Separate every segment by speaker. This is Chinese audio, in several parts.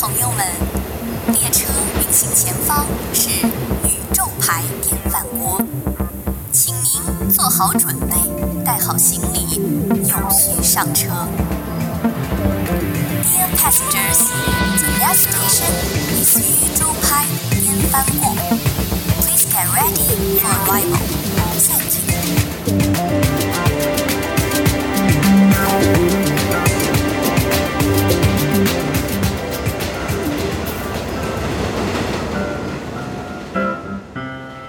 Speaker 1: 朋友们，列车运行前方是宇宙牌电饭锅，请您做好准备，带好行李，有序上车。Dear passengers, the next station is Yu Pai Yan Please get ready for arrival. Thank you.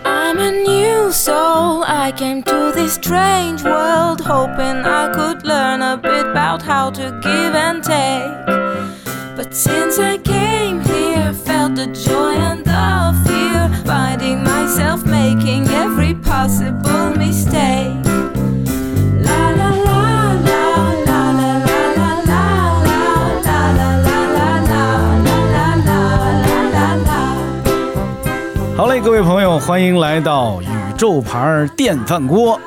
Speaker 2: I'm a new soul. I came to this strange world hoping I could learn a bit about how to give and take. But since I came here, felt the joy and the fear, finding myself making every possible mistake. La la la la la la la la la la la la la la la la la la la.
Speaker 3: 好嘞，各位朋友，欢迎来到宇宙牌儿电饭锅。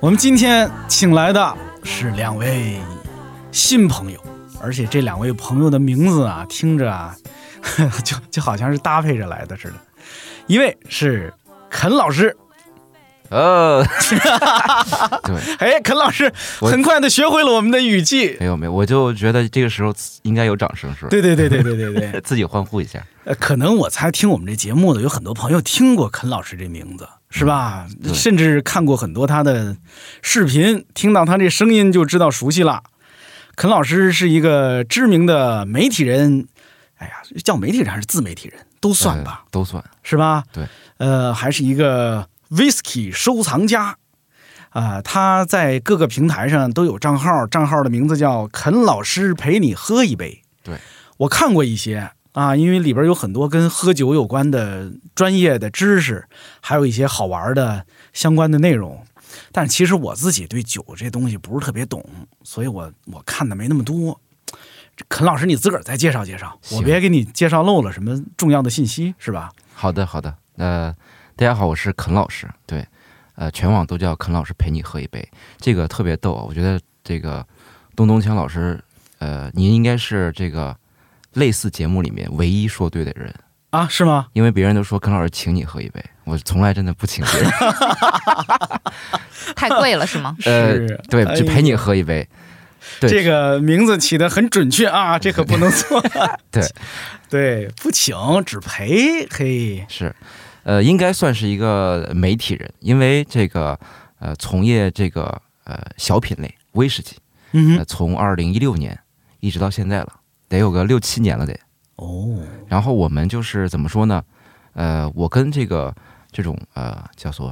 Speaker 3: 我们今天请来的是两位新朋友，而且这两位朋友的名字啊，听着啊， 就就好像是搭配着来的似的。一位是肯老师，
Speaker 4: 呃，对，
Speaker 3: 哎，肯老师
Speaker 4: 我
Speaker 3: 很快的学会了我们的语气。
Speaker 4: 没有没有，我就觉得这个时候应该有掌声，是吧？
Speaker 3: 对对对对对对对，
Speaker 4: 自己欢呼一下。
Speaker 3: 呃可能我猜听我们这节目的有很多朋友听过肯老师这名字，是吧？
Speaker 4: 对
Speaker 3: 甚至看过很多他的视频，听到他这声音就知道熟悉了。肯老师是一个知名的媒体人，哎呀，叫媒体人还是自媒体人都算吧，
Speaker 4: 呃，都算。
Speaker 3: 是吧？
Speaker 4: 对，
Speaker 3: 呃，还是一个 whisky 收藏家。啊、他在各个平台上都有账号，账号的名字叫“肯老师陪你喝一杯”。
Speaker 4: 对，
Speaker 3: 我看过一些啊，因为里边有很多跟喝酒有关的专业的知识，还有一些好玩的相关的内容。但其实我自己对酒这东西不是特别懂，所以我我看的没那么多。这肯老师，你自个儿再介绍介绍，我
Speaker 4: 行
Speaker 3: 别给你介绍漏了什么重要的信息，是吧？
Speaker 4: 好的好的，呃，大家好，我是肯老师，对，呃，全网都叫肯老师陪你喝一杯，这个特别逗啊，我觉得这个东东强老师，呃，您应该是这个类似节目里面唯一说对的人，
Speaker 3: 啊，是吗？
Speaker 4: 因为别人都说肯老师请你喝一杯，我从来真的不请别人，
Speaker 5: 太贵了是吗？
Speaker 4: 呃
Speaker 3: 是，
Speaker 4: 对
Speaker 3: 哎，
Speaker 4: 就陪你喝一杯，对
Speaker 3: 这个名字起得很准确 啊，这可不能错。
Speaker 4: 对，
Speaker 3: 对，不请只陪，嘿，
Speaker 4: 是，呃，应该算是一个媒体人，因为这个呃，从业这个呃小品类威士忌，
Speaker 3: 嗯
Speaker 4: 呃，从二零一六年一直到现在了，得有个六七年了得。
Speaker 3: 哦，
Speaker 4: 然后我们就是怎么说呢？呃，我跟这个这种呃叫做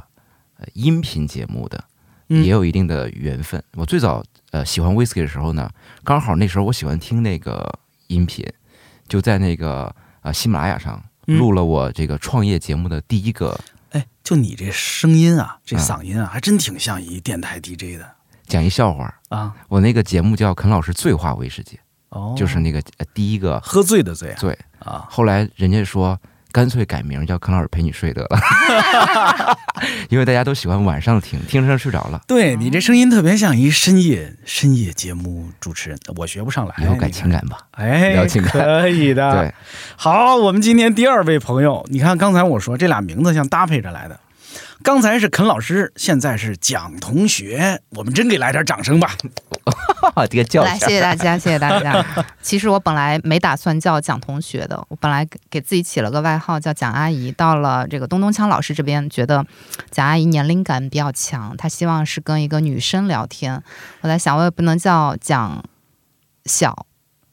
Speaker 4: 呃音频节目的
Speaker 3: 嗯
Speaker 4: 也有一定的缘分。我最早呃喜欢 whisky 的时候呢，刚好那时候我喜欢听那个音频，就在那个呃喜马拉雅上
Speaker 3: 嗯
Speaker 4: 录了我这个创业节目的第一个
Speaker 3: 哎，就你这声音啊，这
Speaker 4: 嗯
Speaker 3: 嗓音啊，还真挺像一电台 DJ 的
Speaker 4: 讲一笑话儿。
Speaker 3: 啊。
Speaker 4: 我那个节目叫《肯老师醉话威士忌》，
Speaker 3: 哦，
Speaker 4: 就是那个呃第一个
Speaker 3: 喝醉的醉啊
Speaker 4: 醉。
Speaker 3: 啊，
Speaker 4: 后来人家说干脆改名叫《肯老师陪你睡》得了， 因为大家都喜欢晚上听，听着睡着了。
Speaker 3: 对你这声音特别像一深夜深夜节目主持人，我学不上来。
Speaker 4: 以后改
Speaker 3: 你看
Speaker 4: 情感吧。
Speaker 3: 哎，
Speaker 4: 聊情感
Speaker 3: 可以的。
Speaker 4: 对，
Speaker 3: 好，我们今天第二位朋友，你看刚才我说这俩名字像搭配着来的，刚才是肯老师，现在是蒋同学，我们真给来点掌声吧。
Speaker 4: 这个叫
Speaker 5: 来，谢谢大家，谢谢大 家。其实我本来没打算叫蒋同学的，我本来给给自己起了个外号叫蒋阿姨。到了这个东东锵老师这边，觉得蒋阿姨年龄感比较强，她希望是跟一个女生聊天。我在想，我也不能叫蒋小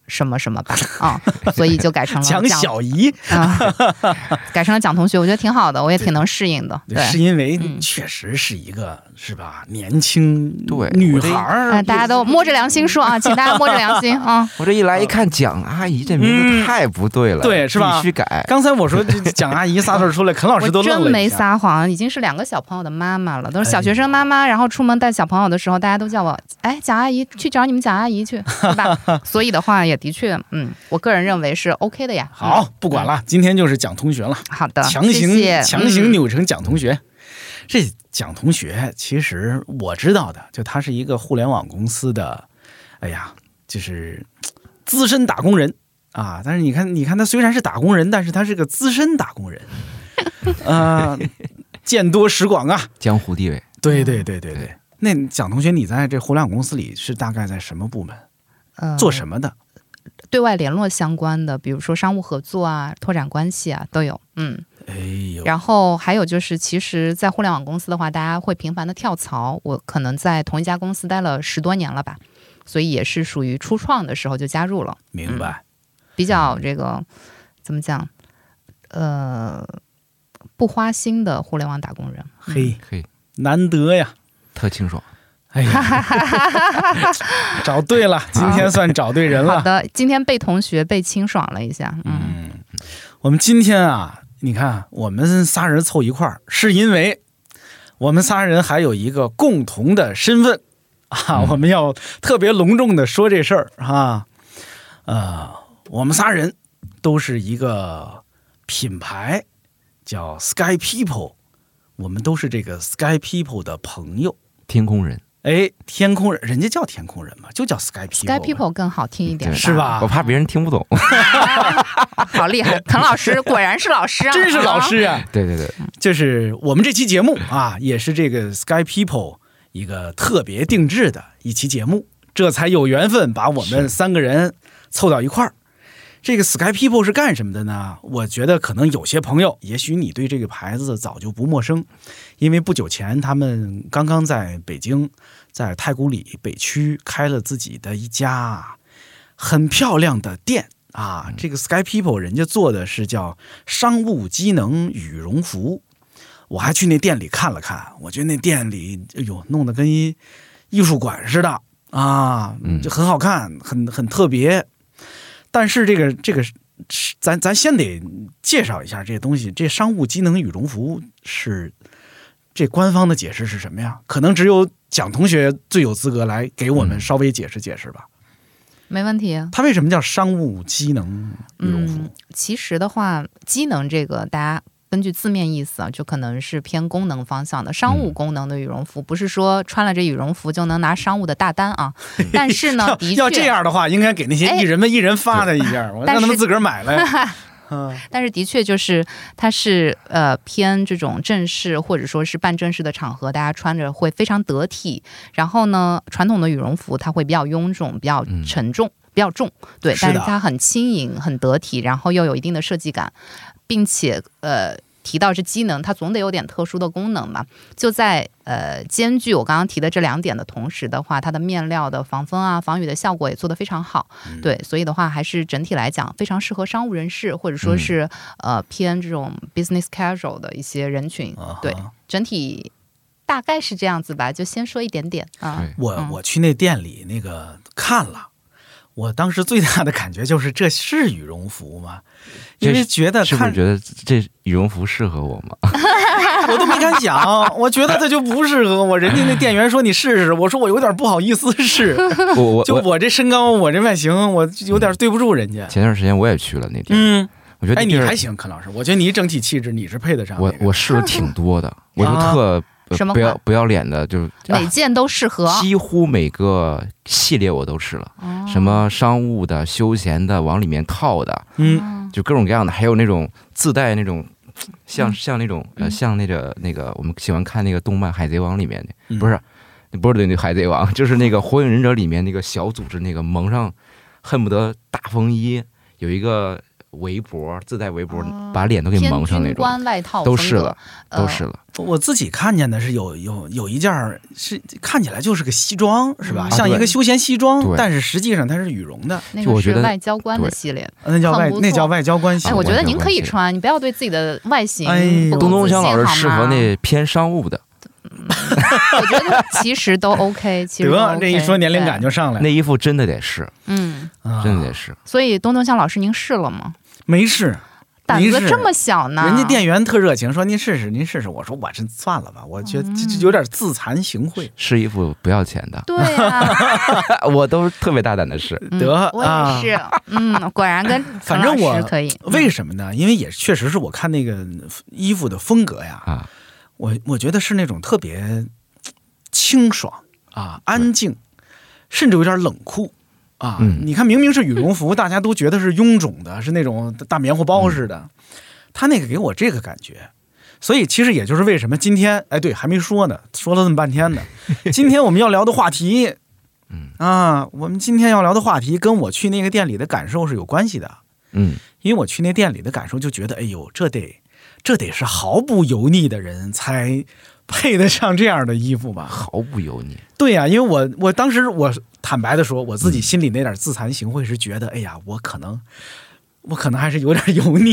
Speaker 5: 什么什么吧，啊、所以就改成了
Speaker 3: 蒋小姨，
Speaker 5: 啊、 改成了蒋同学，我觉得挺好的，我也挺能适应的。对，
Speaker 3: 是因为
Speaker 5: 嗯
Speaker 3: 确实是一个是吧，年轻
Speaker 4: 嗯对
Speaker 3: 女
Speaker 4: 我这
Speaker 3: 孩
Speaker 5: 哎
Speaker 3: 儿，
Speaker 5: 大家都摸着良心说啊，请大家摸着良心啊。
Speaker 4: 我这一来一看，蒋阿姨这名
Speaker 3: 嗯
Speaker 4: 字太不对了，
Speaker 3: 对是吧
Speaker 4: 必须改。
Speaker 3: 刚才我说这这蒋阿姨仨字儿出 来，肯老
Speaker 5: 我
Speaker 3: 师都愣了
Speaker 5: 真没
Speaker 3: 一下。
Speaker 5: 撒谎，已经是两个小朋友的妈妈了，都是
Speaker 3: 哎
Speaker 5: 小学生妈妈。然后出门带小朋友的时候，大家都叫我哎蒋阿姨去找你们蒋阿姨去， 对吧？所以的话也的确，嗯，我个人认为是 OK 的呀。嗯
Speaker 3: 好，不管了，今天就是蒋同学了，
Speaker 5: 好的，
Speaker 3: 强行
Speaker 5: 啊谢谢
Speaker 3: 强行
Speaker 5: 嗯
Speaker 3: 扭成蒋同学。这蒋同学其实我知道的，就他是一个互联网公司的，哎呀，就是资深打工人啊。但是你看，你看他虽然是打工人，但是他是个资深打工人，啊、见多识广啊。
Speaker 4: 江湖地位，
Speaker 3: 对对对对对
Speaker 5: 嗯
Speaker 4: 对。
Speaker 3: 那蒋同学，你在这互联网公司里是大概在什么部门，
Speaker 5: 呃，
Speaker 3: 做什么的？
Speaker 5: 对外联络相关的，比如说商务合作啊、拓展关系啊都有。嗯，
Speaker 3: 哎呦，
Speaker 5: 然后还有就是，其实，在互联网公司的话，大家会频繁的跳槽。我可能在同一家公司待了十多年了吧，所以也是属于初创的时候就加入了，
Speaker 3: 明白。
Speaker 5: 比较这个怎么讲，呃，不花心的互联网打工人。
Speaker 3: 嘿，
Speaker 4: 可以，
Speaker 3: 难得呀！
Speaker 4: 特清爽。
Speaker 3: 哎呀，找对了，今天算找对人
Speaker 5: 好
Speaker 3: 了。
Speaker 5: 的，今天被同学被清爽了一下，嗯，
Speaker 3: 我们今天啊，你看我们仨人凑一块儿，是因为我们仨人还有一个共同的身份啊，我们要特别隆重的说这事儿啊。呃，我们仨人都是一个品牌叫 Sky People，我们都是这个 Sky People 的朋友。
Speaker 4: 天空人，
Speaker 3: 哎，天空人，人家叫天空人嘛，就叫 Sky People。
Speaker 5: Sky People 更好听一点，啊
Speaker 4: 对
Speaker 3: 是？吧
Speaker 4: 我？怕别人听 不懂。
Speaker 5: 好厉害，滕老师果然是老师啊，
Speaker 3: 真是老师呀、
Speaker 4: 对对对，
Speaker 3: 就是我们这期节目啊，也是这个 Sky People 一个特别定制的一期节目，这才有缘分把我们三个人凑到一块儿。这个 Sky People 是干什么的呢？我觉得可能有些朋友，也许你对这个牌子早就不陌生，因为不久前他们刚刚在北京，在太古里北区开了自己的一家很漂亮的店啊。这个 Sky People 人家做的是叫商务机能羽绒服，我还去那店里看了看，我觉得那店里，哎呦，弄得跟一艺术馆似的啊，
Speaker 4: 嗯
Speaker 3: 就很好看，很很特别。但是这个这个，咱咱先得介绍一下这东西，这商务机能羽绒服是这官方的解释是什么呀？可能只有蒋同学最有资格来给我们
Speaker 4: 嗯
Speaker 3: 稍微解释解释吧。
Speaker 5: 没问题啊。
Speaker 3: 它为什么叫商务机能羽绒 服？
Speaker 5: 嗯，其实的话，机能这个大家。根据字面意思啊，就可能是偏功能方向的商务
Speaker 4: 嗯
Speaker 5: 功能的羽绒服，不是说穿了这羽绒服就能拿商务的大单 啊。但是呢，的
Speaker 3: 要这
Speaker 5: 确，
Speaker 3: 样的话，应该给那些
Speaker 5: 哎
Speaker 3: 艺人们一人发的一件儿，我
Speaker 5: 但
Speaker 3: 让他们
Speaker 5: 是
Speaker 3: 自个儿买来。 嗯，
Speaker 5: 但是的确就是它是呃偏这种正式或者说是半正式的场合，大家穿着会非常得体。然后呢，传统的羽绒服它会比较臃肿，比较
Speaker 4: 嗯
Speaker 5: 沉重，比较重，对，
Speaker 3: 是
Speaker 5: 但是
Speaker 3: 的
Speaker 5: 它很轻盈，很得体，然后又有一定的设计感，并且呃。提到是机能，它总得有点特殊的功能嘛。就在呃兼具我刚刚提的这两点的同时的话，它的面料的防风啊、防雨的效果也做得非常好。
Speaker 3: 嗯
Speaker 4: 嗯
Speaker 5: 对，所以的话，还是整体来讲非常适合商务人士，或者说
Speaker 4: 嗯
Speaker 5: 是、呃偏这种 business casual 的一些人群。
Speaker 3: 啊哈
Speaker 5: 对，整体大概是这样子吧，就先说一点点啊。
Speaker 4: 对，
Speaker 3: 我
Speaker 5: 嗯
Speaker 3: 我去那店里那个看了，我当时最大的感觉就是这是羽绒服吗？
Speaker 4: 这
Speaker 3: 因
Speaker 4: 是
Speaker 3: 为觉得
Speaker 4: 是不是
Speaker 3: 看
Speaker 4: 觉得这羽绒服适合我 吗？
Speaker 3: 我都没敢想，我觉得它就不适合我。人家那店员说你试试，我说我有点不好意思试，
Speaker 4: 我我
Speaker 3: 就
Speaker 4: 我
Speaker 3: 我这身高，我这外形，我就有点对不住人家。
Speaker 4: 前段时间我也去了那店，
Speaker 3: 嗯，
Speaker 4: 我觉得
Speaker 3: 哎，
Speaker 4: 那
Speaker 3: 你
Speaker 4: 地儿
Speaker 3: 还行，肯老师，我觉得你整体气质你是配得上那
Speaker 4: 我
Speaker 3: 个。
Speaker 4: 我试了挺多的，我 就
Speaker 3: 啊
Speaker 4: 特呃
Speaker 5: 什么
Speaker 4: 不要
Speaker 5: 款
Speaker 4: 不要脸的，就是啊
Speaker 5: 每件都适合，
Speaker 4: 几乎每个系列我都试了，
Speaker 5: 哦
Speaker 4: 什么商务的、休闲的、往里面套的，
Speaker 3: 嗯，
Speaker 4: 就各种各样的，还有那种自带那种。像像那种呃，
Speaker 5: 嗯
Speaker 4: 像那个那个，我们喜欢看那个动漫《海贼王》里面的，
Speaker 3: 嗯
Speaker 4: 不是，不是对那《海贼王》， 就是那个《火影忍者》里面那个小组织那个蒙上，恨不得大风衣，有一个围脖，自带围脖，
Speaker 5: 哦
Speaker 4: 把脸都给
Speaker 5: 偏
Speaker 4: 蒙上那
Speaker 5: 军
Speaker 4: 种，
Speaker 5: 官外套
Speaker 4: 都
Speaker 5: 风
Speaker 4: 试
Speaker 5: 格
Speaker 4: 了，都
Speaker 5: 呃
Speaker 4: 试了。
Speaker 3: 我自己看见的是有有有一件儿是看起来就是个西装是吧，
Speaker 5: 嗯
Speaker 3: 像一个
Speaker 4: 啊对
Speaker 3: 休闲西装，
Speaker 4: 对
Speaker 3: 但是实际上它是羽绒的，
Speaker 5: 那
Speaker 4: 就
Speaker 5: 个
Speaker 4: 我觉
Speaker 5: 是
Speaker 4: 得
Speaker 5: 外交官的
Speaker 4: 对
Speaker 5: 系列。
Speaker 3: 那叫外
Speaker 5: 很不错
Speaker 3: 那叫外交关系。
Speaker 5: 哎，我觉
Speaker 4: 外
Speaker 5: 得
Speaker 4: 交
Speaker 5: 您可
Speaker 4: 官
Speaker 5: 以
Speaker 4: 系列
Speaker 5: 穿，你不要对自己的外形
Speaker 3: 哎呦
Speaker 5: 不够
Speaker 4: 东东
Speaker 5: 自
Speaker 4: 香
Speaker 5: 信
Speaker 4: 老师适合，
Speaker 5: 好吗
Speaker 4: 那偏商务的，
Speaker 5: 我觉得其实都 OK，其实都
Speaker 3: 得
Speaker 5: OK,
Speaker 3: 这一说年龄感
Speaker 5: 对
Speaker 3: 就上来
Speaker 4: 那
Speaker 3: 了，
Speaker 4: 衣服真的得试，
Speaker 5: 嗯，
Speaker 3: 啊
Speaker 4: 真的得试。
Speaker 5: 所以东东香老师您试了吗？
Speaker 3: 没事。
Speaker 5: 胆
Speaker 3: 您
Speaker 5: 子
Speaker 3: 是
Speaker 5: 这么小呢？
Speaker 3: 人家店员特热情，说您试试，您试试。我说我这算了吧，我觉
Speaker 5: 嗯
Speaker 3: 得这这有点自惭形秽。
Speaker 4: 试衣服不要钱的，
Speaker 5: 对啊，
Speaker 4: 我都是特别大胆的试。
Speaker 5: 嗯
Speaker 3: 得
Speaker 5: 我
Speaker 3: 啊
Speaker 5: 也是，嗯，果 然跟
Speaker 3: 反
Speaker 5: 陈
Speaker 3: 正
Speaker 5: 老师
Speaker 3: 我
Speaker 5: 可以，嗯
Speaker 3: 为什么呢？因为也确实是我看那个呃衣服的风格呀，
Speaker 4: 啊，
Speaker 3: 我我觉得是那种特别清爽啊、安静，甚至有点冷酷啊。
Speaker 4: 嗯
Speaker 3: 你看，明明是羽绒 服，大家都觉得是臃肿的，是那种大棉花包似
Speaker 4: 嗯
Speaker 3: 的，他那个给我这个感觉。所以，其实也就是为什么今天，哎，对，还没说呢，说了这么半 天呢。今天我们要聊的话题，
Speaker 4: 嗯
Speaker 3: 啊，我们今天要聊的话题跟我去那个店里的感受是有关系的。
Speaker 4: 嗯
Speaker 3: 因为我去那店里的感受就觉得，哎呦，这得这得是毫不油腻的人才配得上这样的衣服吧？
Speaker 4: 毫不油腻，
Speaker 3: 对呀、因为我我当时我坦白的说，我自己心里那点自惭形秽是觉得，哎呀，我可能我可能还是有点油腻、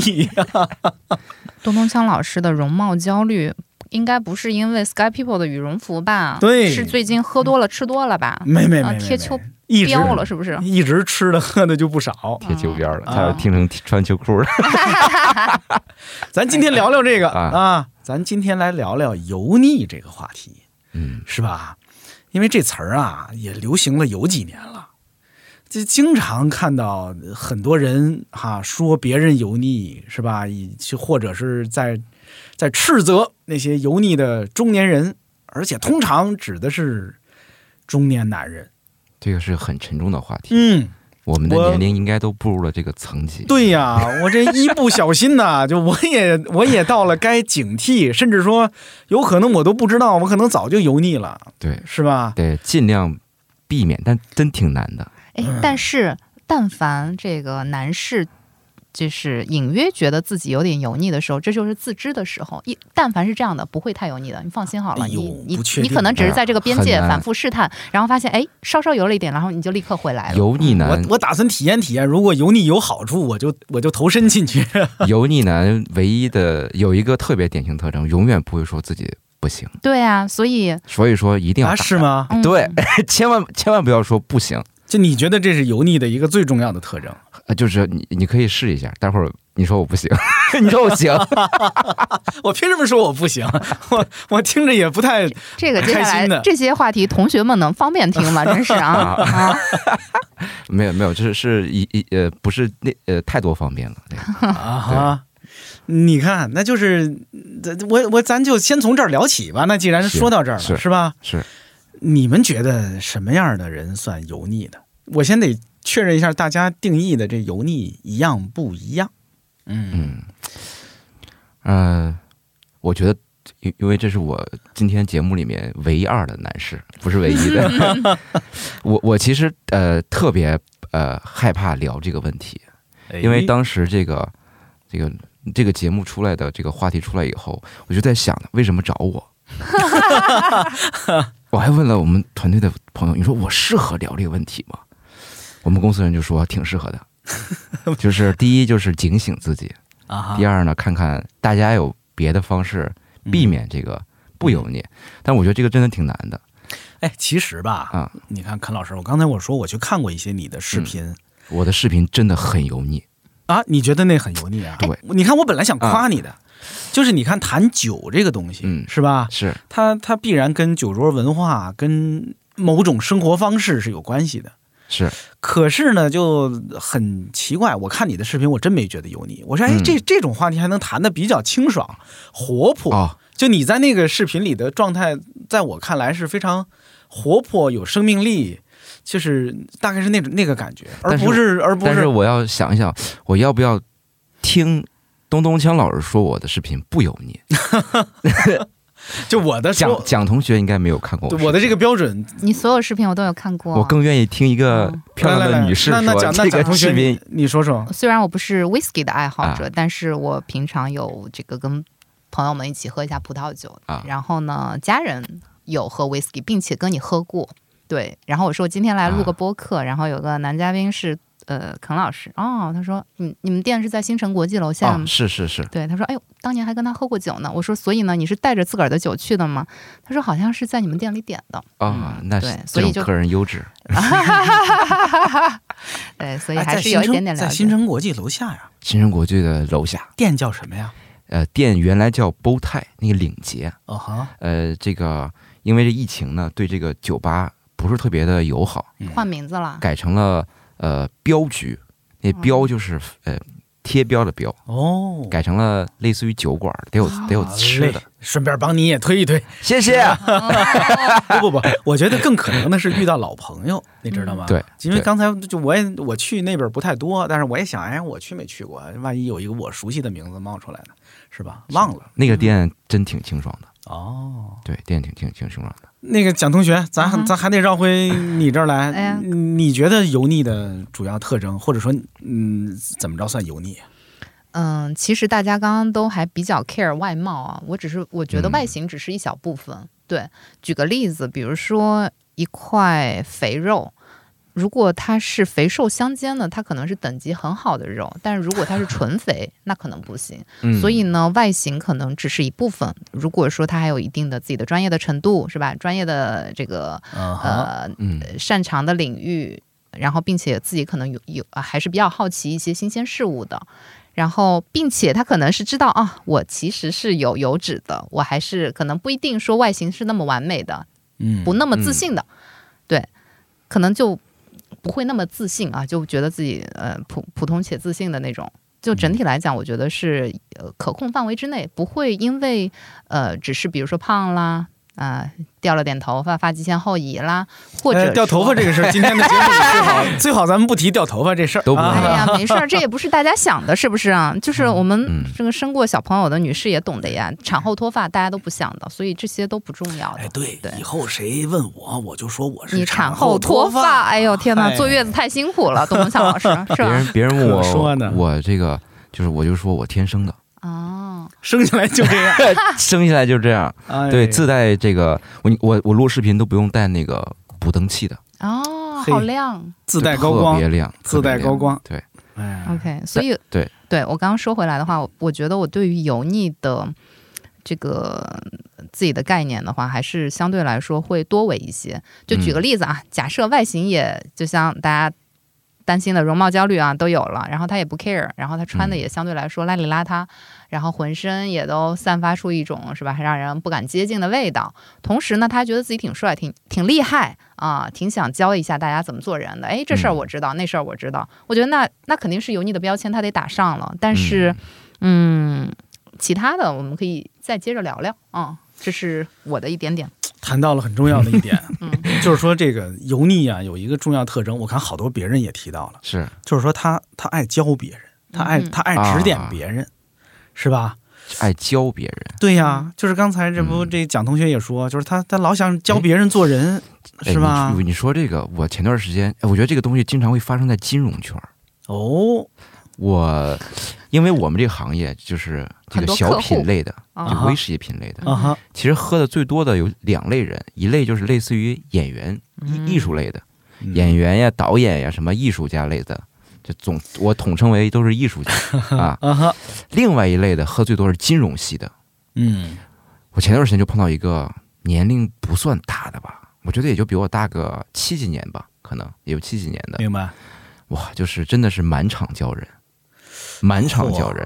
Speaker 5: 东东锵老师的容貌焦虑，应该不是因为 Sky People 的羽绒服吧？
Speaker 3: 对
Speaker 5: 是最近喝多了、吃多了吧？
Speaker 3: 没没
Speaker 5: 啊
Speaker 3: 没没
Speaker 5: 贴秋
Speaker 3: 一直
Speaker 5: 标了是 不是？
Speaker 3: 一直吃的喝的就不少。
Speaker 4: 贴秋膘了，
Speaker 5: 嗯
Speaker 3: 啊
Speaker 4: 他要听成穿秋裤了。
Speaker 3: 咱今天聊聊这个
Speaker 4: 啊
Speaker 3: 啊，咱今天来聊聊油腻这个话题。
Speaker 4: 嗯
Speaker 3: 是吧？因为这词儿啊也流行了有几年了，这经常看到很多人哈、说别人油腻是吧？以及或者是在在斥责那些油腻的中年人，而且通常指的是中年男人。
Speaker 4: 这个是很沉重的话题，
Speaker 3: 嗯，
Speaker 4: 我们的
Speaker 3: 我
Speaker 4: 年龄应该都步入了这个层级。
Speaker 3: 对呀，我这一不小心呐、就我也我也到了该警惕，甚至说有可能我都不知道，我可能早就油腻了，
Speaker 4: 对
Speaker 3: 是吧？
Speaker 4: 对，尽量避免，但真挺难的。
Speaker 5: 哎，
Speaker 3: 嗯
Speaker 5: 但是但凡这个男士。就是隐约觉得自己有点油腻的时候，这就是自知的时候。一但凡是这样的，不会太油腻的，你放心好了。
Speaker 3: 哎呦
Speaker 5: 你你
Speaker 3: 不确
Speaker 5: 你
Speaker 3: 定哎
Speaker 5: 可能只是在这个边界
Speaker 4: 很难
Speaker 5: 反复试探，然后发现哎稍稍油了一点，然后你就立刻回来了。
Speaker 4: 油腻男
Speaker 3: 我，我打算体验体验，如果油腻有好处，我就我就投身进 去。
Speaker 4: 油腻男唯一的有一个特别典型特征，永远不会说自己不行，
Speaker 5: 对啊，所以、
Speaker 4: 所以说一定要
Speaker 3: 啊，
Speaker 4: 打
Speaker 3: 是吗？
Speaker 5: 嗯、
Speaker 4: 对， 千万千万不要说不行，
Speaker 3: 就你觉得这是油腻的一个最重要的特征？
Speaker 4: 呃就是你你可以试一下，待会儿你说我不行， 你说我行，
Speaker 3: 我凭什么说我不行？ 我我听着也不 太
Speaker 5: 这个接下
Speaker 3: 开心的
Speaker 5: 来这些话题，同学们能方便听吗？真是 啊啊！
Speaker 4: 没有没有，就是是一一呃不是那呃太多方面了，对
Speaker 3: 啊哈。你看，那就是这我我咱就先从这儿聊起吧。那既然说到这儿了，是
Speaker 4: 是
Speaker 3: 吧？
Speaker 4: 是
Speaker 3: 你们觉得什么样的人算油腻的？我先得确认一下大家定义的这油腻一样不一样。嗯
Speaker 4: 嗯，呃，我觉得。因因为这是我今天节目里面唯二的男士，不是唯一的。 我我其实呃特别呃害怕聊这个问题，哎因
Speaker 3: 哎
Speaker 4: 为当时这个这个这个节目出来的这个话题出来以后，我就在想，为什么找 我？我还问了我们团队的朋友，你说我适合聊这个问题吗？我们公司人就说挺适合的， 就是第一就是警醒自己，
Speaker 3: 啊哈嗯
Speaker 4: 第二呢看看大家有别的方式避免这个不油腻，但我觉得这个真的挺难的
Speaker 3: 哎，其实吧，
Speaker 4: 啊！嗯
Speaker 3: 你看，肯老师，我刚才我说我去看过一些你的视频、
Speaker 4: 我的视频真的很油腻，
Speaker 3: 啊，你觉得那很油腻啊？
Speaker 4: 对啊
Speaker 3: 你看我本来想夸你的，就是你看谈酒这个东西，
Speaker 4: 嗯
Speaker 3: 是吧？
Speaker 4: 是
Speaker 3: 它它必然跟酒桌文化、跟某种生活方式是有关系的。
Speaker 4: 是，
Speaker 3: 可是呢，就很奇怪，我看你的视频，我真没觉得油腻。我说，哎，
Speaker 4: 嗯
Speaker 3: 这这种话题还能谈的比较清爽、活泼。
Speaker 4: 哦，
Speaker 3: 就你在那个视频里的状态，在我看来是非常活泼、有生命力，就是大概是那种那个感觉，而
Speaker 4: 但是
Speaker 3: 不是而不
Speaker 4: 但
Speaker 3: 是
Speaker 4: 是我要想一想，我要不要听东东锵老师说我的视频不油腻？
Speaker 3: 就我的
Speaker 4: 蒋
Speaker 3: 说，
Speaker 4: 蒋同学应该没有看过
Speaker 3: 对我的这
Speaker 4: 个，
Speaker 3: 个标准。
Speaker 5: 你所有视频我都有看过。
Speaker 4: 我更愿意听一个
Speaker 5: 嗯
Speaker 4: 漂亮
Speaker 3: 来来
Speaker 4: 的
Speaker 3: 来
Speaker 4: 女士
Speaker 3: 那那
Speaker 4: 说
Speaker 3: 蒋那
Speaker 4: 这
Speaker 3: 蒋
Speaker 4: 个
Speaker 3: 同学
Speaker 4: 视频
Speaker 3: 你，你说说，
Speaker 5: 虽然我不是 whisky 的爱好者，
Speaker 4: 啊
Speaker 5: 但是我平常有这个跟朋友们一起喝一下葡萄酒。
Speaker 4: 啊
Speaker 5: 然后呢，家人有喝 whisky，并且跟你喝过。对，然后我说我今天来录
Speaker 4: 啊
Speaker 5: 个播客，然后有个男嘉宾是呃肯老师哦，他说你你们店是在新城国际楼下
Speaker 4: 啊
Speaker 5: 吗，？
Speaker 4: 是是是，
Speaker 5: 对，他说：“哎呦，当年还跟他喝过酒呢。”我说：“所以呢，你是带着自个儿的酒去的吗？”他说：“好像是在你们店里点 的。
Speaker 4: 啊，
Speaker 5: 嗯
Speaker 4: 那
Speaker 5: 对
Speaker 4: 是
Speaker 5: 所
Speaker 4: 这
Speaker 5: 以
Speaker 4: 种
Speaker 5: 就
Speaker 4: 客人优质，”
Speaker 5: 对，所以
Speaker 3: 哎
Speaker 5: 还
Speaker 3: 在
Speaker 5: 是
Speaker 3: 新
Speaker 5: 有一
Speaker 3: 城
Speaker 5: 点点了
Speaker 3: 在
Speaker 5: 解
Speaker 3: 新。城国际楼下呀，
Speaker 4: 新城国际的楼下，
Speaker 3: 店叫什么呀？
Speaker 4: 呃，店原来叫波泰那个领结，
Speaker 3: 哦哈，
Speaker 4: 呃，这个因为这疫情呢，对这个酒吧不是特别的友好，
Speaker 5: 换名字了，嗯
Speaker 4: 改成了呃镖局，那镖就是呃贴标的标，
Speaker 3: 哦，
Speaker 4: 改成了类似于酒馆，得有得有
Speaker 3: 好
Speaker 4: 吃
Speaker 3: 嘞
Speaker 4: 的。，
Speaker 3: 顺便帮你也推一推。
Speaker 4: 谢谢。
Speaker 3: 不不不，我觉得更可能的是遇到老朋友，你知道吗？
Speaker 4: 对
Speaker 3: 因为
Speaker 4: 对
Speaker 3: 刚才就我也我去那边不太多，但是我也想，哎，我去没去过？万一有一个我熟悉的名字冒出来呢，是吧？忘了
Speaker 4: 那个店真挺清爽的，
Speaker 3: 哦。
Speaker 4: 对，店挺挺挺清爽的。
Speaker 3: 那个蒋同学，咱、咱还得绕回你这儿来。
Speaker 5: 嗯哎呀
Speaker 3: 你觉得油腻的主要特征，或者说，嗯，怎么着算油腻？
Speaker 5: 嗯，其实大家刚刚都还比较 care 外貌啊，我只是我觉得
Speaker 4: 嗯
Speaker 5: 外形只是一小部分。对，举个例子，比如说一块肥肉，如果它是肥瘦相间的，它可能是等级很好的肉，但是如果它是纯肥，那可能不行。
Speaker 4: 嗯，
Speaker 5: 所以呢，外形可能只是一部分。如果说他还有一定的自己的专业的程度，是吧？专业的这个
Speaker 3: 嗯哼，
Speaker 5: 呃
Speaker 4: 嗯，
Speaker 5: 擅长的领域，然后并且自己可能有有啊还是比较好奇一些新鲜事物的，然后并且他可能是知道啊，我其实是有油脂的，我还是可能不一定说外形是那么完美的，
Speaker 3: 嗯，
Speaker 5: 不那么自信的，对，可能就不会那么自信啊，就觉得自己呃普普通且自信的那种。就整体来讲，我觉得是呃可控范围之内，不会因为呃只是比如说胖啦啊、掉了点头发、发际线后移啦，或者、
Speaker 3: 呃掉头发这个事儿，今天的节目里最好最好咱们不提掉头发这事儿，
Speaker 4: 都不
Speaker 5: 哎
Speaker 3: 啊
Speaker 4: 会
Speaker 5: 呀， 没事儿，这也不是大家想的，是不是 啊？就是我们
Speaker 4: 嗯
Speaker 5: 这个生过小朋友的女士也懂的呀，产后脱发大家都不想的，所以这些都不重要的
Speaker 3: 哎，。对
Speaker 5: 对，
Speaker 3: 以后谁问我，我就说我是
Speaker 5: 你
Speaker 3: 产
Speaker 5: 产后脱
Speaker 3: 发。
Speaker 5: 哎呦天哪，
Speaker 3: 哎
Speaker 5: 坐月子太辛苦了，董文强老师
Speaker 4: 别
Speaker 5: 是吧？
Speaker 4: 人别人问我
Speaker 3: 啊可说呢
Speaker 4: 我这个就是我就说我天生的，
Speaker 5: 哦，
Speaker 3: 生下来就这 样。
Speaker 5: 啊
Speaker 4: 生下来就这样。
Speaker 3: 哎
Speaker 4: 对，自带这个我我我录视频都不用带那个补灯器的，
Speaker 5: 哦，
Speaker 3: 嘿
Speaker 5: 好亮。
Speaker 3: 自带
Speaker 4: 就
Speaker 3: 高
Speaker 4: 特
Speaker 3: 光
Speaker 4: 别，亮，
Speaker 3: 自带
Speaker 4: 特别亮
Speaker 3: 高光
Speaker 4: 对，
Speaker 3: 哎，
Speaker 5: OK，所以
Speaker 4: 对
Speaker 5: 对我刚刚说回来的话，我我觉得我对于油腻的这个自己的概念的话，还是相对来说会多维一些。就举个例子啊，假设外形也就像大家。担心的容貌焦虑啊都有了，然后他也不 care，然后他穿的也相对来说邋里邋遢，然后浑身也都散发出一种是吧，让人不敢接近的味道。同时呢，他觉得自己挺帅，挺挺厉害啊，挺想教一下大家怎么做人的。哎，这事儿
Speaker 4: 嗯
Speaker 5: 我知道，那事儿我知道。我觉得那那肯定是油腻的标签，他得打上了。但
Speaker 4: 嗯
Speaker 5: 是，嗯其他的我们可以再接着聊聊啊、这是我的一点点。
Speaker 3: 谈到了很重要的一点，
Speaker 5: 嗯
Speaker 3: 就是说这个油腻啊有一个重要特征，我看好多别人也提到了，
Speaker 4: 是
Speaker 3: 就是说他他爱教别人，他爱
Speaker 5: 嗯
Speaker 3: 他爱指点别人，是吧？
Speaker 4: 爱教别人。
Speaker 3: 对呀，就是刚才这不
Speaker 4: 嗯
Speaker 3: 这蒋同学也说，就是他他老想教别人做人，
Speaker 4: 哎
Speaker 3: 是吧
Speaker 4: 你？你说这个，我前段时间，哎我觉得这个东西经常会发生在金融圈儿。
Speaker 3: 哦，
Speaker 4: 我，因为我们这个行业就是这
Speaker 5: 很
Speaker 4: 个
Speaker 5: 多
Speaker 4: 小
Speaker 5: 客户
Speaker 4: 品类的，
Speaker 5: 啊
Speaker 4: 就威士忌品类的，
Speaker 3: 啊哈，
Speaker 4: 其实喝的最多的有两类人，一类就是类似于演员、
Speaker 5: 嗯
Speaker 4: 艺艺术类的，
Speaker 3: 嗯
Speaker 4: 演员呀、导演呀、什么艺术家类的，这总我统称为都是艺术家啊。
Speaker 3: 啊哈，
Speaker 4: 另外一类的喝最多是金融系的，
Speaker 3: 嗯，
Speaker 4: 我前段时间就碰到一个年龄不算大的吧，我觉得也就比我大个七几年吧，可能也有七几年的，
Speaker 3: 明白。
Speaker 4: 哇，就是真的是满场教人，满场教人。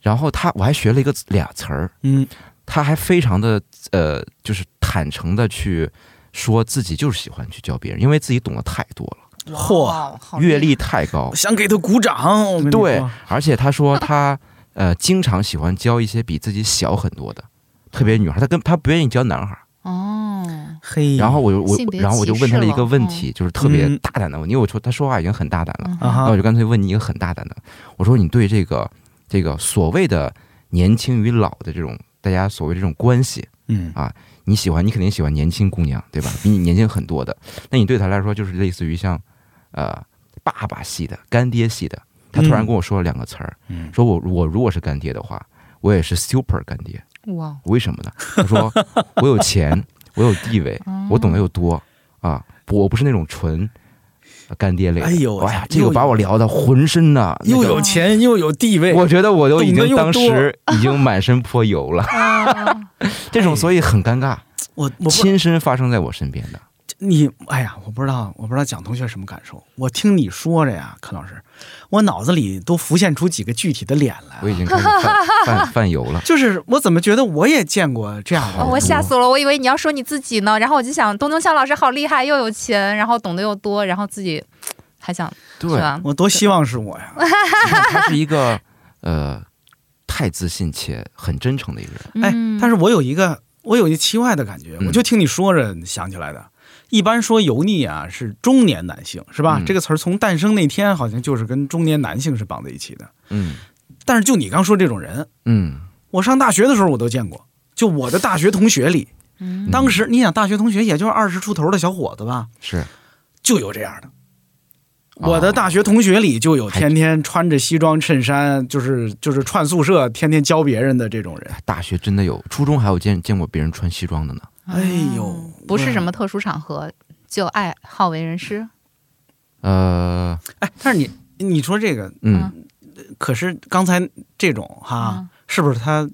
Speaker 4: 然后他我还学了一个俩词儿，
Speaker 3: 嗯，
Speaker 4: 他还非常的呃，就是坦诚的去说自己就是喜欢去教别人，因为自己懂得太多了，
Speaker 3: 嚯，
Speaker 5: 哇，好
Speaker 4: 阅历
Speaker 5: 厉
Speaker 4: 太高
Speaker 3: 我。想给他鼓掌。我跟你说
Speaker 4: 对，而且他说他呃，经常喜欢教一些比自己小很多的，特别女孩，他跟他不愿意教男孩儿。
Speaker 5: 害哦，
Speaker 3: 嘿，
Speaker 4: 然后我就我
Speaker 5: 性别，
Speaker 4: 然后我就问他了一个问题，就是特别
Speaker 3: 嗯
Speaker 4: 大胆的问题，因为我说他说话已经很大胆了，
Speaker 5: 嗯
Speaker 3: 啊
Speaker 4: 那我
Speaker 3: 哈，
Speaker 4: 就干脆问你一个很大胆的，我说你对这个这个所谓的年轻与老的这种大家所谓这种关系，
Speaker 3: 嗯
Speaker 4: 你喜欢你肯定喜欢年轻姑娘 对吧？比你年轻很多的，那你对他来说就是类似于像呃爸爸系的、干爹系的。他突然
Speaker 3: 嗯
Speaker 4: 跟我说了两个词儿，
Speaker 3: 嗯，
Speaker 4: 说我我如果是干爹的话，我也是 super 干爹。
Speaker 5: 哇，
Speaker 4: 为什么呢？他 说我有钱，我有地位，
Speaker 3: 哦
Speaker 4: 我懂得又多啊，不我不是那种纯呃干爹类的。
Speaker 3: 哎呦
Speaker 4: 哎呀，
Speaker 3: 又
Speaker 4: 这个把我聊的浑身呐、那
Speaker 3: 又
Speaker 4: 个
Speaker 3: 有钱又有地位，
Speaker 4: 我觉得我都已
Speaker 3: 懂得
Speaker 4: 经
Speaker 3: 又
Speaker 4: 当
Speaker 3: 多
Speaker 4: 时已经满身泼 油了，
Speaker 5: 啊
Speaker 4: 这种所以很尴尬，
Speaker 3: 我哎我不
Speaker 4: 亲身发生在我身边的。
Speaker 3: 你哎呀，我不知道，我不知道蒋同学什么感受。我听你说着呀，柯老师，我脑子里都浮现出几个具体的脸来
Speaker 4: 我已
Speaker 3: 了。
Speaker 4: 经开始犯 犯犯油了。
Speaker 3: 就是我怎么觉得我也见过这样的
Speaker 5: 哦，
Speaker 3: 人？
Speaker 5: 我吓死了，我以为你要说你自己呢，然后我就想东东向老师好厉害，又有钱，然后懂得又多，然后自己还想是
Speaker 4: 对，
Speaker 5: 吧？
Speaker 3: 我多希望是我呀！
Speaker 4: 他是一个呃太自信且很真诚的一个人。
Speaker 3: 哎
Speaker 5: 嗯，
Speaker 3: 但是我有一个，我有一奇怪的感觉，
Speaker 4: 嗯
Speaker 3: 我就听你说着想起来的。一般说油腻啊是中年男性是吧？
Speaker 4: 嗯
Speaker 3: 这个词儿从诞生那天好像就是跟中年男性是绑在一起的。
Speaker 4: 嗯
Speaker 3: 但是就你刚说这种人，
Speaker 4: 嗯，
Speaker 3: 我上大学的时候我都见过，就我的大学同学里，
Speaker 5: 嗯
Speaker 3: 当时你想大学同学也就是二十出头的小伙子吧，
Speaker 4: 嗯是
Speaker 3: 就有这样的。
Speaker 4: 哦
Speaker 3: 我的大学同学里就有
Speaker 4: 还
Speaker 3: 天天穿着西装衬衫，就是就是串宿舍，天天教别人的这种人。
Speaker 4: 大学真的有，初中还有见见过别人穿西装的呢。
Speaker 5: 嗯
Speaker 3: 哎呦，
Speaker 5: 哦不是什
Speaker 4: 嗯
Speaker 5: 么特殊场合就爱好为人师，
Speaker 4: 呃，
Speaker 3: 哎，但是你你说这个，
Speaker 4: 嗯，
Speaker 3: 可是刚才这种哈，
Speaker 5: 嗯
Speaker 3: 是不是他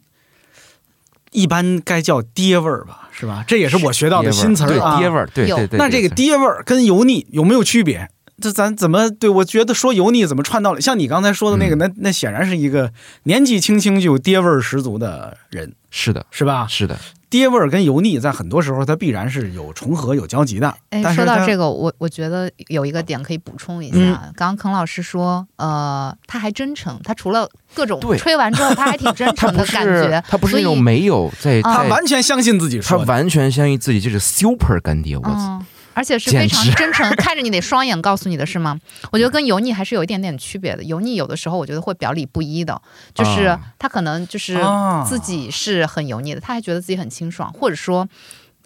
Speaker 3: 一般该叫爹味儿吧？是吧？这也是我学到的新词儿啊。
Speaker 4: 爹味儿，对
Speaker 5: 有
Speaker 4: 对对对。
Speaker 3: 那这个
Speaker 4: 对，
Speaker 3: 爹味儿跟油腻有没有区别？这咱怎么对我觉得说油腻怎么串到了？像你刚才说的那个，
Speaker 4: 嗯
Speaker 3: 那那显然是一个年纪轻轻就有爹味儿十足的人，
Speaker 4: 是的，
Speaker 3: 是吧？
Speaker 4: 是的，
Speaker 3: 爹味儿跟油腻在很多时候它必然是有重合、有交集的。
Speaker 5: 哎，
Speaker 3: 但是
Speaker 5: 说到
Speaker 3: 它
Speaker 5: 这个，我我觉得有一个点可以补充一下。
Speaker 3: 嗯
Speaker 5: 刚刚耿老师说，呃，他还真诚，他除了各种
Speaker 4: 对
Speaker 5: 吹完之后，他还 挺真
Speaker 4: 他
Speaker 5: 诚
Speaker 4: 不
Speaker 5: 的感觉
Speaker 4: 是。他不是那
Speaker 5: 所以
Speaker 4: 种没有在
Speaker 5: 啊
Speaker 3: 他
Speaker 4: 在，
Speaker 3: 完全相信自己
Speaker 4: 他
Speaker 3: 说的，
Speaker 4: 完全相信自己这是 super 干爹，我操，
Speaker 5: 嗯，而且是
Speaker 4: 简
Speaker 5: 非常
Speaker 4: 直
Speaker 5: 真诚，看着你的双眼告诉你的是吗？我觉得跟油腻还是有一点点区别的。油腻有的时候我觉得会表里不一的，就是
Speaker 4: 啊
Speaker 5: 他可能就是
Speaker 3: 啊
Speaker 5: 自己是很油腻的，他还觉得自己很清爽，或者说。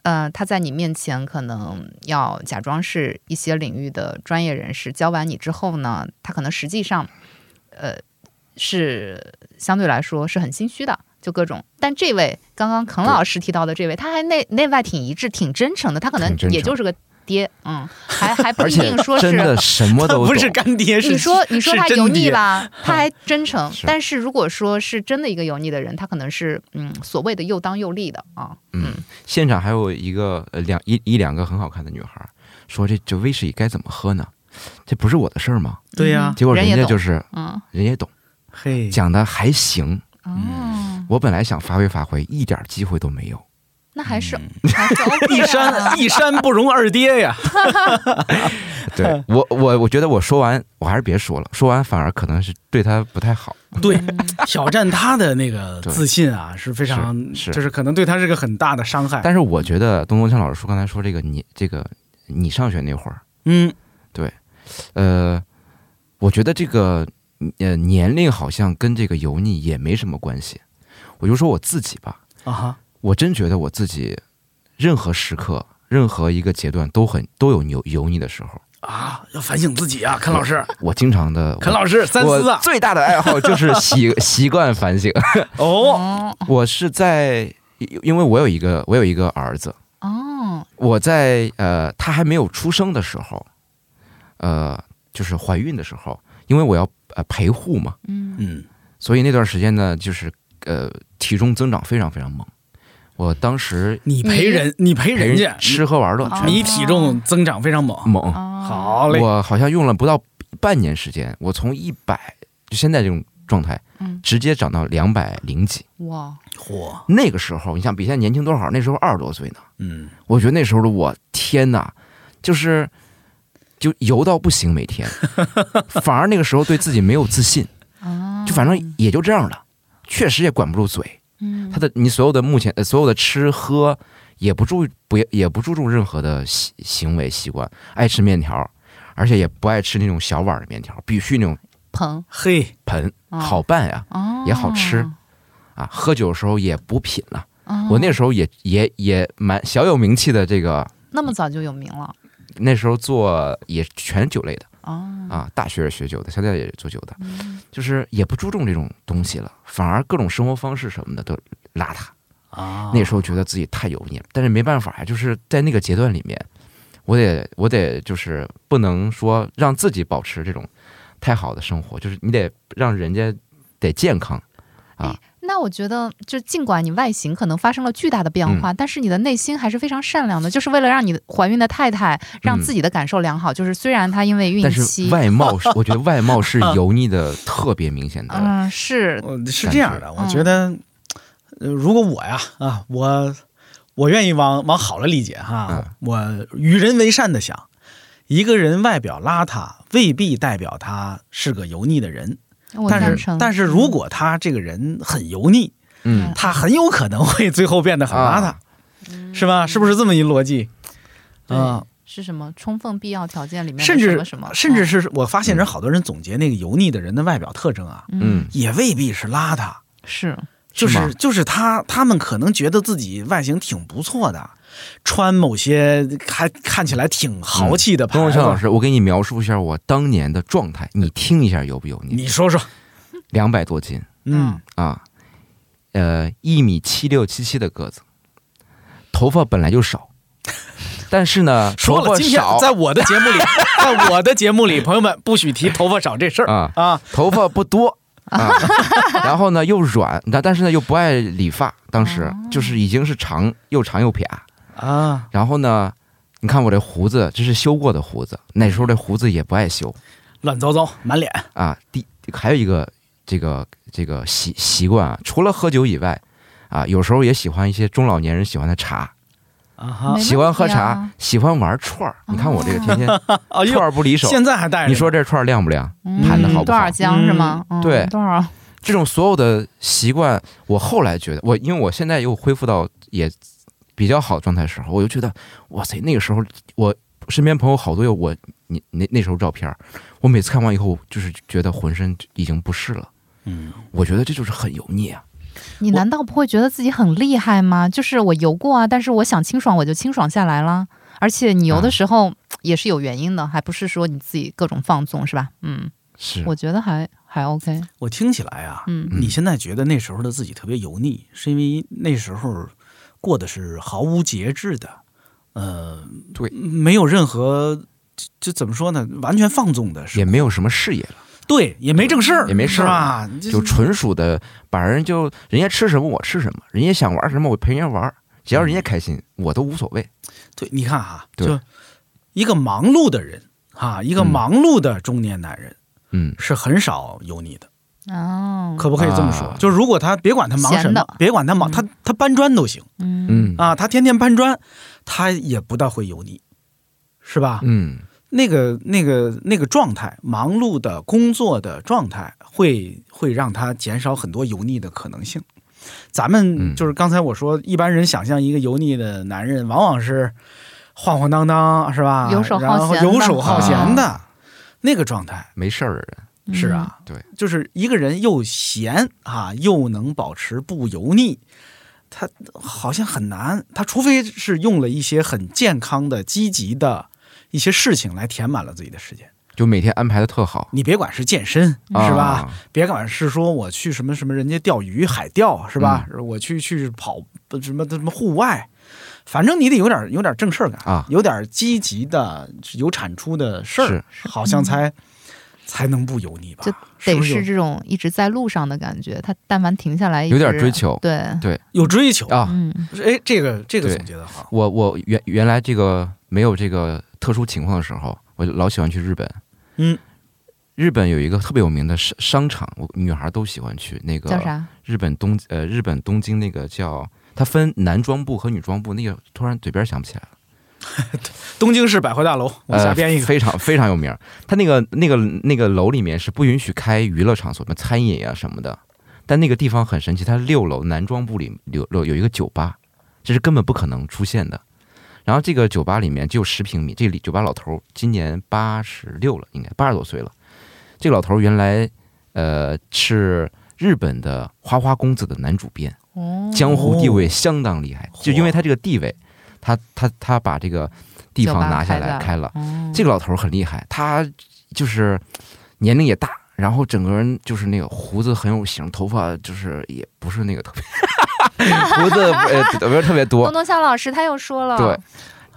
Speaker 5: 呃，他在你面前可能要假装是一些领域的专业人士，教完你之后呢，他可能实际上，呃，是相对来说是很心虚的，就各种。但这位刚刚耿老师提到的这位，他还内内外挺一致，挺真诚的，他可能
Speaker 4: 挺真诚
Speaker 5: 也就是个爹，嗯，还还不
Speaker 4: 而
Speaker 5: 一
Speaker 4: 且
Speaker 5: 定说
Speaker 4: 真
Speaker 5: 是。
Speaker 4: 的什么
Speaker 3: 他
Speaker 4: 都
Speaker 3: 不
Speaker 4: 懂
Speaker 3: 是。干爹，是
Speaker 5: 你说你说
Speaker 3: 是
Speaker 5: 他
Speaker 3: 真
Speaker 5: 油腻
Speaker 3: 爹
Speaker 5: 吧，他还真诚
Speaker 4: 是。
Speaker 5: 但是如果说是真的一个油腻的人，他可能是嗯所谓的又当又立的啊，
Speaker 4: 嗯，现场还有一个呃两一一两个很好看的女孩儿说这这威士忌该怎么喝呢？这不是我的事儿吗？
Speaker 3: 对呀、
Speaker 4: 结果
Speaker 5: 人
Speaker 4: 人
Speaker 5: 也
Speaker 4: 家
Speaker 5: 懂
Speaker 4: 就是
Speaker 5: 嗯
Speaker 4: 人也懂，
Speaker 3: 嘿，
Speaker 4: 讲的还行。
Speaker 5: 哦，
Speaker 4: 我本来想发挥发挥，一点机会都 没有。
Speaker 5: 那还
Speaker 4: 嗯
Speaker 5: 是还 是 OK
Speaker 3: 一
Speaker 5: 的
Speaker 3: 山一山不容二爹呀，
Speaker 4: 对我我我觉得我说完我还是别说了，说完反而可能是对她不太好。
Speaker 5: 嗯
Speaker 3: 对，挑战他的那个
Speaker 4: 对
Speaker 3: 自信啊，是非常，
Speaker 4: 是是
Speaker 3: 就是可能对他是个很大的伤
Speaker 5: 哎
Speaker 3: 害。
Speaker 4: 但是我觉得东东强老师说刚才说这个你这个你上学那会儿，
Speaker 3: 嗯，
Speaker 4: 呃，我觉得这个呃年龄好像跟这个油腻也没什么关系。我就说我自己吧，
Speaker 3: 啊哈，
Speaker 4: 我真觉得我自己任何时刻、任何一个阶段都很都有油油腻的时候。
Speaker 3: 啊，要反省自己啊，肯老师，
Speaker 4: 我经 常的，
Speaker 3: 肯老师三思
Speaker 4: 我
Speaker 3: 啊，
Speaker 4: 最大的爱好就是习 习惯反省。
Speaker 3: 哦，
Speaker 5: 哦
Speaker 4: 我是在，因因为我有一个我有一个儿子，
Speaker 5: 哦，
Speaker 4: 我在呃他还没有出生的时候，呃就是怀孕的时候，因为我要呃陪护嘛，
Speaker 5: 嗯
Speaker 3: 嗯，
Speaker 4: 所以那段时间呢，就是呃体重增长非常非常猛。我当时
Speaker 3: 你陪人，你陪
Speaker 4: 陪
Speaker 3: 人家，
Speaker 4: 吃喝玩乐
Speaker 5: 嗯啊
Speaker 4: 全
Speaker 3: 你体重增长非常猛，
Speaker 4: 猛，
Speaker 5: 哦，
Speaker 3: 好嘞，
Speaker 4: 我好像用了不到半年时间，我从一百就现在这种状态
Speaker 5: 嗯，
Speaker 4: 直接涨到两百零几。
Speaker 5: 哇，
Speaker 3: 嚯，
Speaker 4: 那个时候，你想比现在年轻多少？那时候二十多岁呢。
Speaker 3: 嗯，
Speaker 4: 我觉得那时候的我，天哪，就是就油到不行，每天，反而那个时候对自己没有自 信，
Speaker 5: 啊
Speaker 4: 就反正也就这样了，确实也管不住嘴。
Speaker 5: 嗯
Speaker 4: 他的你所有的目前呃所有的吃喝也不注不也不注重任何的行行为习惯，爱吃面条，而且也不爱吃那种小碗的面条，必须那种
Speaker 5: 盆
Speaker 3: 嘿，
Speaker 4: 盆，
Speaker 5: 哦
Speaker 4: 好拌呀
Speaker 5: 哦
Speaker 4: 也好吃啊。喝酒的时候也补品了，
Speaker 5: 哦
Speaker 4: 我那时候也也也蛮小有名气的这个。
Speaker 5: 那么早就有名了
Speaker 4: 那时候做也全是酒类的
Speaker 5: 哦，嗯
Speaker 4: 啊，大学也学酒的，现在也做酒的，就是也不注重这种东西了，反而各种生活方式什么的都邋遢。
Speaker 5: 哦
Speaker 3: 啊，
Speaker 4: 那时候觉得自己太油腻了，但是没办法呀，就是在那个阶段里面，我得我得就是不能说让自己保持这种太好的生活，就是你得让人家得健康。
Speaker 5: 那我觉得，就尽管你外形可能发生了巨大的变
Speaker 3: 嗯
Speaker 5: 化，但是你的内心还是非常善良的，就是为了让你的怀孕的太太让
Speaker 4: 嗯
Speaker 5: 自己的感受良好。就是虽然她因为孕
Speaker 4: 但是
Speaker 5: 期，
Speaker 4: 外貌 是，我觉得外貌是油腻的特别明显的。
Speaker 5: 嗯，是
Speaker 3: 我是这样
Speaker 4: 感
Speaker 3: 的，
Speaker 5: 觉
Speaker 3: 我觉啊得，呃如果我呀啊，
Speaker 5: 嗯
Speaker 3: 我我愿意往往好了理解哈，我与人为善的想，一个人外表邋遢，未必代表他是个油腻的人。
Speaker 5: 我
Speaker 3: 呃但
Speaker 5: 赞
Speaker 3: 是
Speaker 5: 成，嗯
Speaker 3: 但是如果他这个人很油腻，
Speaker 4: 嗯，
Speaker 3: 他很有可能会最后变得很邋遢，
Speaker 4: 啊
Speaker 3: 是吧？是不是这么一逻辑？
Speaker 5: 对
Speaker 3: 啊、
Speaker 5: 是什么充分必要条件里面的
Speaker 3: 甚
Speaker 5: 什
Speaker 3: 至
Speaker 5: 么什么，
Speaker 3: 甚至
Speaker 5: 嗯
Speaker 3: 是我发现人好多人总结那个油腻的人的外表特征啊，
Speaker 4: 嗯，
Speaker 3: 也未必是邋遢，
Speaker 5: 是
Speaker 3: 就是
Speaker 4: 吗
Speaker 3: 是就是他他们可能觉得自己外形挺不错的，穿某些还看起来挺豪气的牌
Speaker 4: 嗯东东强老
Speaker 3: 子。
Speaker 4: 师，我给你描述一下我当年的状态，你听一下油不油腻？
Speaker 3: 你说说，
Speaker 4: 两百多斤
Speaker 3: 嗯，
Speaker 4: 啊，呃，一米七六七七的个子，头发本来 就少，但是呢，
Speaker 3: 说
Speaker 4: 头
Speaker 3: 了，
Speaker 4: 发
Speaker 3: 今天
Speaker 4: 少
Speaker 3: 在我的节 目里，在我的节目里，朋友们不许提头发少这事儿
Speaker 4: 啊，
Speaker 3: 啊。
Speaker 4: 头发 不多啊，然后呢又软，但但是呢又不爱理发，当
Speaker 3: 哦
Speaker 4: 时就是已经是长又长又撇，
Speaker 3: 啊，
Speaker 4: 然后呢，你看我这胡子，这是修过的胡子，那时候这胡子也不爱修
Speaker 3: 乱糟糟，满脸
Speaker 4: 啊。第还有一个这个这个习习惯啊，除了喝酒以外。啊，有时候也喜欢一些中老年人喜欢的茶，
Speaker 3: 啊哈
Speaker 5: 没
Speaker 4: 喜欢喝
Speaker 5: 问题啊哦
Speaker 4: 茶，喜欢玩串儿。你看我这个 天天
Speaker 3: 哎
Speaker 4: 串
Speaker 3: 呦，
Speaker 4: 儿不离手，
Speaker 3: 现在还带着呢。
Speaker 4: 你说这串儿亮不亮？
Speaker 5: 嗯
Speaker 3: 盘得好不好
Speaker 5: 多少姜是吗？嗯
Speaker 4: 对
Speaker 5: 多少？
Speaker 4: 这种所有的习惯，我后来觉得，我因为我现在又恢复到也比较好状态的时候，我就觉得，哇塞，那个时候我身边朋友好多有我你那那时候照片儿，我每次看完以后，就是觉得浑身已经不适了。
Speaker 3: 嗯，
Speaker 4: 我觉得这就是很油腻啊。
Speaker 5: 你难道不会觉得自己很厉害吗？就是我游过啊，但是我想清爽，我就清爽下来了。而且你
Speaker 4: 啊
Speaker 5: 游的时候也是有原因的，还不是说你自己各种放纵是吧？嗯，
Speaker 4: 是
Speaker 5: 我觉得还还 OK。
Speaker 3: 我听起来啊，
Speaker 5: 嗯
Speaker 3: 你现在觉得那时候的自己特别油腻，是因为那时候过的是毫无节制的，呃，
Speaker 4: 对
Speaker 3: 没有任何这这怎么说呢，完全放纵的是，
Speaker 4: 也没有什么视野了，
Speaker 3: 对，也没正事儿，
Speaker 4: 也没事
Speaker 3: 是
Speaker 4: 儿
Speaker 3: 吧？这
Speaker 4: 就纯属的把人就人家吃什么我吃什么，人家想玩什么我陪人家玩儿，只要人
Speaker 5: 嗯
Speaker 4: 家开心我都无所谓。
Speaker 3: 对，你看哈，
Speaker 4: 对
Speaker 3: 就一个忙碌的人哈，一个
Speaker 4: 嗯
Speaker 3: 忙碌的中年男人
Speaker 4: 嗯，
Speaker 3: 是很少油腻的，
Speaker 5: 哦，
Speaker 3: 可不可以这么说
Speaker 4: 啊？
Speaker 3: 就如果他别管他忙什
Speaker 5: 闲
Speaker 3: 么
Speaker 5: 的，
Speaker 3: 别管他忙，他他搬砖都行
Speaker 5: 嗯
Speaker 4: 嗯
Speaker 3: 啊，他天天搬砖，他也不大会油腻，是吧？
Speaker 4: 嗯，
Speaker 3: 那个、那个、那个状态，忙碌的工作的状态，会会让他减少很多油腻的可能性。咱们
Speaker 4: 嗯
Speaker 3: 就是刚才我说，一般人想象一个油腻的男人，往往是晃晃荡荡，是吧？
Speaker 5: 游手好
Speaker 3: 然后
Speaker 5: 闲的
Speaker 3: 游手好闲的、
Speaker 4: 啊
Speaker 3: 那个状态。
Speaker 4: 没事儿的人，
Speaker 3: 是，
Speaker 5: 嗯
Speaker 3: 啊，
Speaker 4: 对，
Speaker 3: 就是一个人又闲啊，又能保持不油腻，他好像很难。他除非是用了一些很健康的、积极的一些事情来填满了自己的时间。
Speaker 4: 就每天安排的特好，
Speaker 3: 你别管是健身嗯是
Speaker 4: 啊
Speaker 3: 吧？？别管是说我去什么什么人家钓鱼海钓是吧？
Speaker 4: 嗯
Speaker 3: 我去去跑不什么什么户外，反正你得有点有点正事儿干
Speaker 4: 啊
Speaker 3: 有点积极的有产出的事儿
Speaker 4: 是，
Speaker 3: 好像才才能不油腻吧？
Speaker 5: 就
Speaker 3: 不
Speaker 5: 得
Speaker 3: 是有
Speaker 5: 是这种一直在路上的感觉。他但凡停下来，
Speaker 4: 有点追。求
Speaker 5: 对，
Speaker 3: 有追求
Speaker 4: 啊。
Speaker 5: 嗯，
Speaker 3: 哎，这个这个
Speaker 4: 对
Speaker 3: 总结的好，
Speaker 4: 我我原原来这个没有这个特殊情况的时候，我老喜欢去日本。
Speaker 3: 嗯，
Speaker 4: 日本有一个特别有名的商商场，我女孩都喜欢去。那
Speaker 5: 叫
Speaker 4: 个
Speaker 5: 啥？
Speaker 4: 日本东呃日本东京那个叫它分男装部和女装部，那个突然嘴边想不起来了。
Speaker 3: 东京市百货大楼，我瞎
Speaker 4: 呃，
Speaker 3: 编一个，
Speaker 4: 非常非常有名。它那个那个那个楼里面是不允许开娱乐场所，什么餐饮啊什么的。但那个地方很神奇，它六楼男装部里有有有一个酒吧，这是根本不可能出现的。然后这个酒吧里面只有十平米，这里酒吧老头儿今年八十六了，应该八十多岁了。这个老头儿原来呃是日本的《花花公子》的男主编，
Speaker 5: 哦，
Speaker 4: 江湖地位相当厉害。就因为他这个地位，他他他把这个地
Speaker 5: 酒吧
Speaker 4: 方拿下
Speaker 5: 开
Speaker 4: 来
Speaker 5: 了
Speaker 4: 开了。
Speaker 5: 哦
Speaker 4: 这个老头儿很厉害，他就是年龄也大，然后整个人就是那个胡子很有型，头发就是也不是那个特别， 胡子呃不是特别
Speaker 5: 东
Speaker 4: 多，
Speaker 5: 东向老师他又说了，
Speaker 4: 对，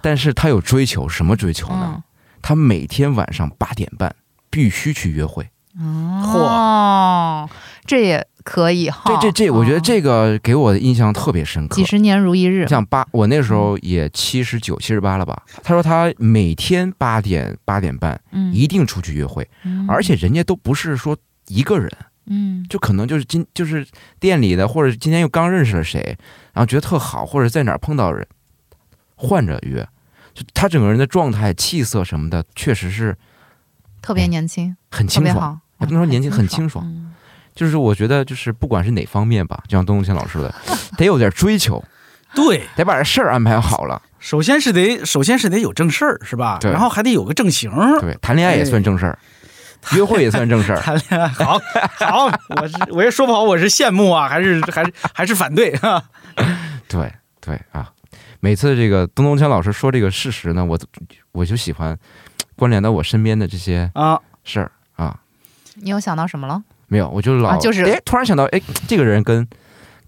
Speaker 4: 但是他有追求，什么追求呢
Speaker 5: 嗯？，
Speaker 4: 他每天晚上八点半必须去约会，
Speaker 5: 嗯哦，这也可以哈。
Speaker 4: 这这这，我觉得
Speaker 5: 哦
Speaker 4: 这个给我的印象特别深刻
Speaker 5: 几。十年如一日，
Speaker 4: 像八，我那时候
Speaker 5: 嗯
Speaker 4: 也七十九、七十八了吧？他说他每天八点、八点半
Speaker 5: 嗯
Speaker 4: 一定出去约会，而且人家都不是说一个人，
Speaker 5: 嗯
Speaker 4: 就可能就是今就是店里的，或者今天又刚认识了谁，然后觉得特好，或者在哪儿碰到人，换着约。就他整个人的状态、气色什么的，确实是
Speaker 5: 特别年轻，
Speaker 4: 很
Speaker 5: 特
Speaker 4: 哎清
Speaker 5: 别
Speaker 4: 爽。
Speaker 5: 好，哎
Speaker 4: 也不能说年轻，很清爽。
Speaker 5: 嗯
Speaker 4: 就是我觉得，就是不管是哪方面吧，就像东东强老师的，得有点追求，
Speaker 3: 对，
Speaker 4: 得把这事儿安排好了。
Speaker 3: 首先是得，首先是得有正事儿，是吧？
Speaker 4: 对
Speaker 3: 然后还得有个正形。
Speaker 4: 对，谈恋爱也算正事儿，约会也算正事儿。
Speaker 3: 哎谈恋爱好好，我是我也说不好，我是羡慕啊，还是还是还是反对 啊？
Speaker 4: 对对啊，每次这个东东强老师说这个事实呢，我我就喜欢关联到我身边的这些
Speaker 3: 啊，
Speaker 4: 事儿啊。
Speaker 5: 你有想到什么了？
Speaker 4: 没有，我就老、
Speaker 5: 啊就是
Speaker 4: 哎，突然想到，哎，这个人跟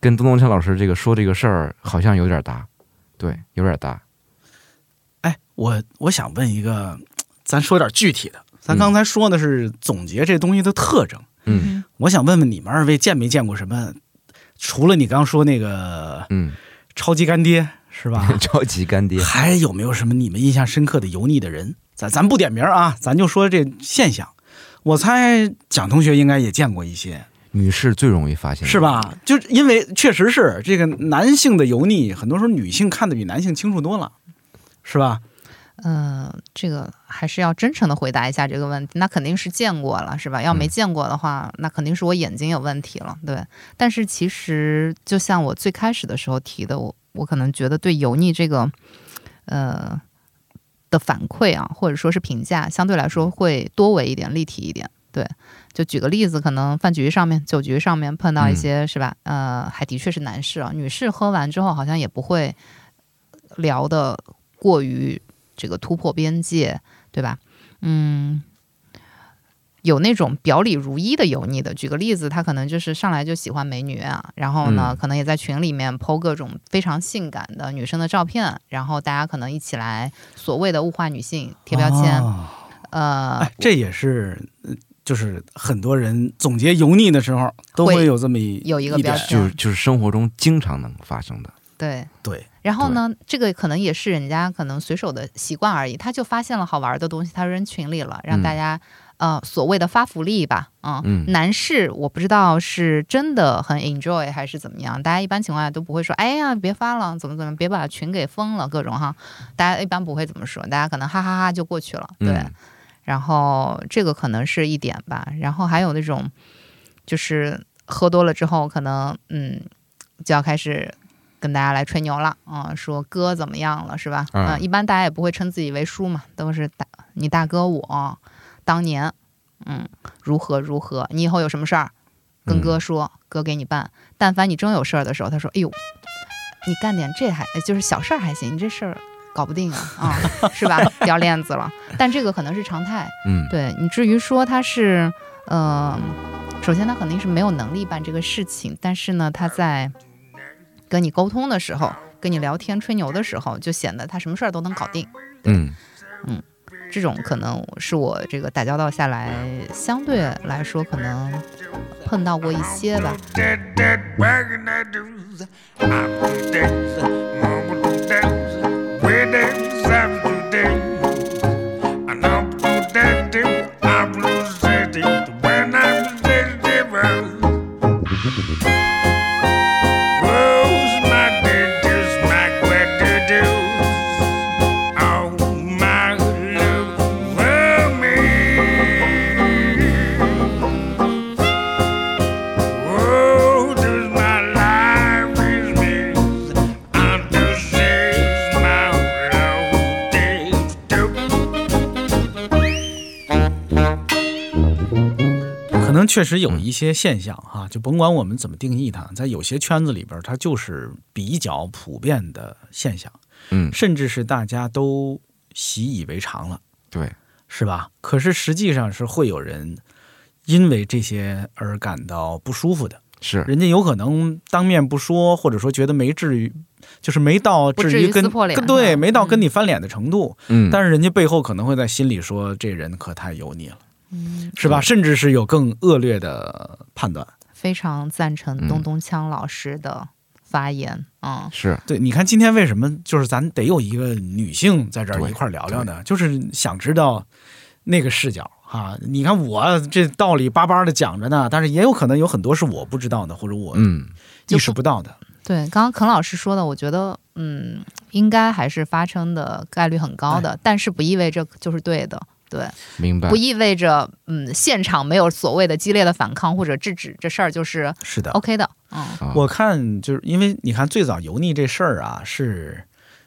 Speaker 4: 跟东东强老师这个说这个事儿好像有点搭，对，有点搭。
Speaker 3: 哎，我我想问一个，咱说点具体的。咱刚才说的是总结这东西的特征，
Speaker 4: 嗯
Speaker 3: 我想问问你们二位见没见过什么？除了你刚说那个
Speaker 4: 嗯，
Speaker 3: 超级干爹是吧？
Speaker 4: 超级 干爹，
Speaker 3: 还有没有什么你们印象深刻的油腻的人？咱咱不点名啊，咱就说这现象。我猜蒋同学应该也见过一些，
Speaker 4: 女士最容易发现
Speaker 3: 是？吧？就是因为确实是这个男性的油腻，很多时候女性看得比男性清楚多了，是吧？
Speaker 5: 呃，这个还是要真诚的回答一下这个问题。那肯定是见过了，是吧？要没
Speaker 4: 嗯
Speaker 5: 见过的话，那肯定是我眼睛有问题了。对，但是其实就像我最开始的时候提的，我我可能觉得对油腻这个，呃的反馈啊，或者说是评价，相对来说会多维一点、立体一点。对，就举个例子，可能饭局上面、酒局上面碰到一
Speaker 4: 嗯
Speaker 5: 些、是吧？呃，还的确是男士啊，女士喝完之后好像也不会聊的过于这个突破边界，对吧？嗯，有那种表里如一的油腻的。举个例子，他可能就是上来就喜欢美女啊，然后呢，
Speaker 4: 嗯
Speaker 5: 可能也在群里面 PO 各种非常性感的女生的照片，然后大家可能一起来所谓的物化女性、贴标签，
Speaker 3: 哦
Speaker 5: 呃
Speaker 3: 哎，，这也是，呃就是很多人总结油腻的时候都
Speaker 5: 会
Speaker 3: 会有这么一
Speaker 5: 有一个
Speaker 3: 点
Speaker 5: 标签
Speaker 4: 就是就是生活中经常能发生的，
Speaker 5: 对。
Speaker 3: 对，
Speaker 5: 然后呢，这个可能也是人家可能随手的习惯而已，他就发现了好玩的东西，他扔群里了，让大家、呃所谓的发福利吧，嗯
Speaker 4: 嗯
Speaker 5: 男士我不知道是真的很 enjoy 还是怎么样，大家一般情况下都不会说，哎呀别发了，怎么怎么，别把群给封了，各种哈，大家一般不会怎么说，大家可能哈哈哈就过去了，对，
Speaker 4: 嗯
Speaker 5: 然后这个可能是一点吧，然后还有那种就是喝多了之后，可能嗯就要开始跟大家来吹牛了啊、说哥怎么样了是吧？
Speaker 4: 嗯
Speaker 5: 呃一般大家也不会称自己为叔嘛，都是大你大哥嗯我当年嗯如何如何，你以后有什么事儿跟哥说，哥给你办。但凡你真有事儿的时候，他说哎呦，你干点这还哎就是小事儿还行，你这事儿。搞不定啊啊、是吧？ 掉链子了，但这个可能是常态，
Speaker 4: 嗯，
Speaker 5: 对你至于说他是，呃，首先他肯定是没有能力办这个事情，但是呢，他在跟你沟通的时候，跟你聊天吹牛的时候，就显得他什么事儿都能搞定。
Speaker 4: 嗯
Speaker 5: 这种可能是我这个打交道下来，相对来说可能碰到过一些吧。
Speaker 6: that, that wagon I do's. I'm the dance, mama the dance, where dance, I'm the dance. And I'm the dance, I'm the dance, when I'm the dance. Rose, my dance, my wet dance. Oh, my love, for me. Oh, does my life is missed? I'm just saying my old days took
Speaker 3: 可能确实有一些现象哈、就甭管我们怎么定义它，在有些圈子里边，它就是比较普遍的现象，
Speaker 4: 嗯，
Speaker 3: 甚至是大家都习以为常了，
Speaker 4: 对，
Speaker 3: 是吧？可是实际上是会有人因为这些而感到不舒服的，
Speaker 4: 是
Speaker 3: 人家有可能当面不说，或者说觉得没至于，就是没到
Speaker 5: 不至
Speaker 3: 于
Speaker 5: 于
Speaker 3: 跟
Speaker 5: 撕破脸
Speaker 3: 跟对
Speaker 5: 嗯
Speaker 3: 没到跟你翻脸的程度，
Speaker 4: 嗯，
Speaker 3: 但是人家背后可能会在心里说这人可太油腻了。
Speaker 5: 嗯，
Speaker 3: 是吧？甚至是有更恶劣的判断。
Speaker 5: 非常赞成东东锵老师的发言。嗯，
Speaker 4: 是
Speaker 3: 对，你看今天为什么就是咱得有一个女性在这儿
Speaker 4: 对
Speaker 3: 一块儿聊聊呢？就是想知道那个视角哈。你看我这道理巴巴的讲着呢，但是也有可能有很多是我不知道的，或者我
Speaker 4: 嗯
Speaker 3: 意识不到的。
Speaker 5: 对，刚刚肯老师说的，我觉得嗯应该还是发生的概率很高的，但是不意味着就是对的，对，
Speaker 4: 明白
Speaker 5: 不？意味着嗯现场没有所谓的激烈的反抗或者制止，这事儿就是
Speaker 3: 是的，
Speaker 5: OK 的，嗯，
Speaker 4: 啊
Speaker 3: 我看就是因为你看最早油腻这事儿啊，是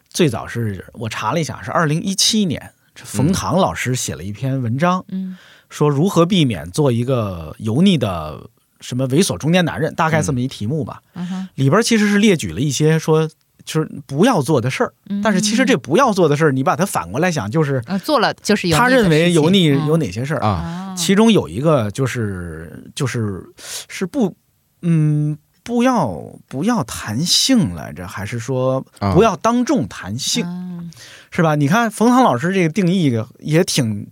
Speaker 3: 最早是我查了一下，是二零一七年，这
Speaker 4: 嗯
Speaker 3: 冯唐老师写了一篇文章，
Speaker 5: 嗯，
Speaker 3: 说如何避免做一个油腻的什么猥琐中年男人，大概这么一题目吧。
Speaker 5: 嗯哼
Speaker 3: 里边其实是列举了一些说。就是不要做的事儿，但是其实这不要做的事儿，你把它反过来想，就是
Speaker 5: 呃嗯做了就是油腻
Speaker 3: 他
Speaker 5: 的事
Speaker 3: 认
Speaker 5: 情，
Speaker 3: 为油腻有
Speaker 5: 嗯
Speaker 3: 哪些事儿
Speaker 4: 啊，
Speaker 3: 其中有一个就是就是是不，嗯，不要不要谈性来着，还是说
Speaker 4: 啊
Speaker 3: 不要当众谈性，
Speaker 5: 嗯
Speaker 3: 是吧？你看冯唐老师这个定义也挺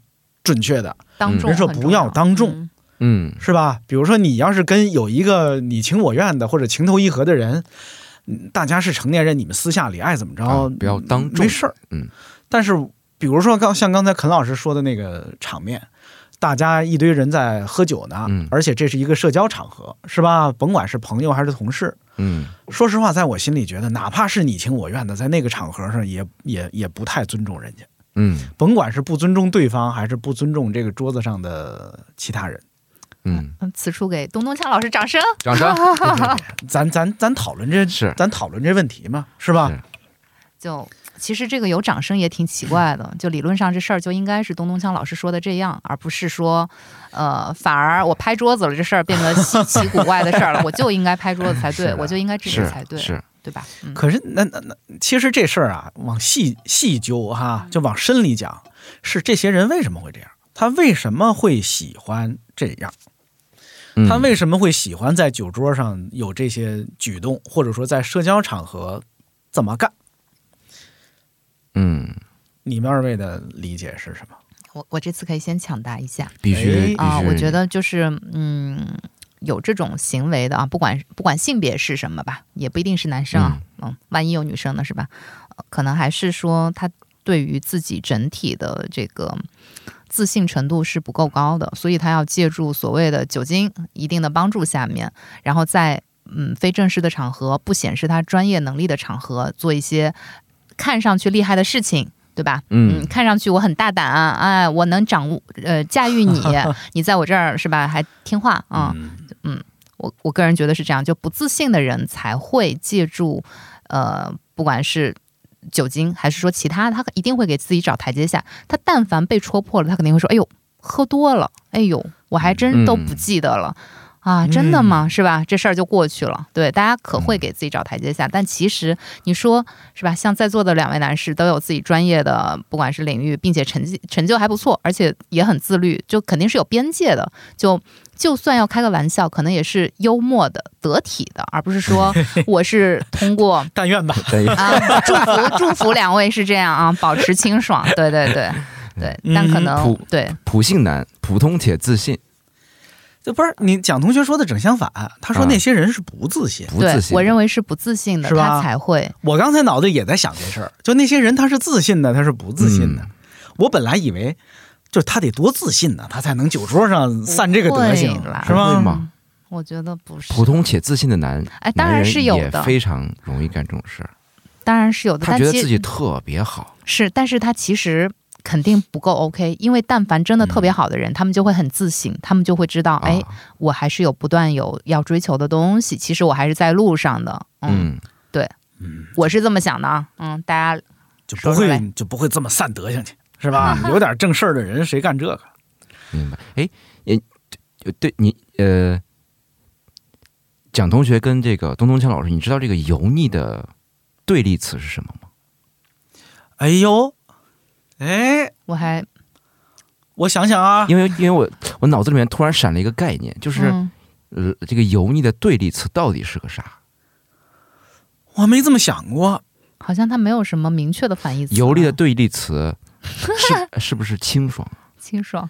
Speaker 3: 准确的，
Speaker 5: 当众
Speaker 3: 人说
Speaker 5: 很
Speaker 3: 不
Speaker 5: 重
Speaker 3: 要当众
Speaker 5: 嗯
Speaker 4: 嗯，
Speaker 3: 是吧？比如说你要是跟有一个你情我愿的或者情投意合的人，嗯大家是成年人，你们私下里爱怎么着，
Speaker 4: 啊不要当众
Speaker 3: 没事儿，
Speaker 4: 嗯。
Speaker 3: 但是比如说刚像刚才肯老师说的那个场面。大家一堆人在喝酒呢，
Speaker 4: 嗯
Speaker 3: 而且这是一个社交场合，是吧？甭管是朋友还是同事，
Speaker 4: 嗯，
Speaker 3: 说实话，在我心里觉得，哪怕是你情我愿的，在那个场合上也也也不太尊重人家，
Speaker 4: 嗯，
Speaker 3: 甭管是不尊重对方，还是不尊重这个桌子上的其他人。
Speaker 4: 嗯，
Speaker 5: 嗯，此处给东东强老师掌声。
Speaker 4: 掌
Speaker 5: 啊
Speaker 4: 声。
Speaker 3: 咱咱咱讨论这
Speaker 4: 是
Speaker 3: 咱讨论这问题嘛，是吧？
Speaker 4: 是
Speaker 5: 就其实这个有掌声也挺奇怪的，就理论上这事儿就应该是东东强老师说的这样，而不是说，呃，反而我拍桌子了，这事儿变得 稀奇古怪的事儿了，我就应该拍桌子才
Speaker 3: 是
Speaker 5: 对，
Speaker 3: 的
Speaker 5: 我就应该制止才
Speaker 4: 是
Speaker 5: 对，
Speaker 4: 是，
Speaker 5: 对吧？嗯，
Speaker 3: 可是那那那，其实这事儿啊，往细细究哈、就往深里讲，是这些人为什么会这样？他为什么会喜欢这样？
Speaker 4: 嗯
Speaker 3: 他为什么会喜欢在酒桌上有这些举动，或者说在社交场合这么干？
Speaker 4: 嗯，
Speaker 3: 你们二位的理解是什么？
Speaker 5: 我我这次可以先抢答一下
Speaker 3: 哎
Speaker 4: 必须
Speaker 5: 啊、
Speaker 4: 必须
Speaker 5: 我觉得就是嗯。有这种行为的啊，不管不管性别是什么吧，也不一定是男生啊，嗯万一有女生呢，是吧？呃可能还是说他对于自己整体的这个自信程度是不够高的，所以他要借助所谓的酒精一定的帮助下面，然后在嗯非正式的场合、不显示他专业能力的场合做一些看上去厉害的事情。对吧？
Speaker 4: 嗯
Speaker 5: 看上去我很大胆啊，哎，我能掌握呃驾驭你，你在我这儿是吧？还听话啊、
Speaker 3: 嗯，
Speaker 5: 我我个人觉得是这样，就不自信的人才会借助，呃，不管是酒精还是说其他，他一定会给自己找台阶下。他但凡被戳破了，他肯定会说：“哎呦，喝多了，哎呦，我还真都不记得了。啊，真的吗？是吧？这事儿就过去了。对，大家可
Speaker 4: 嗯
Speaker 5: 会给自己找台阶下，但其实你说是吧？像在座的两位男士都有自己专业的，不管是领域，并且成绩成就还不错，而且也很自律，就肯定是有边界的。就就算要开个玩笑，可能也是幽默的、得体的，而不是 说我是通过
Speaker 3: 但愿吧。
Speaker 5: 啊，祝福祝福两位是这样啊，保持清爽，对对对对，但可能
Speaker 4: 嗯普
Speaker 5: 对
Speaker 4: 普信男，普通且自信，
Speaker 3: 这不是你蒋同学说的整相反，他说
Speaker 4: 啊
Speaker 3: 那些人是不自信。
Speaker 4: 不
Speaker 5: 对
Speaker 4: 自，信。
Speaker 5: 我认为是不自信的，
Speaker 3: 是吧
Speaker 5: 他才会
Speaker 3: 我刚才脑子也在想这事儿，就那些人他是自信的，他是不自信的。
Speaker 4: 嗯
Speaker 3: 我本来以为，就是他得多自信呢，他才能酒桌上散这个德行
Speaker 5: 不会啦，
Speaker 3: 是
Speaker 4: 不会
Speaker 3: 吗？
Speaker 4: 吗
Speaker 5: 嗯我觉得不是，
Speaker 4: 普通且自信的男，
Speaker 5: 哎当然
Speaker 4: 男人
Speaker 5: 是有
Speaker 4: 也
Speaker 5: 的
Speaker 4: 非常容易干这种事儿。
Speaker 5: 当然是有的，
Speaker 4: 他
Speaker 5: 但
Speaker 4: 觉得
Speaker 5: 其
Speaker 4: 自己特别好，
Speaker 5: 是，但是他其实肯定不够 OK，因为但凡真的特别
Speaker 3: 嗯
Speaker 5: 好的人，他们就会很自信，他们就会知道，哎，
Speaker 4: 啊
Speaker 5: 我还是有不断有要追求的东西，其实我还是在路上的，嗯，
Speaker 4: 嗯，
Speaker 5: 我是这么想的啊，嗯，大家
Speaker 3: 就不
Speaker 5: 说出
Speaker 3: 会
Speaker 5: 来
Speaker 3: 就不会这么散德行去，是吧？有点正事儿的人谁干这个？
Speaker 4: 明白。哎，也就对你呃，蒋同学跟这个东东强老师，你知道这个油腻的对立词是什么吗？
Speaker 3: 哎呦，哎，
Speaker 5: 我还
Speaker 3: 我想想啊，
Speaker 4: 因为因为我我脑子里面突然闪了一个概念，就是、
Speaker 5: 嗯
Speaker 4: 呃，这个油腻的对立词到底是个啥？
Speaker 3: 我没这么想过。
Speaker 5: 好像他没有什么明确的反义词啊，
Speaker 4: 油腻的对立词是是不是清爽？
Speaker 5: 清爽，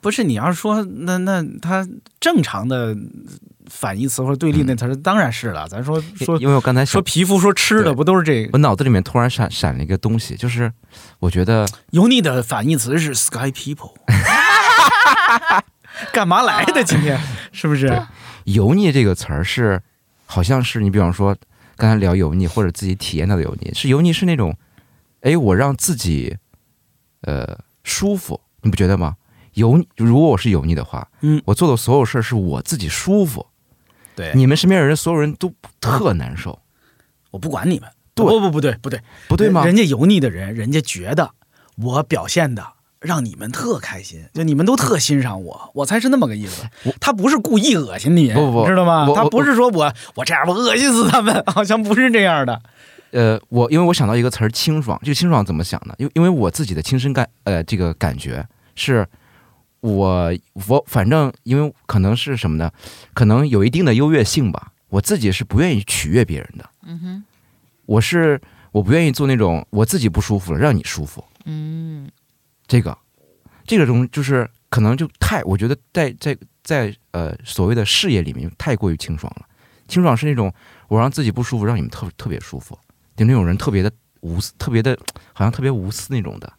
Speaker 3: 不是你要是说那那他正常的反义词或者对立那词儿，当然是了。咱说说
Speaker 4: 因为我刚才
Speaker 3: 说
Speaker 4: 想，
Speaker 3: 皮肤说吃的
Speaker 4: 对
Speaker 3: 不都是这个
Speaker 4: 我脑子里面突然闪闪了一个东西，就是我觉得
Speaker 3: 油腻的反义词是 sky people。干嘛来的今天？是不是？
Speaker 4: 油腻这个词儿是好像是你比方说刚才聊油腻或者自己体验到的油腻，是油腻是那种，哎，我让自己呃舒服，你不觉得吗？油腻，如果我是油腻的话，
Speaker 3: 嗯
Speaker 4: 我做的所有事儿是我自己舒服，
Speaker 3: 对
Speaker 4: 你们身边的人所有人都特难受，
Speaker 3: 我不管你们。
Speaker 4: 对
Speaker 3: 不不不对不对
Speaker 4: 不
Speaker 3: 不
Speaker 4: 对吗？
Speaker 3: 人家油腻的人，人家觉得我表现的让你们特开心，就你们都特欣赏我，我才是那么个意思
Speaker 4: 我。
Speaker 3: 他不是故意恶心你，
Speaker 4: 不不
Speaker 3: 你知道吗
Speaker 4: 我？
Speaker 3: 他
Speaker 4: 我
Speaker 3: 不是说我我这样我恶心死他们， 好像不是这样的。
Speaker 4: 呃，我因为我想到一个词儿“清爽”，就清爽怎么想呢？因为因为我自己的亲身感，呃，这个感觉是我我反正因为可能是什么呢？可能有一定的优越性吧。我自己是不愿意取悦别人的，
Speaker 5: 嗯哼，
Speaker 4: 我是我不愿意做那种我自己不舒服了让你舒服
Speaker 5: 嗯
Speaker 4: 这个这个中就是可能就太我觉得在在在呃所谓的事业里面太过于清爽了。清爽是那种我让自己不舒服，让你们特特别舒服，就那种人特别的无私，特别的好像特别无私那种的。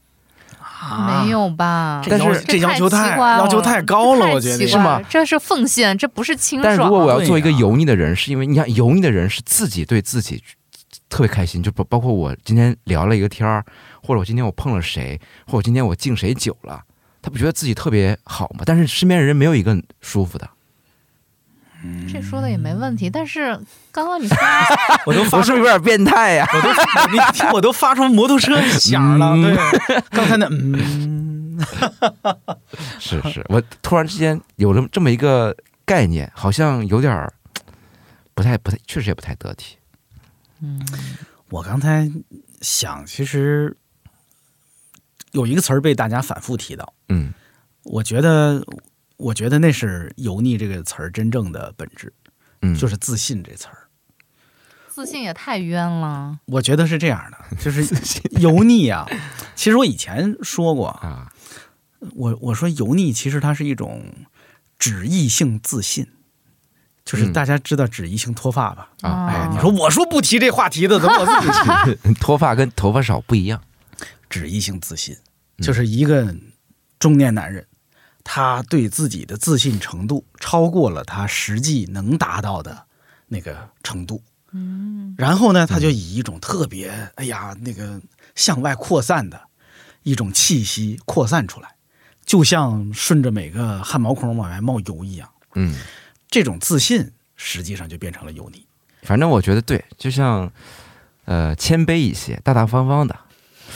Speaker 5: 没有吧？
Speaker 3: 啊这要
Speaker 4: 但是
Speaker 3: 这要求
Speaker 5: 太
Speaker 3: 太
Speaker 5: 奇怪了
Speaker 3: 要求太高了，
Speaker 5: 太
Speaker 3: 我觉得
Speaker 5: 奇
Speaker 4: 是
Speaker 5: 怪
Speaker 4: 吗
Speaker 5: 了这是奉献，这不是清
Speaker 4: 但
Speaker 5: 爽。
Speaker 4: 是如果我要做一个
Speaker 3: 对呀
Speaker 4: 油腻的人，是因为你看油腻的人是自己对自己特别开心，就包包括我今天聊了一个天儿，或者我今天我碰了谁，或者我今天我敬谁酒了，他不觉得自己特别好吗？但是身边人没有一个舒服的，
Speaker 5: 这说的也没问题，但是刚刚你说
Speaker 3: 我都
Speaker 4: 我
Speaker 3: 发
Speaker 4: 是
Speaker 3: 出
Speaker 4: 不是有点变态呀、
Speaker 3: 我都你听我都发出摩托车响了。
Speaker 4: 嗯
Speaker 3: 对，刚才那嗯，
Speaker 4: 是是，我突然之间有了这么一个概念，好像有点儿不太不太，确实也不太得体。
Speaker 3: 我刚才想，其实有一个词儿被大家反复提到，
Speaker 4: 嗯
Speaker 3: 我觉得，我觉得那是“油腻”这个词儿真正的本质，
Speaker 4: 嗯，
Speaker 3: 就是是自信这词儿。
Speaker 5: 自信也太冤了，
Speaker 3: 我觉得是这样 的，就是油腻啊。其实我以前说过啊，
Speaker 4: 啊，
Speaker 3: 我我说油腻其实它是一种脂溢性自信，就是
Speaker 4: 嗯
Speaker 3: 大家知道脂溢性脱发吧？
Speaker 4: 啊
Speaker 3: 哎，你说我说不提这话题的，怎么我自己提？
Speaker 4: 脱发跟 头发少不一样。
Speaker 3: 脂溢性自信，
Speaker 4: 嗯
Speaker 3: 就是一个中年男人，他对自己的自信程度超过了他实际能达到的那个程度。嗯，然后呢，他就以一种特别，哎呀，那个向外扩散的一种气息扩散出来，就像顺着每个汗毛孔往外冒油一样。
Speaker 4: 嗯，
Speaker 3: 这种自信实际上就变成了油腻。
Speaker 4: 反正我觉得对，就像呃谦卑一些，大大方方的，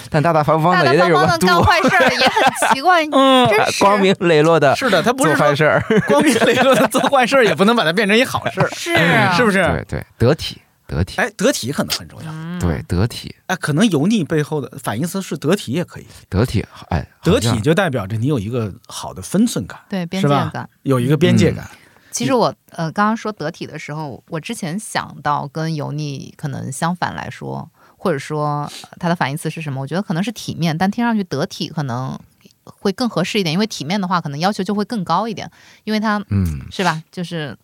Speaker 4: 但大大方方
Speaker 5: 大
Speaker 4: 的
Speaker 5: 大
Speaker 4: 也得
Speaker 5: 方
Speaker 4: 有
Speaker 5: 方
Speaker 4: 个
Speaker 5: 的
Speaker 4: 度，呃
Speaker 5: 干坏 事儿也很奇怪，
Speaker 3: 嗯
Speaker 5: 真是
Speaker 4: 光明磊落的
Speaker 3: 是的，他不
Speaker 4: 呃做
Speaker 3: 是
Speaker 4: 坏
Speaker 3: 说
Speaker 4: 事儿，
Speaker 3: 光明磊落的做坏事儿，也不能把它变成一好事儿，
Speaker 5: 是啊
Speaker 3: 是不是？
Speaker 4: 对对，得体得体，
Speaker 3: 哎，得体可能很重要。
Speaker 4: 对得体
Speaker 3: 哎，可能油腻背后的反义词是得体，也可以。
Speaker 4: 得体，哎，
Speaker 3: 得
Speaker 4: 好
Speaker 3: 体
Speaker 4: 像
Speaker 3: 就代表着你有一个好的分寸感，
Speaker 5: 对边
Speaker 3: 是
Speaker 5: 界
Speaker 3: 吧
Speaker 5: 感。
Speaker 3: 有一个边界
Speaker 4: 嗯
Speaker 3: 感。
Speaker 5: 其实我呃刚刚说得体的时候，我之前想到跟油腻可能相反来说，或者说呃它的反义词是什么？我觉得可能是体面，但听上去得体可能会更合适一点，因为体面的话可能要求就会更高一点，因为它
Speaker 4: 嗯，
Speaker 5: 是吧，就是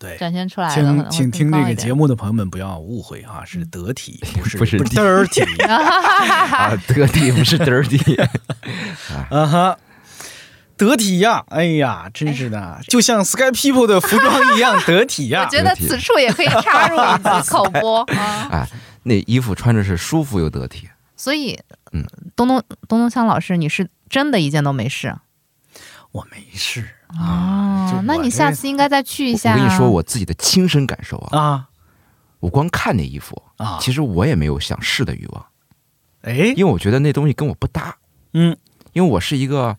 Speaker 3: 对，
Speaker 5: 展现出来的可能
Speaker 3: 请请
Speaker 5: 会
Speaker 3: 听
Speaker 5: 更
Speaker 3: 这
Speaker 5: 高
Speaker 3: 个
Speaker 5: 一
Speaker 3: 节
Speaker 5: 点。嗯
Speaker 3: 目的朋友们不要误会啊，是得 体，不是
Speaker 4: 不是地
Speaker 3: dirty
Speaker 4: 啊，得体不是 dirty，
Speaker 3: 啊哈。得体呀，哎呀，真是的，就像 Sky People 的服装一样啊得体
Speaker 5: 哎 我
Speaker 3: 呀。
Speaker 5: 觉得
Speaker 4: 得体
Speaker 5: 此处也可以插入一 句口播 啊，
Speaker 4: 哎，那衣服穿着是舒服又得体，
Speaker 5: 所以
Speaker 4: 嗯
Speaker 5: 东东东东强老师，你是真的一件都没啊试
Speaker 3: 我没事就
Speaker 5: 哦
Speaker 4: 啊
Speaker 3: 我
Speaker 5: 那你
Speaker 3: 这
Speaker 5: 下次应该再去一
Speaker 4: 我
Speaker 5: 下啊。
Speaker 4: 跟你说我自己的亲身感受啊，
Speaker 3: 啊
Speaker 4: 我光看那衣服，
Speaker 3: 啊，
Speaker 4: 其实我也没有想试的欲望，
Speaker 3: 哎，
Speaker 4: 因为我觉得那东西跟我不搭，
Speaker 3: 嗯，
Speaker 4: 因为我是一个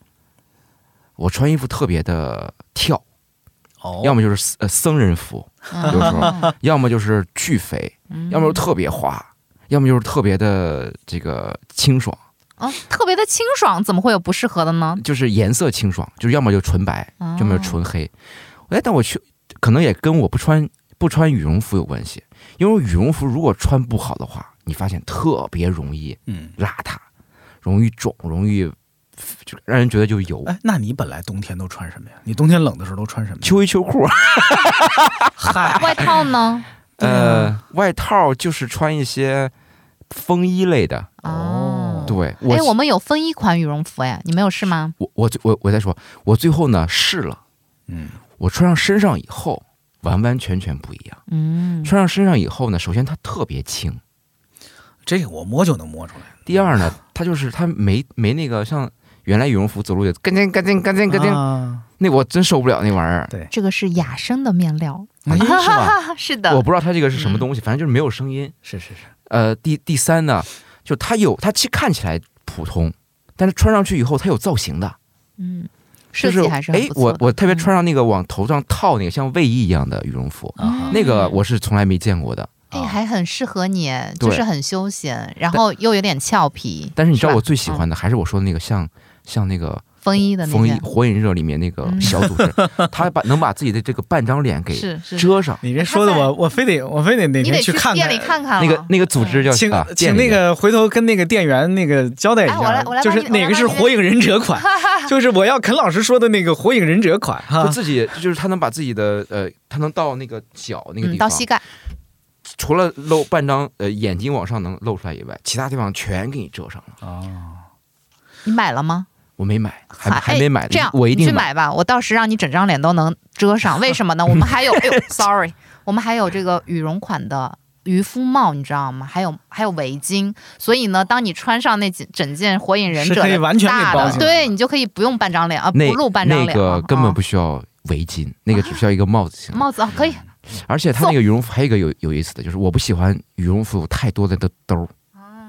Speaker 4: 我穿衣服特别的跳。
Speaker 3: 哦，
Speaker 4: 要么就是僧呃僧人服，
Speaker 5: 嗯
Speaker 4: 有时候，要么就是巨肥， 要么就是特别花，要么就是特别的这个清爽，
Speaker 5: 啊，特别的清爽，怎么会有不适合的呢？
Speaker 4: 就是颜色清爽，就是要么就纯白，
Speaker 5: 哦
Speaker 4: 要么就纯黑。哎，但我去，可能也跟我不穿不穿羽绒服有关系，因为羽绒服如果穿不好的话，你发现特别容易
Speaker 3: 嗯，
Speaker 4: 邋遢，容易肿，容易就让人觉得就油。
Speaker 3: 哎，那你本来冬天都穿什么呀？你冬天冷的时候都穿什么呀？
Speaker 4: 秋衣秋裤，
Speaker 3: 嗨，
Speaker 5: 外套呢？啊
Speaker 4: 呃，外套就是穿一些风衣类的。
Speaker 5: 哦，
Speaker 4: 对，
Speaker 5: 哎，我们有风衣款羽绒服，哎，你们有试吗？
Speaker 4: 我我最我我再说，我最后呢试了，
Speaker 3: 嗯，
Speaker 4: 我穿上身上以后，完完全全不一样。
Speaker 5: 嗯，
Speaker 4: 穿上身上以后呢，首先它特别轻，
Speaker 3: 这个我摸就能摸出来，
Speaker 4: 第二呢，
Speaker 5: 啊
Speaker 4: 它就是它没没那个像原来羽绒服走路也咯噔咯噔咯噔咯噔，
Speaker 3: 啊
Speaker 4: 那我真受不了那玩意儿，
Speaker 5: 这个是雅绅的面料，
Speaker 3: 哎
Speaker 4: 啊是吧？
Speaker 5: 是
Speaker 4: 我
Speaker 5: 的，嗯
Speaker 4: 不知道它这个是什么东西，反正就是没有声音。
Speaker 3: 是是是，
Speaker 4: 呃，第第三呢，就它有它其实看起来普通，但是穿上去以后它有造型的，
Speaker 5: 嗯，
Speaker 4: 就
Speaker 5: 设
Speaker 4: 是
Speaker 5: 计还是很
Speaker 4: 哎
Speaker 5: 不，错
Speaker 4: 我
Speaker 5: 的
Speaker 4: 我特别
Speaker 5: 嗯
Speaker 4: 穿上那个往头上套那个像卫衣一样的羽绒服，
Speaker 3: 啊
Speaker 5: 嗯
Speaker 4: 那个我是从来没见过的。
Speaker 5: 哎，
Speaker 3: 啊
Speaker 5: 还很适合你，就是
Speaker 4: 对
Speaker 5: 很休闲，然后又有点俏皮。
Speaker 4: 但是你知道
Speaker 5: 吧
Speaker 4: 我最喜欢的还是我说的那个像像那个
Speaker 5: 风衣的那
Speaker 4: 风衣
Speaker 5: 件
Speaker 4: 《火影忍者》里面那个
Speaker 5: 嗯
Speaker 4: 小组织， 他把能把自己的这个半张脸给
Speaker 5: 是是，
Speaker 4: 遮上。
Speaker 3: 你别说的我我非得我非得哪
Speaker 5: 你
Speaker 3: 天
Speaker 5: 得
Speaker 3: 去看
Speaker 5: 店里
Speaker 3: 看。
Speaker 5: 看看了
Speaker 4: 那个那个组织叫
Speaker 3: 请
Speaker 4: 啊，
Speaker 3: 请
Speaker 4: 店里
Speaker 3: 那
Speaker 4: 面
Speaker 3: 个回头跟那个店员那个交代一
Speaker 5: 哎我
Speaker 3: 下
Speaker 5: 来我来，
Speaker 3: 就是
Speaker 5: 帮你
Speaker 3: 哪个是
Speaker 5: 我来帮你
Speaker 3: 火影忍者 款，就是我要肯老师说的那个火影忍者款
Speaker 4: 就
Speaker 3: 哈。
Speaker 4: 自己就是他能把自己的呃，他能到那个脚那个地方，
Speaker 5: 嗯，到膝盖，
Speaker 4: 除了露半张呃眼睛往上能露出来以外，其他地方全给你遮上了。
Speaker 5: 你买了吗？
Speaker 4: 我没买，还
Speaker 5: 啊
Speaker 4: 还
Speaker 5: 哎
Speaker 4: 没买呢，
Speaker 5: 这样
Speaker 4: 我一
Speaker 5: 你
Speaker 4: 定
Speaker 5: 去。买吧，我到时让你整张脸都能遮上。为什么呢？我们还有，哎呦，sorry，我们还有这个羽绒款的。渔夫帽你知道吗？还有还有围巾，所以呢，当你穿上那几整件火影忍
Speaker 3: 是
Speaker 5: 者
Speaker 3: 可以
Speaker 5: 的
Speaker 3: 完全给
Speaker 5: 大
Speaker 3: 包
Speaker 5: 的，
Speaker 3: 进来
Speaker 5: 对你就可以不用半张脸啊，
Speaker 4: 那
Speaker 5: 不露半张
Speaker 4: 那
Speaker 5: 脸了
Speaker 4: 个根本
Speaker 5: 啊
Speaker 4: 不需要围巾，那个只需要一个帽子行了。
Speaker 5: 帽子啊，可以
Speaker 4: 而且它那个羽绒服还有一个有有意思的就是，我不喜欢羽绒服有太多的的兜儿，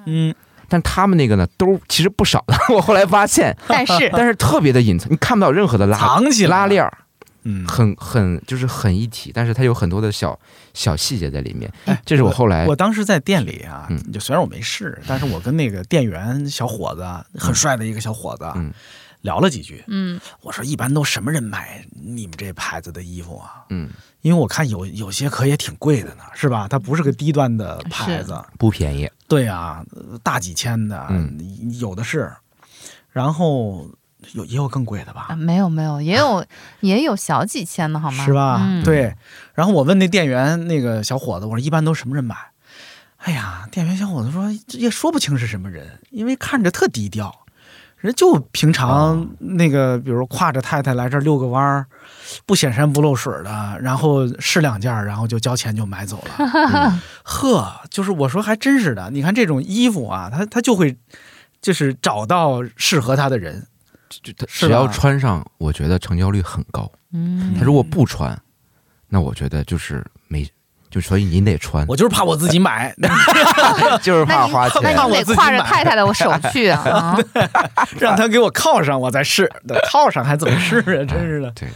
Speaker 3: 嗯，
Speaker 4: 但他们那个呢兜儿其实不少的， 我后来发现，
Speaker 5: 但是
Speaker 4: 但是特别的隐藏，你看不到任何的拉
Speaker 3: 藏起来
Speaker 4: 拉链儿，
Speaker 3: 嗯，
Speaker 4: 很很就是很一体，但是它有很多的小小细节在里面
Speaker 3: 哎。
Speaker 4: 这是我后来
Speaker 3: 我当时在店里啊
Speaker 4: 嗯，
Speaker 3: 就虽然我没试，但是我跟那个店员小伙子啊，很帅的一个小伙子啊
Speaker 4: 嗯，
Speaker 3: 聊了几句。
Speaker 5: 嗯，
Speaker 3: 我说一般都什么人买你们这牌子的衣服啊？
Speaker 4: 嗯
Speaker 3: 因为我看有有些可也挺贵的呢，是吧？它不是个低端的牌子，
Speaker 4: 不便宜，
Speaker 3: 对啊，呃大几千的，有的是。然后有也有更贵的吧
Speaker 5: 啊，？没有没有，也有也有小几千的好吗？
Speaker 3: 是吧？
Speaker 5: 嗯，
Speaker 3: 对。然后我问那店员那个小伙子，我说一般都什么人买？哎呀，店员小伙子说这也说不清是什么人，因为看着特低调，人就平常那个，比如挎着太太来这儿遛个弯儿，不显山不漏水的，然后试两件儿，然后就交钱就买走了。 呵，就是我说还真是的，你看这种衣服啊，他他就会就是找到适合他的人，
Speaker 4: 就它
Speaker 3: 是
Speaker 4: 只要
Speaker 3: 吧
Speaker 4: 穿上，我觉得成交率很高。
Speaker 5: 嗯
Speaker 4: 他如果不穿，那我觉得就是没，就所以你得穿，
Speaker 3: 我就是怕我自己买，
Speaker 4: 就是怕花
Speaker 5: 那
Speaker 4: 钱。
Speaker 5: 你
Speaker 3: 我
Speaker 5: 得
Speaker 3: 自己
Speaker 5: 挎着
Speaker 3: 买
Speaker 5: 太太的我手去啊，
Speaker 3: 让他给我铐上，我再试。铐上还怎么试 啊？真是的。
Speaker 4: 对，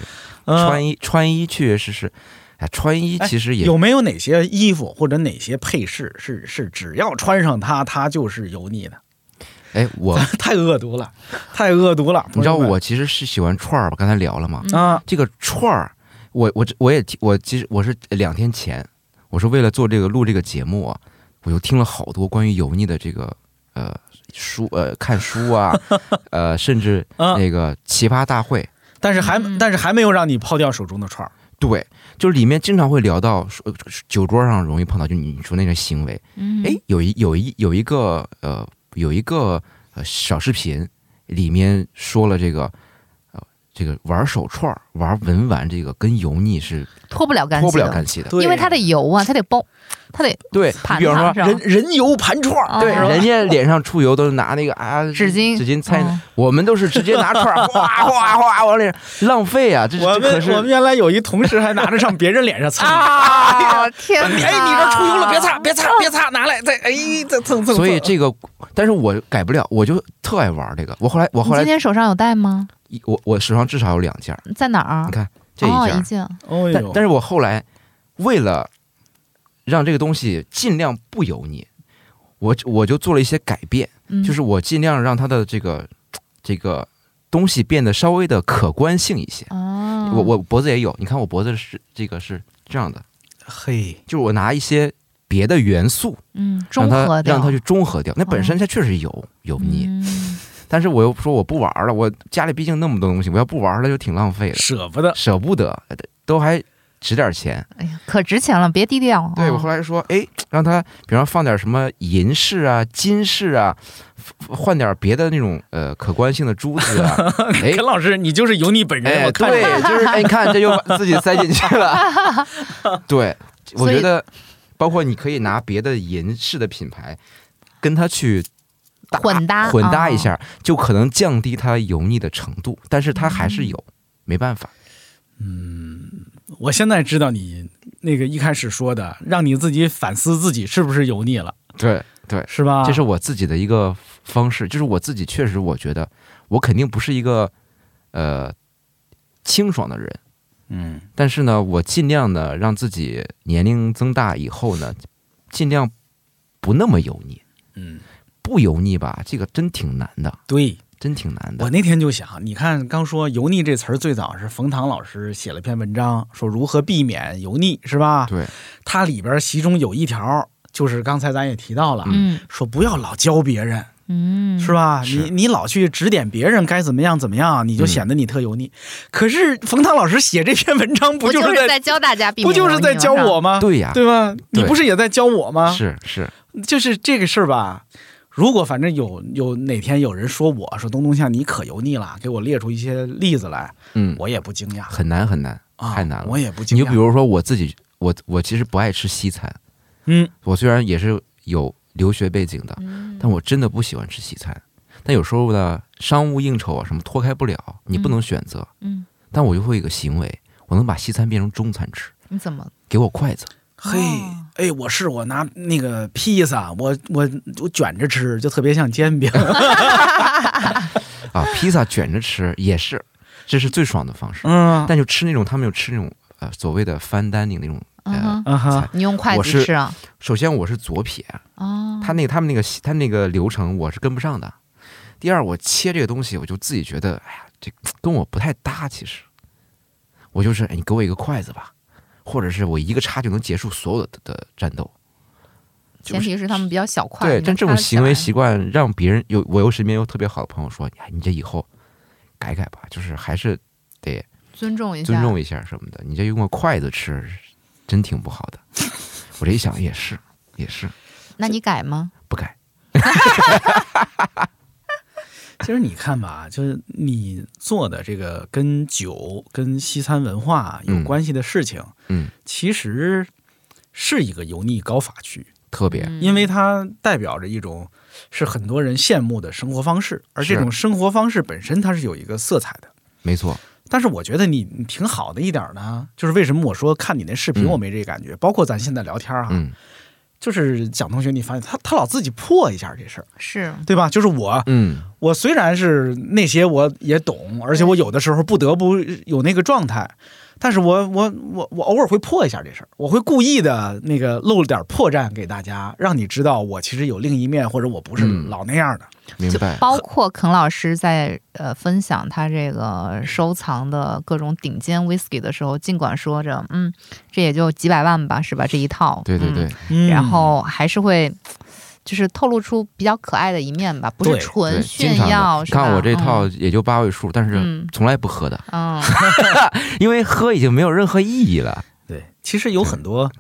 Speaker 3: 嗯
Speaker 4: 穿衣穿衣确实是，哎，穿衣其实也
Speaker 3: 有没有哪些衣服或者哪些配饰是是只要穿上它，它就是油腻的？
Speaker 4: 哎，我
Speaker 3: 太恶毒 了，太恶毒了！
Speaker 4: 你知道
Speaker 3: 朋友们
Speaker 4: 我其实是喜欢串儿吧？刚才聊了嘛，
Speaker 3: 啊，
Speaker 4: 这个串儿，我我我也我其实我是两天前，我是为了做这个录这个节目啊，我就听了好多关于油腻的这个呃书呃看书啊，呃甚至
Speaker 3: 嗯
Speaker 4: 那个奇葩大会，
Speaker 3: 但是还、
Speaker 5: 嗯
Speaker 3: 但是还没有让你抛掉手中的串儿。
Speaker 4: 对，就是里面经常会聊到说呃酒桌上容易碰到，就你说那个行为，
Speaker 5: 嗯
Speaker 4: 哎，有一有一有一个呃有一个呃小视频里面说了这个。呃这个玩手串儿、玩文玩，这个跟油腻是
Speaker 5: 脱不了干
Speaker 4: 脱
Speaker 5: 系
Speaker 4: 不
Speaker 5: 的，
Speaker 4: 了干系的。
Speaker 3: 对，
Speaker 5: 因为它的油啊，它得包，它得
Speaker 4: 对，你
Speaker 5: 盘
Speaker 4: 比方说
Speaker 5: 它是吧
Speaker 3: 人人油盘串儿，
Speaker 5: 啊
Speaker 4: 对，
Speaker 5: 是吧
Speaker 4: 人家脸上出油都是拿那个啊
Speaker 5: 纸巾
Speaker 4: 纸巾擦
Speaker 5: 嗯，
Speaker 4: 我们都是直接拿串 儿哗哗哗往脸上浪费啊！这
Speaker 3: 我
Speaker 4: 这可
Speaker 3: 们
Speaker 4: 是
Speaker 3: 我们原来有一同事还拿着上别人脸上 擦。
Speaker 4: 嗯
Speaker 5: 啊，天
Speaker 3: 哎，
Speaker 5: 哪！
Speaker 3: 你这出油了，别擦，别擦，别
Speaker 5: 哦
Speaker 3: 擦，拿来再哎，再蹭蹭蹭。
Speaker 4: 所以这个，但是我改不了，我就特爱玩这个。我后来我
Speaker 5: 你
Speaker 4: 后来
Speaker 5: 今天手上有带吗？
Speaker 4: 一我我手上至少有两件儿，
Speaker 5: 在哪儿
Speaker 4: 你？看这一
Speaker 5: 哦，
Speaker 4: 件
Speaker 5: 一
Speaker 4: 儿，
Speaker 5: 件，
Speaker 3: 哦
Speaker 4: 但
Speaker 3: 呦，
Speaker 4: 但是我后来为了让这个东西尽量不油腻，我我就做了一些改变。
Speaker 5: 嗯，
Speaker 4: 就是我尽量让它的这个这个东西变得稍微的可观性一些。
Speaker 5: 啊，
Speaker 4: 我我脖子也有，你看我脖子是这个是这样的，
Speaker 3: 嘿，
Speaker 4: 就是我拿一些别的元素
Speaker 5: 嗯，中
Speaker 4: 让它
Speaker 5: 和掉，
Speaker 4: 让它去中和掉。那本身它确实有油腻，
Speaker 5: 嗯
Speaker 4: 但是我又说我不玩了，我家里毕竟那么多东西，我要不玩了就挺浪费的，
Speaker 3: 舍不得。
Speaker 4: 舍不得，都还值点钱。
Speaker 5: 哎呀，可值钱了，别低调。
Speaker 4: 对我后
Speaker 5: 来
Speaker 4: 来说，哎，让他比方放点什么银饰啊、金饰啊，换点别的那种呃可观性的珠子 啊，哎
Speaker 3: 肯。老师，你就是油腻本人，
Speaker 4: 哎，
Speaker 3: 我看着
Speaker 4: 对，就是哎，你看这又把自己塞进去 了。对，我
Speaker 5: 所以
Speaker 4: 觉得，包括你可以拿别的银饰的品牌跟它去搭
Speaker 5: 混搭哦
Speaker 4: 混搭一下，就可能降低它油腻的程度，但是它还
Speaker 5: 嗯
Speaker 4: 是有，没办法。
Speaker 3: 我现在知道你那个一开始说的，让你自己反思自己是不是油腻了，
Speaker 4: 对对，
Speaker 3: 是吧？
Speaker 4: 这是我自己的一个方式，就是我自己确实我觉得我肯定不是一个呃清爽的人，
Speaker 3: 嗯
Speaker 4: 但是呢，我尽量呢让自己年龄增大以后呢，尽量不那么油腻，
Speaker 3: 嗯，
Speaker 4: 不油腻吧，这个真挺难的，
Speaker 3: 对
Speaker 4: 真挺难
Speaker 3: 我
Speaker 4: 的。
Speaker 3: 那天就想，你看刚说油腻这词儿最早是冯唐老师写了篇文章，说如何避免油腻，是吧？
Speaker 4: 对，
Speaker 3: 它里边其中有一条就是刚才咱也提到了，
Speaker 5: 嗯
Speaker 3: 说不要老教别人，
Speaker 5: 嗯，
Speaker 3: 是吧？
Speaker 4: 是
Speaker 3: 你你老去指点别人该怎么样怎么样，你就
Speaker 4: 嗯
Speaker 3: 显得你特油腻。可是冯唐老师写这篇文章
Speaker 5: 不
Speaker 3: 就是在
Speaker 5: 在教大家避免
Speaker 3: 不就是在教
Speaker 5: 油腻吗
Speaker 3: 我？吗？
Speaker 4: 对呀
Speaker 3: 对啊吧？你
Speaker 4: 对
Speaker 3: 不是也在教我吗？
Speaker 4: 是是，
Speaker 3: 就是这个事儿吧。如果反正有有哪天有人说我说东东像你可油腻了，给我列出一些例子来，
Speaker 4: 嗯，
Speaker 3: 我也不惊讶
Speaker 4: 很难很难，
Speaker 3: 啊，
Speaker 4: 太难了
Speaker 3: 我。也不惊
Speaker 4: 你
Speaker 3: 讶。
Speaker 4: 就比，如说我自己，我我其实不爱吃西餐，
Speaker 3: 嗯，
Speaker 4: 我虽然也是有留学背景的，
Speaker 5: 嗯
Speaker 4: 但我真的不喜欢吃西餐。但有时候呢，商务应酬啊什么脱开不了，你不能选择，
Speaker 5: 嗯，
Speaker 4: 但我就会有一个行为，我能把西餐变成中餐吃，
Speaker 5: 你怎么？
Speaker 4: 给我筷子。
Speaker 3: 嘿，哎，我是我拿那个披萨，我我我卷着吃，就特别像煎 饼。
Speaker 4: 啊，披萨卷着吃也是，这是最爽的方式。
Speaker 3: 嗯，
Speaker 4: 但就吃那种，他们有吃那种呃所谓的翻丹宁那种
Speaker 5: 嗯
Speaker 4: 呃
Speaker 3: 啊
Speaker 5: 哼
Speaker 3: 哈
Speaker 4: 菜。
Speaker 5: 你用筷
Speaker 4: 我
Speaker 5: 子
Speaker 4: 是
Speaker 5: 吃啊？
Speaker 4: 首先我是左撇，
Speaker 5: 哦，
Speaker 4: 他那个他们那个他那个流程我是跟不上的。第二，我切这个东西，我就自己觉得，哎呀，这跟我不太搭。其实，我就是、哎你给我一个筷子吧，或者是我一个叉就能结束所有的的战斗。就
Speaker 5: 前提是他们比较小块。
Speaker 4: 对，
Speaker 5: 你
Speaker 4: 但
Speaker 5: 能
Speaker 4: 这
Speaker 5: 插
Speaker 4: 种
Speaker 5: 得
Speaker 4: 行
Speaker 5: 起
Speaker 4: 为
Speaker 5: 来
Speaker 4: 习惯让别人有，我有身边有特别好的朋友说，哎，你这以后改改吧，就是还是得
Speaker 5: 尊重一下，
Speaker 4: 尊重一下什么的。你这用个筷子吃，真挺不好的。 我这一想也是，也是
Speaker 5: 那你改吗？
Speaker 4: 不改。
Speaker 3: 其实你看吧，就是你做的这个跟酒、跟西餐文化有
Speaker 4: 嗯
Speaker 3: 关系的事情，
Speaker 4: 嗯，
Speaker 3: 其实是一个油腻高法区。
Speaker 4: 特别、
Speaker 5: 嗯
Speaker 3: 因为它代表着一种是很多人羡慕的生活方式，而这
Speaker 4: 是
Speaker 3: 种生活方式本身它是有一个色彩的。
Speaker 4: 没错，
Speaker 3: 但是我觉得你你挺好的一点呢，就是为什么我说看你那视频
Speaker 4: 嗯
Speaker 3: 我没这感觉，包括咱现在聊天
Speaker 5: 啊
Speaker 3: 哈，
Speaker 4: 嗯
Speaker 3: 就是蒋同学，你发现他他老自己破一下这事儿，
Speaker 5: 是
Speaker 3: 对吧？就是我
Speaker 4: 嗯，
Speaker 3: 我虽然是那些我也懂，而且我有的时候不得不有那个状态，但是我我我我偶尔会破一下这事儿，我会故意的那个露点破绽给大家，让你知道我其实有另一面，或者我不是
Speaker 4: 嗯
Speaker 3: 老那样的。
Speaker 4: 明
Speaker 5: 就
Speaker 4: 白。
Speaker 5: 包括肯老师在呃分享他这个收藏的各种顶尖 whisky 的时候，尽管说着嗯，这也就几百万吧，是吧？这一套，
Speaker 4: 对对对，
Speaker 5: 嗯然后还是会就是透露出比较可爱的一面吧，不是
Speaker 3: 对
Speaker 4: 对，
Speaker 5: 纯
Speaker 4: 经
Speaker 5: 炫
Speaker 4: 常
Speaker 5: 耀，
Speaker 4: 的。
Speaker 5: 是吧
Speaker 4: 看我这套也就八位数，但是
Speaker 5: 嗯
Speaker 4: 从来不喝的，
Speaker 5: 嗯，
Speaker 4: 因为喝已经没有任何意义了。
Speaker 3: 对，其实有很多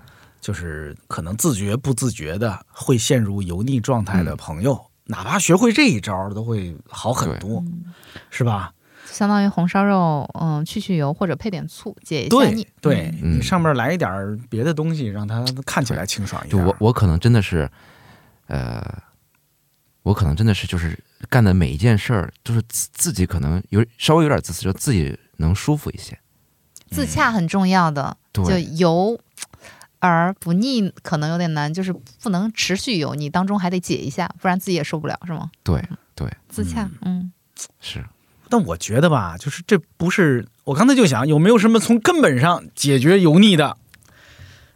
Speaker 3: 就是可能自觉不自觉的会陷入油腻状态的朋友，哪怕学会这一招儿都会好很
Speaker 4: 对
Speaker 3: 多，是吧？
Speaker 5: 相当于红烧肉，嗯，去去油或者配点醋解一下
Speaker 3: 对
Speaker 5: 腻。
Speaker 3: 对，
Speaker 4: 嗯
Speaker 3: 你上面来一点儿别的东西，让它看起来清爽一
Speaker 4: 就
Speaker 5: 哎
Speaker 3: 点儿。
Speaker 4: 我我可能真的是，呃，我可能真的是就是干的每一件事儿，就是自自己可能有稍微有点自私，就自己能舒服一些。
Speaker 3: 嗯
Speaker 4: 嗯
Speaker 5: 自洽很重要的，
Speaker 4: 对
Speaker 5: 就油而不腻可能有点难，就是不能持续油腻，当中还得解一下，不然自己也受不了，是吗？
Speaker 4: 对对，
Speaker 5: 自洽，嗯，
Speaker 4: 是
Speaker 3: 但我觉得吧，就是这不是我刚才就想有没有什么从根本上解决油腻的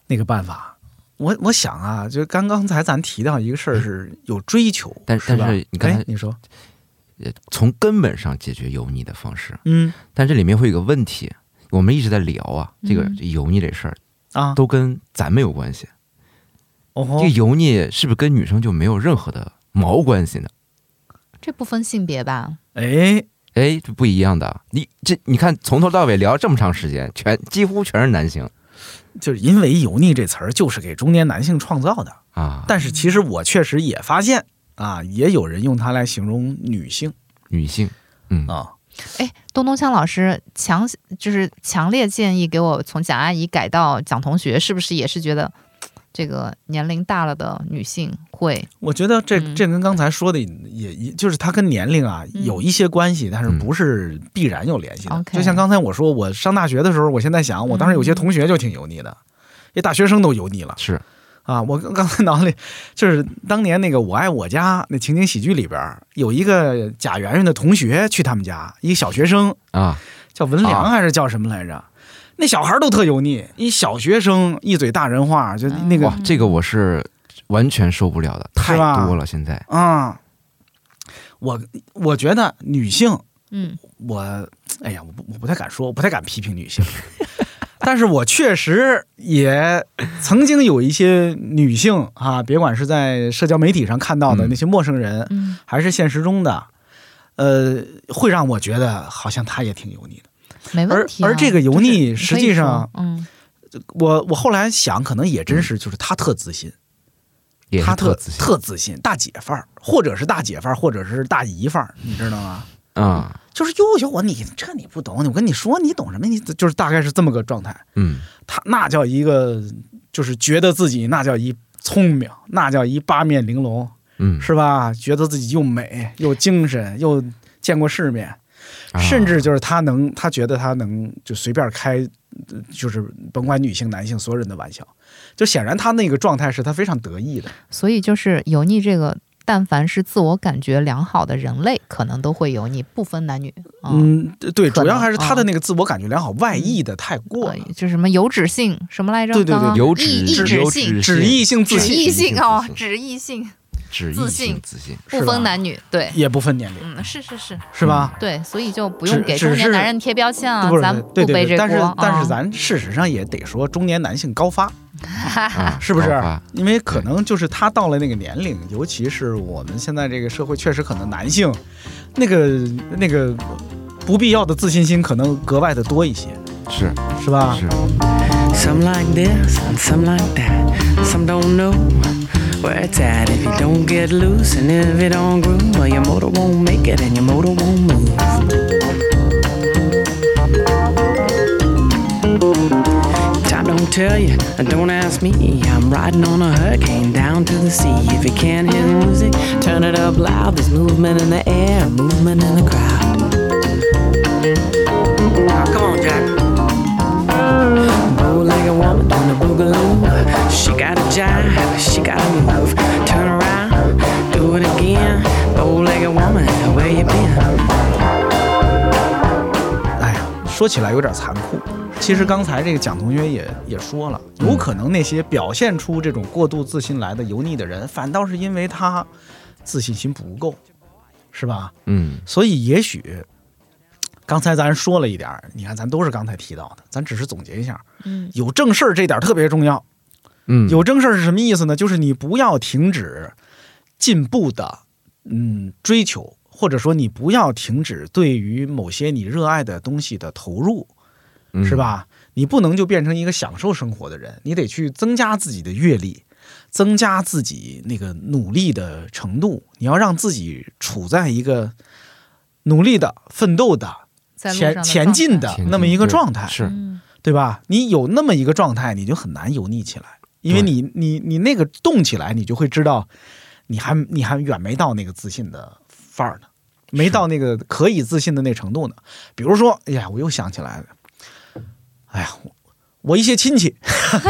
Speaker 3: 那个办法。我我想啊，就刚刚才咱提到一个事儿是有追求，
Speaker 4: 哎但
Speaker 3: 是吧
Speaker 4: 但是你刚才
Speaker 3: 哎你说，
Speaker 4: 呃从根本上解决油腻的方式，
Speaker 3: 嗯
Speaker 4: 但这里面会有个问题，我们一直在聊啊，这个
Speaker 5: 嗯
Speaker 4: 油腻这事儿
Speaker 3: 啊，
Speaker 4: 都跟咱们有关系。
Speaker 3: 哦
Speaker 4: 这
Speaker 3: 吼
Speaker 4: 个油腻是不是跟女生就没有任何的毛关系呢？
Speaker 5: 这不分性别吧？
Speaker 3: 哎，
Speaker 4: 哎，这不一样的。你这你看，从头到尾聊这么长时间，全几乎全是男性，
Speaker 3: 就是因为“油腻”这词儿就是给中年男性创造的。
Speaker 4: 啊，
Speaker 3: 但是其实我确实也发现啊，也有人用它来形容女性
Speaker 4: 女性，嗯，
Speaker 3: 啊。
Speaker 5: 哎，东东强老师强就是强烈建议给我从蒋阿姨改到蒋同学，是不是也是觉得这个年龄大了的女性会
Speaker 3: 我觉得这
Speaker 5: 嗯
Speaker 3: 这跟刚才说的也也就是它跟年龄啊
Speaker 5: 嗯
Speaker 3: 有一些关系，但是
Speaker 4: 嗯
Speaker 3: 不是必然有联系的。
Speaker 5: OK 嗯
Speaker 3: 就像刚才我说，我上大学的时候，我现在想，我当时有些同学就挺油腻的，也大学生都油腻了。
Speaker 4: 是
Speaker 3: 啊，我刚刚才脑子里 就是当年那个《我爱我家》那情景喜剧里边儿有一个贾圆圆的同学去他们家，一个小学生
Speaker 4: 啊，
Speaker 3: 叫文良
Speaker 4: 啊
Speaker 3: 还是叫什么来着？那小孩儿都特油腻，一小学生一嘴大人话，就那个
Speaker 4: 哇，这个我是完全受不了的，太
Speaker 3: 是吧
Speaker 4: 多了，现在
Speaker 3: 啊、我我觉得女性，
Speaker 5: 嗯
Speaker 3: 我哎呀，我不我不太敢说，我不太敢批评女性， 但是我确实也曾经有一些女性啊，别管是在社交媒体上看到的
Speaker 4: 嗯
Speaker 3: 那些陌生人，
Speaker 5: 嗯
Speaker 3: 还是现实中的，呃，会让我觉得好像她也挺油腻的。
Speaker 5: 没问题啊、
Speaker 3: 而而这个油腻
Speaker 5: 就是
Speaker 3: 实际上
Speaker 5: 你可以说嗯
Speaker 3: 我我后来想，可能也真是就是她特自信，
Speaker 4: 也是
Speaker 3: 她特
Speaker 4: 自信
Speaker 3: 特自信，大姐范儿，或者是大姐范儿，或者是大姨范儿，
Speaker 4: 嗯
Speaker 3: 你知道吗？
Speaker 4: 啊，
Speaker 3: 就是哟哟，我你这你不懂，我跟你说你懂什么？你就是大概是这么个状态。
Speaker 4: 嗯，
Speaker 3: 他那叫一个，就是觉得自己那叫一聪明，那叫一八面玲珑，
Speaker 4: 嗯，
Speaker 3: 是吧？觉得自己又美又精神，又见过世面，
Speaker 4: 啊
Speaker 3: 甚至就是他能，他觉得他能就随便开，呃就是甭管女性男性所有人的玩笑。就显然他那个状态是他非常得意的，
Speaker 5: 所以就是油腻这个，但凡是自我感觉良好的人类，可能都会油腻，不分男女。嗯，
Speaker 3: 嗯，对，
Speaker 5: 可
Speaker 3: 主要
Speaker 5: 能
Speaker 3: 还是他的
Speaker 5: 嗯
Speaker 3: 那个自我感觉良好，外溢的太过
Speaker 5: 呃
Speaker 3: 了，
Speaker 5: 就是什么油脂性什么来着？
Speaker 3: 对对对
Speaker 5: 刚刚
Speaker 4: 油
Speaker 5: 易
Speaker 4: 脂
Speaker 5: 易脂
Speaker 4: 油脂、
Speaker 5: 性
Speaker 3: 脂溢性自
Speaker 5: 脂
Speaker 3: 信
Speaker 5: 溢性哦，
Speaker 4: 自
Speaker 5: 脂溢性
Speaker 4: 脂
Speaker 5: 自
Speaker 4: 溢
Speaker 5: 信
Speaker 4: 性自信，
Speaker 5: 不
Speaker 3: 是吧
Speaker 5: 分男女，对。
Speaker 3: 也不分年龄，
Speaker 5: 嗯，是是是，
Speaker 3: 是吧？
Speaker 5: 对，所以就不
Speaker 3: 只
Speaker 5: 用给
Speaker 3: 只
Speaker 5: 中年
Speaker 3: 是
Speaker 5: 男人贴标签啊
Speaker 3: 不，是
Speaker 5: 咱不
Speaker 3: 对对
Speaker 5: 背
Speaker 3: 对，
Speaker 5: 这
Speaker 3: 但是
Speaker 5: 锅。
Speaker 3: 但是
Speaker 5: 啊
Speaker 3: 咱事实上也得说，中年男性高发，
Speaker 4: 啊，
Speaker 3: 是不
Speaker 4: 高
Speaker 3: 是
Speaker 4: 发？
Speaker 3: 因为可能就是他到了那个年龄，尤其是我们现在这个社会，确实可能男性那个那个不必要的自信心可能格外的多一些，
Speaker 4: 是
Speaker 3: 是吧？
Speaker 4: 是。
Speaker 7: Some like this and some like that. Some don't know where it's at. If you don't get loose and if it don't groove, well, your motor won't make it and your motor won't move. Time don't tell you, and don't ask me. I'm riding on a hurricane down to the sea. If you can't hear the music, turn it up loud. There's movement in the air, movement in the crowd. Now, come on, Jack. Move like a woman doing a boogaloo. She got a jive, she got to move. Turn around, do it again. Move like a woman, where you been?
Speaker 3: 哎呀，说起来有点残酷。其实刚才这个蒋同学也也说了，有可能那些表现出这种过度自信来的油腻的人，反倒是因为他自信心不够，是吧？
Speaker 4: 嗯，
Speaker 3: 所以也许刚才咱说了一点儿，你看咱都是刚才提到的，咱只是总结一下。
Speaker 5: 嗯，
Speaker 3: 有正事儿这点儿特别重要。
Speaker 4: 嗯，
Speaker 3: 有正事儿是什么意思呢？就是你不要停止进步的嗯追求，或者说你不要停止对于某些你热爱的东西的投入，
Speaker 4: 嗯
Speaker 3: 是？吧？你不能就变成一个享受生活的人，你得去增加自己的阅历，增加自己那个努力的程度。你要让自己处在一个努力的、奋斗的、
Speaker 5: 在路上
Speaker 3: 前
Speaker 5: 的
Speaker 3: 前
Speaker 5: 状
Speaker 3: 进
Speaker 5: 态
Speaker 3: 的
Speaker 4: 前
Speaker 3: 那么
Speaker 4: 进
Speaker 3: 一个
Speaker 4: 对
Speaker 3: 状态。
Speaker 4: 是
Speaker 5: 嗯
Speaker 3: 对吧？你有那么一个状态，你就很难油腻起来，因为
Speaker 4: 对
Speaker 3: 你你你那个动起来，你就会知道，你还你还远没到那个自信的范儿呢，没到那个可以自信的那程度呢。比如说，哎呀，我又想起来了，哎呀，我我一些亲戚，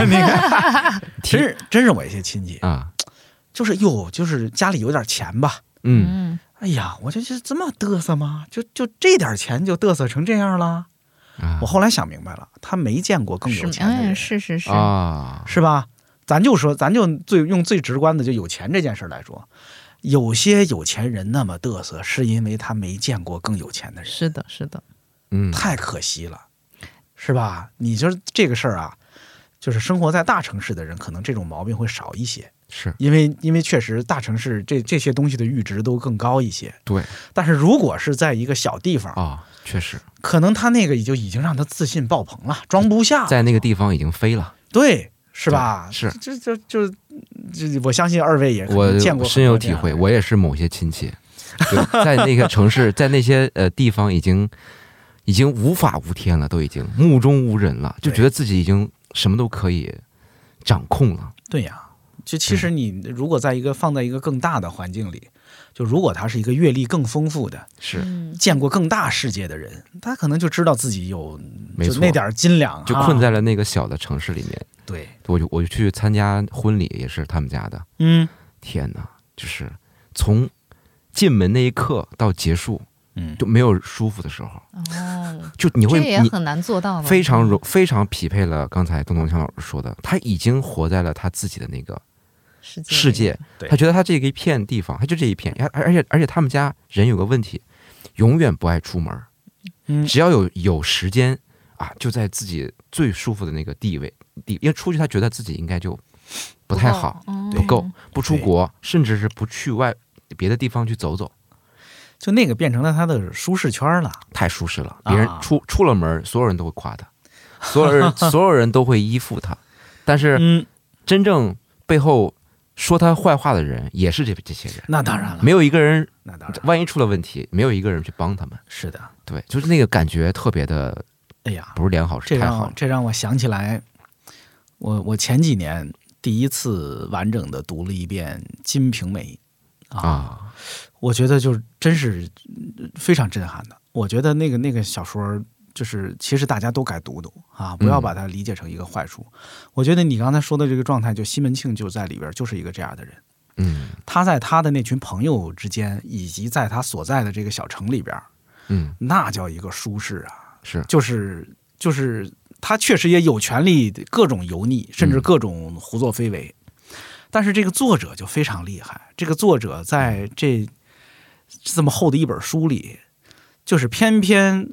Speaker 3: 你看，真是真是我一些亲戚，
Speaker 4: 啊，
Speaker 3: 就是哟，就是家里有点钱吧，
Speaker 4: 嗯，
Speaker 5: 嗯，
Speaker 3: 哎呀，我就就这么嘚瑟吗？就就这点钱就嘚瑟成这样了？
Speaker 4: 啊
Speaker 3: 我后来想明白了，他没见过更有
Speaker 5: 是
Speaker 3: 钱的人。
Speaker 5: 嗯是是是，
Speaker 4: 啊，
Speaker 3: 是吧？咱就说，咱就最用最直观的，就有钱这件事儿来说，有些有钱人那么嘚瑟，是因为他没见过更有钱的人，
Speaker 5: 是的是的，
Speaker 4: 嗯，
Speaker 3: 太可惜了，是吧？你就是这个事儿啊，就是生活在大城市的人，可能这种毛病会少一些，
Speaker 4: 是
Speaker 3: 因为因为确实大城市这这些东西的阈值都更高一些。
Speaker 4: 对
Speaker 3: 但是如果是在一个小地方，
Speaker 4: 啊，确实
Speaker 3: 可能他那个也就已经让他自信爆棚了，装不下，
Speaker 4: 在那个地方已经飞了。
Speaker 3: 对，是吧？
Speaker 4: 对是
Speaker 3: 这这就这，我相信二位也可能
Speaker 4: 我
Speaker 3: 见过，
Speaker 4: 深有体会，。我也是某些亲戚，对在那个城 市，在那些呃地方已经已经无法无天了，都已经目中无人了，就
Speaker 3: 对
Speaker 4: 觉得自己已经什么都可以掌控了。
Speaker 3: 对呀，就其实你如果在一个放在一个更大的环境里，就如果他是一个阅历更丰富的、
Speaker 4: 是，
Speaker 3: 见过更大世界的人，他可能就知道自己有
Speaker 4: 没
Speaker 3: 就
Speaker 4: 错
Speaker 3: 那点儿啊斤两啊，
Speaker 4: 就困在了那个小的城市里面。
Speaker 3: 对，
Speaker 4: 我就我就去参加婚礼，也是他们家的。
Speaker 3: 嗯
Speaker 4: 天哪，就是从进门那一刻到结束，
Speaker 3: 嗯，
Speaker 4: 就没有舒服的时候，
Speaker 5: 哦，
Speaker 4: 就你
Speaker 5: 这
Speaker 4: 会
Speaker 5: 也
Speaker 4: 你
Speaker 5: 很嗯难做到吧？
Speaker 4: 非常容非常匹配了刚才东东强老师说的，他已经活在了他自己的那个
Speaker 5: 世界
Speaker 4: 世界，
Speaker 3: 对
Speaker 4: 他觉得他这个一片地方，他就这一片，而而而且而且他们家人有个问题，永远不爱出门儿，
Speaker 3: 嗯
Speaker 4: 只要有有时间啊，就在自己最舒服的那个地位地，因为出去他觉得自己应该就不太好，，
Speaker 5: 不
Speaker 4: 不
Speaker 5: 够
Speaker 4: 够
Speaker 5: 嗯，
Speaker 4: 不出国，甚至是不去外别的地方去走走，
Speaker 3: 就那个变成了他的舒适圈了。
Speaker 4: 太舒适了。
Speaker 3: 啊
Speaker 4: 别人出出了门儿，所有人都会夸他，所 有人所有人都会依附他，但是
Speaker 3: 嗯，
Speaker 4: 真正背后说他坏话的人也是这这些人，
Speaker 3: 那当然了，
Speaker 4: 没有一个人，
Speaker 3: 那当然了
Speaker 4: 万一出了问题，没有一个人去帮他们。
Speaker 3: 是的。
Speaker 4: 对，就是那个感觉特别的，
Speaker 3: 哎呀，
Speaker 4: 不是良好，
Speaker 3: 这
Speaker 4: 是太好
Speaker 3: 让
Speaker 4: 了。
Speaker 3: 这让我想起来，我我前几年第一次完整的读了一遍《金瓶梅》
Speaker 4: 啊，
Speaker 3: 我觉得就是真是呃非常震撼的。我觉得那个那个小说，就是其实大家都该读读啊，
Speaker 4: 嗯
Speaker 3: 不要把它理解成一个坏书。我觉得你刚才说的这个状态，就西门庆就在里边就是一个这样的人。
Speaker 4: 嗯
Speaker 3: 他在他的那群朋友之间，以及在他所在的这个小城里边，
Speaker 4: 嗯，
Speaker 3: 那叫一个舒适啊！
Speaker 4: 是
Speaker 3: 就是就是他确实也有权利各种油腻，甚至
Speaker 4: 嗯
Speaker 3: 各种胡作非为。但是这个作者就非常厉害，这个作者
Speaker 4: 嗯
Speaker 3: 在这这么厚的一本书里，就是偏偏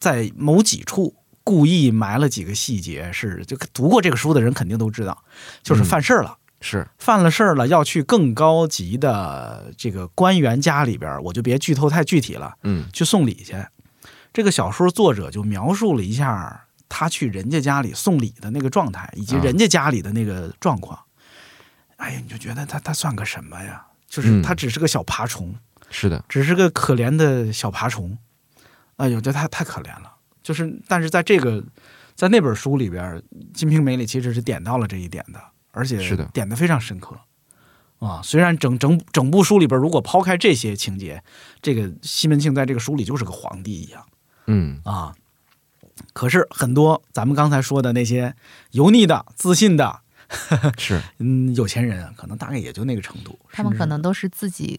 Speaker 3: 在某几处故意埋了几个细节，是就读过这个书的人肯定都知道，就是
Speaker 4: 嗯
Speaker 3: 犯事儿了。
Speaker 4: 是，
Speaker 3: 犯了事儿了，要去更高级的这个官员家里边儿，我就别剧透太具体了。
Speaker 4: 嗯
Speaker 3: 去送礼去。这个小说作者就描述了一下他去人家家里送礼的那个状态，以及
Speaker 4: 啊
Speaker 3: 人家家里的那个状况。哎呀，你就觉得他他算个什么呀？就是
Speaker 4: 嗯
Speaker 3: 他只是个小爬虫，
Speaker 4: 是的，
Speaker 3: 只是个可怜的小爬虫。哎呦，这太太可怜了。就是，但是在这个，在那本书里边，《金瓶梅》里其实是点到了这一点的，而且
Speaker 4: 是的
Speaker 3: 点的非常深刻。啊，虽然整整整部书里边，如果抛开这些情节，这个西门庆在这个书里就是个皇帝一样
Speaker 4: 嗯
Speaker 3: 啊。可是很多咱们刚才说的那些油腻的、自信的，
Speaker 4: 是，
Speaker 3: 嗯，有钱人可能大概也就那个程度。
Speaker 5: 他们可能都是自己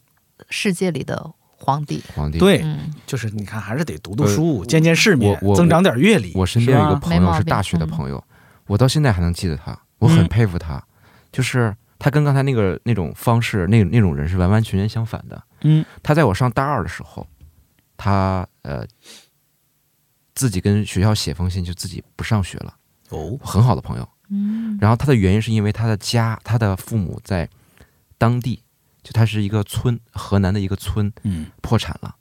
Speaker 5: 世界里的皇帝。
Speaker 4: 皇帝。
Speaker 3: 对，
Speaker 5: 嗯，
Speaker 3: 就是你看，还是得读读
Speaker 4: 呃
Speaker 3: 书，见见世面
Speaker 4: 我，我
Speaker 3: 增长点阅历。
Speaker 4: 我身边有一
Speaker 3: 是
Speaker 4: 个
Speaker 3: 吧
Speaker 4: 朋友
Speaker 5: 没毛
Speaker 4: 是
Speaker 5: 病
Speaker 4: 大学的
Speaker 5: 嗯
Speaker 4: 朋友，我到现在还能记得他，我很
Speaker 3: 嗯
Speaker 4: 佩服他，就是他跟刚才那个那种方式，那那种人是完完全全相反的。
Speaker 3: 嗯
Speaker 4: 他在我上大二的时候，他呃自己跟学校写封信，就自己不上学了。
Speaker 3: 哦，
Speaker 4: 很好的朋友。嗯，然后他的原因是因为他的家，他的父母在当地，就他是一个村，河南的一个村
Speaker 3: 嗯
Speaker 4: 破产了，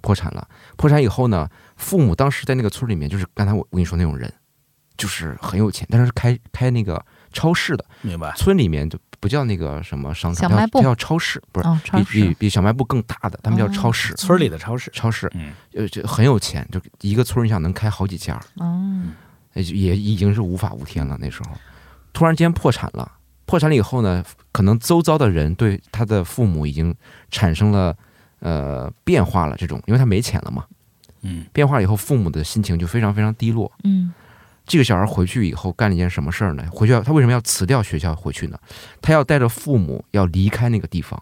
Speaker 4: 破产了，破产以后呢，父母当时在那个村里面，就是刚才我我跟你说那种人，就是很有钱，但是是开开那个超市的，
Speaker 3: 明白。
Speaker 4: 村里面就不叫那个什么商场，
Speaker 5: 小卖
Speaker 4: 叫
Speaker 5: 部
Speaker 4: 叫超市，不是、
Speaker 5: 哦，超
Speaker 4: 比比
Speaker 5: 市
Speaker 4: 比小卖部更大的，他们叫
Speaker 5: 哦
Speaker 4: 超市，
Speaker 3: 村里的超市，
Speaker 4: 超市，
Speaker 3: 嗯，
Speaker 4: 呃，就很有钱，就一个村儿你想能开好几家，
Speaker 5: 哦，
Speaker 4: 也哎也已经是无法无天了。那时候突然间破产了，破产了以后呢，可能周遭的人对他的父母已经产生了呃变化了，这种因为他没钱了嘛，
Speaker 3: 嗯，
Speaker 4: 变化以后父母的心情就非常非常低落。
Speaker 5: 嗯，
Speaker 4: 这个小孩回去以后干了一件什么事儿呢？回去要他为什么要辞掉学校回去呢？他要带着父母要离开那个地方，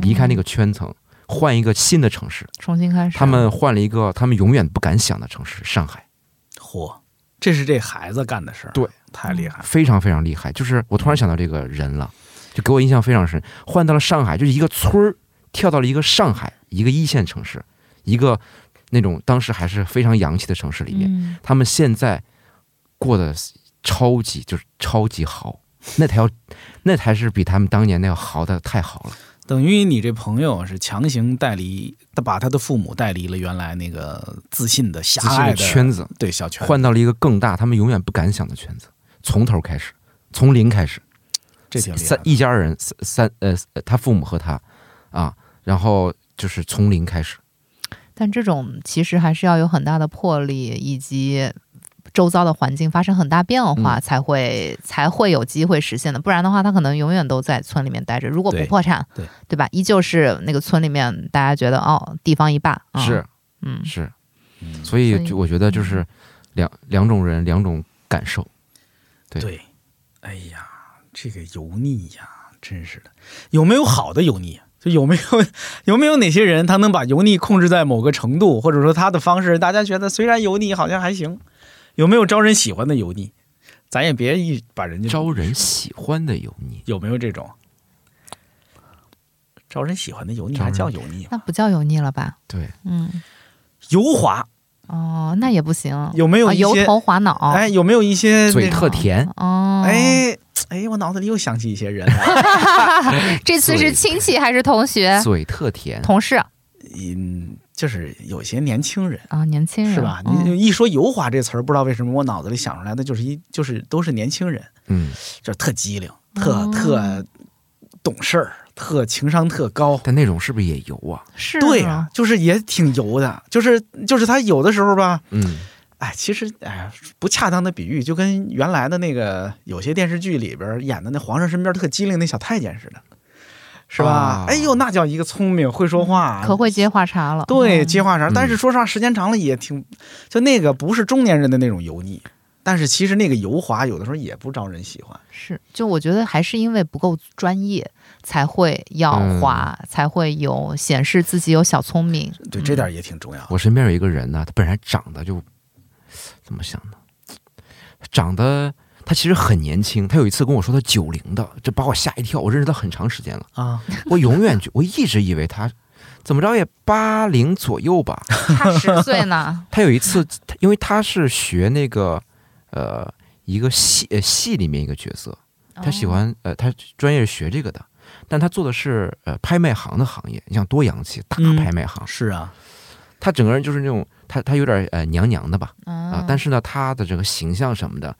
Speaker 4: 离开那个圈层，换一个新的城市。
Speaker 5: 重新开始。
Speaker 4: 他们换了一个他们永远不敢想的城市——上海。
Speaker 3: 嚯，这是这孩子干的事儿，
Speaker 4: 对，
Speaker 3: 太厉害了。
Speaker 4: 非常非常厉害。就是我
Speaker 3: 嗯
Speaker 4: 突然想到这个人了，就给我印象非常深。换到了上海，就是一个村儿跳到了一个上海，一个一线城市，一个那种当时还是非常洋气的
Speaker 3: 嗯
Speaker 4: 城市里面，
Speaker 5: 嗯，
Speaker 4: 他们现在过得超级就是超级好，那才要，那才是比他们当年那要好的太好了。
Speaker 3: 等于你这朋友是强行带离，他把他的父母带离了原来那个自信的狭
Speaker 4: 自信
Speaker 3: 隘
Speaker 4: 的
Speaker 3: 的
Speaker 4: 圈子，
Speaker 3: 对小圈子，
Speaker 4: 换到了一个更大，他们永远不敢想的圈子，从头开始，从零开始，
Speaker 3: 这挺厉害
Speaker 4: 三
Speaker 3: 的。
Speaker 4: 一家人三三呃，他父母和他啊，然后就是从零开始，
Speaker 5: 但这种其实还是要有很大的魄力，以及周遭的环境发生很大变化，
Speaker 4: 嗯
Speaker 5: 才会才会有机会实现的。不然的话，他可能永远都在村里面待着。如果不
Speaker 3: 对
Speaker 5: 破产，
Speaker 3: 对
Speaker 5: 吧？依旧是那个村里面，大家觉得哦，地方一霸，嗯、
Speaker 4: 是，
Speaker 5: 嗯，
Speaker 4: 是，
Speaker 3: 嗯
Speaker 4: 所
Speaker 5: 所
Speaker 4: 以
Speaker 5: 以嗯
Speaker 4: 就我觉得就是两两种人两种感受，对
Speaker 3: 对，哎呀，这个油腻呀，真是的，有没有好的油腻？啊就有没有有没有哪些人他能把油腻控制在某个程度，或者说他的方式，大家觉得虽然油腻好像还行，有没有招人喜欢的油腻？咱也别一把人家
Speaker 4: 招人喜欢的油腻，
Speaker 3: 有没有这种招人喜欢的油腻，
Speaker 4: 招
Speaker 3: 还
Speaker 4: 人
Speaker 3: 叫油腻吗？
Speaker 5: 那不叫油腻了吧？
Speaker 4: 对，
Speaker 5: 嗯，
Speaker 3: 油滑
Speaker 5: 哦，那也不行，
Speaker 3: 有没有
Speaker 5: 啊
Speaker 3: 一
Speaker 5: 油
Speaker 3: 些？
Speaker 5: 头滑脑，
Speaker 3: 哎，有没有一些
Speaker 4: 嘴啊
Speaker 3: 那
Speaker 4: 特甜，
Speaker 5: 哦，
Speaker 3: 哎哎，我脑子里又想起一些人来，
Speaker 5: 这次是亲戚还是同学、
Speaker 4: 嘴特甜，
Speaker 5: 哎同事啊、
Speaker 3: 嗯，就是有些年轻人。
Speaker 5: 年轻人
Speaker 3: 是吧？
Speaker 5: 嗯
Speaker 3: 你一说油滑这词儿，不知道为什么我脑子里想出来的就是一就是都是年轻人，
Speaker 4: 嗯，
Speaker 3: 就是特机灵，特、
Speaker 5: 哦
Speaker 3: 特懂事儿，特情商特高。
Speaker 4: 但那种是不是也油啊？
Speaker 5: 是
Speaker 3: 对
Speaker 5: 啊
Speaker 3: 呀、就是也挺油的，就是就是他有的时候吧，
Speaker 4: 嗯，
Speaker 3: 哎，其实哎不恰当的比喻，就跟原来的那个有些电视剧里边演的那皇上身边特机灵那小太监似的，是吧？
Speaker 4: 啊
Speaker 3: 哎呦，那叫一个聪明，会说话，
Speaker 5: 哦可会接话茬了，
Speaker 3: 对，
Speaker 5: 嗯
Speaker 3: 接话茬儿。但是
Speaker 4: 嗯
Speaker 3: 说实话，时间长了也挺，就那个不是中年人的那种油腻，但是其实那个油滑有的时候也不招人喜欢。
Speaker 5: 是，就我觉得还是因为不够专业，才会要
Speaker 4: 嗯
Speaker 5: 花，才会有显示自己有小聪明。
Speaker 3: 对，
Speaker 5: 嗯
Speaker 3: 这点儿也挺重要。
Speaker 4: 我身边有一个人呢，他本来长得就怎么想呢？长得他其实很年轻，他有一次跟我说他九零的，这把我吓一跳。我认识他很长时间了，
Speaker 3: 啊，
Speaker 4: 我永远就我一直以为他怎么着也八零左右吧。，
Speaker 5: 差十岁呢
Speaker 4: 他有一次，他因为他是学那个呃一个戏呃戏里面一个角色，
Speaker 5: 嗯
Speaker 4: 他
Speaker 5: 哦
Speaker 4: 喜欢呃他专业是学这个的，但他做的是呃拍卖行的行业，你想多洋气，大
Speaker 3: 嗯
Speaker 4: 拍卖行，
Speaker 3: 是啊，
Speaker 4: 他整个人就是那种他他有点呃娘娘的吧。
Speaker 5: 哦
Speaker 4: 啊，但是呢，他的这个形象什么的，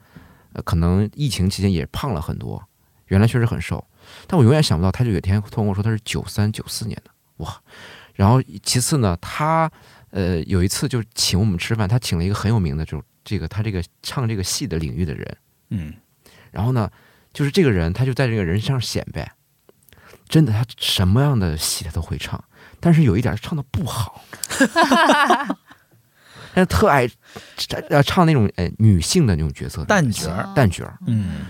Speaker 4: 呃，可能疫情期间也胖了很多，原来确实很瘦，但我永远想不到，他就有一天突然跟我说他是九三九四年的，哇！然后其次呢，他呃有一次就请我们吃饭，他请了一个很有名的，就这个他这个唱这个戏的领域的人，
Speaker 3: 嗯，
Speaker 4: 然后呢，就是这个人他就在这个人身上显摆，真的，他什么样的戏他都会唱，但是有一点儿唱的不好。但是特爱呃唱那种呃女性的那种角色，
Speaker 3: 旦角儿，
Speaker 5: 哦
Speaker 4: 旦角儿，
Speaker 3: 嗯，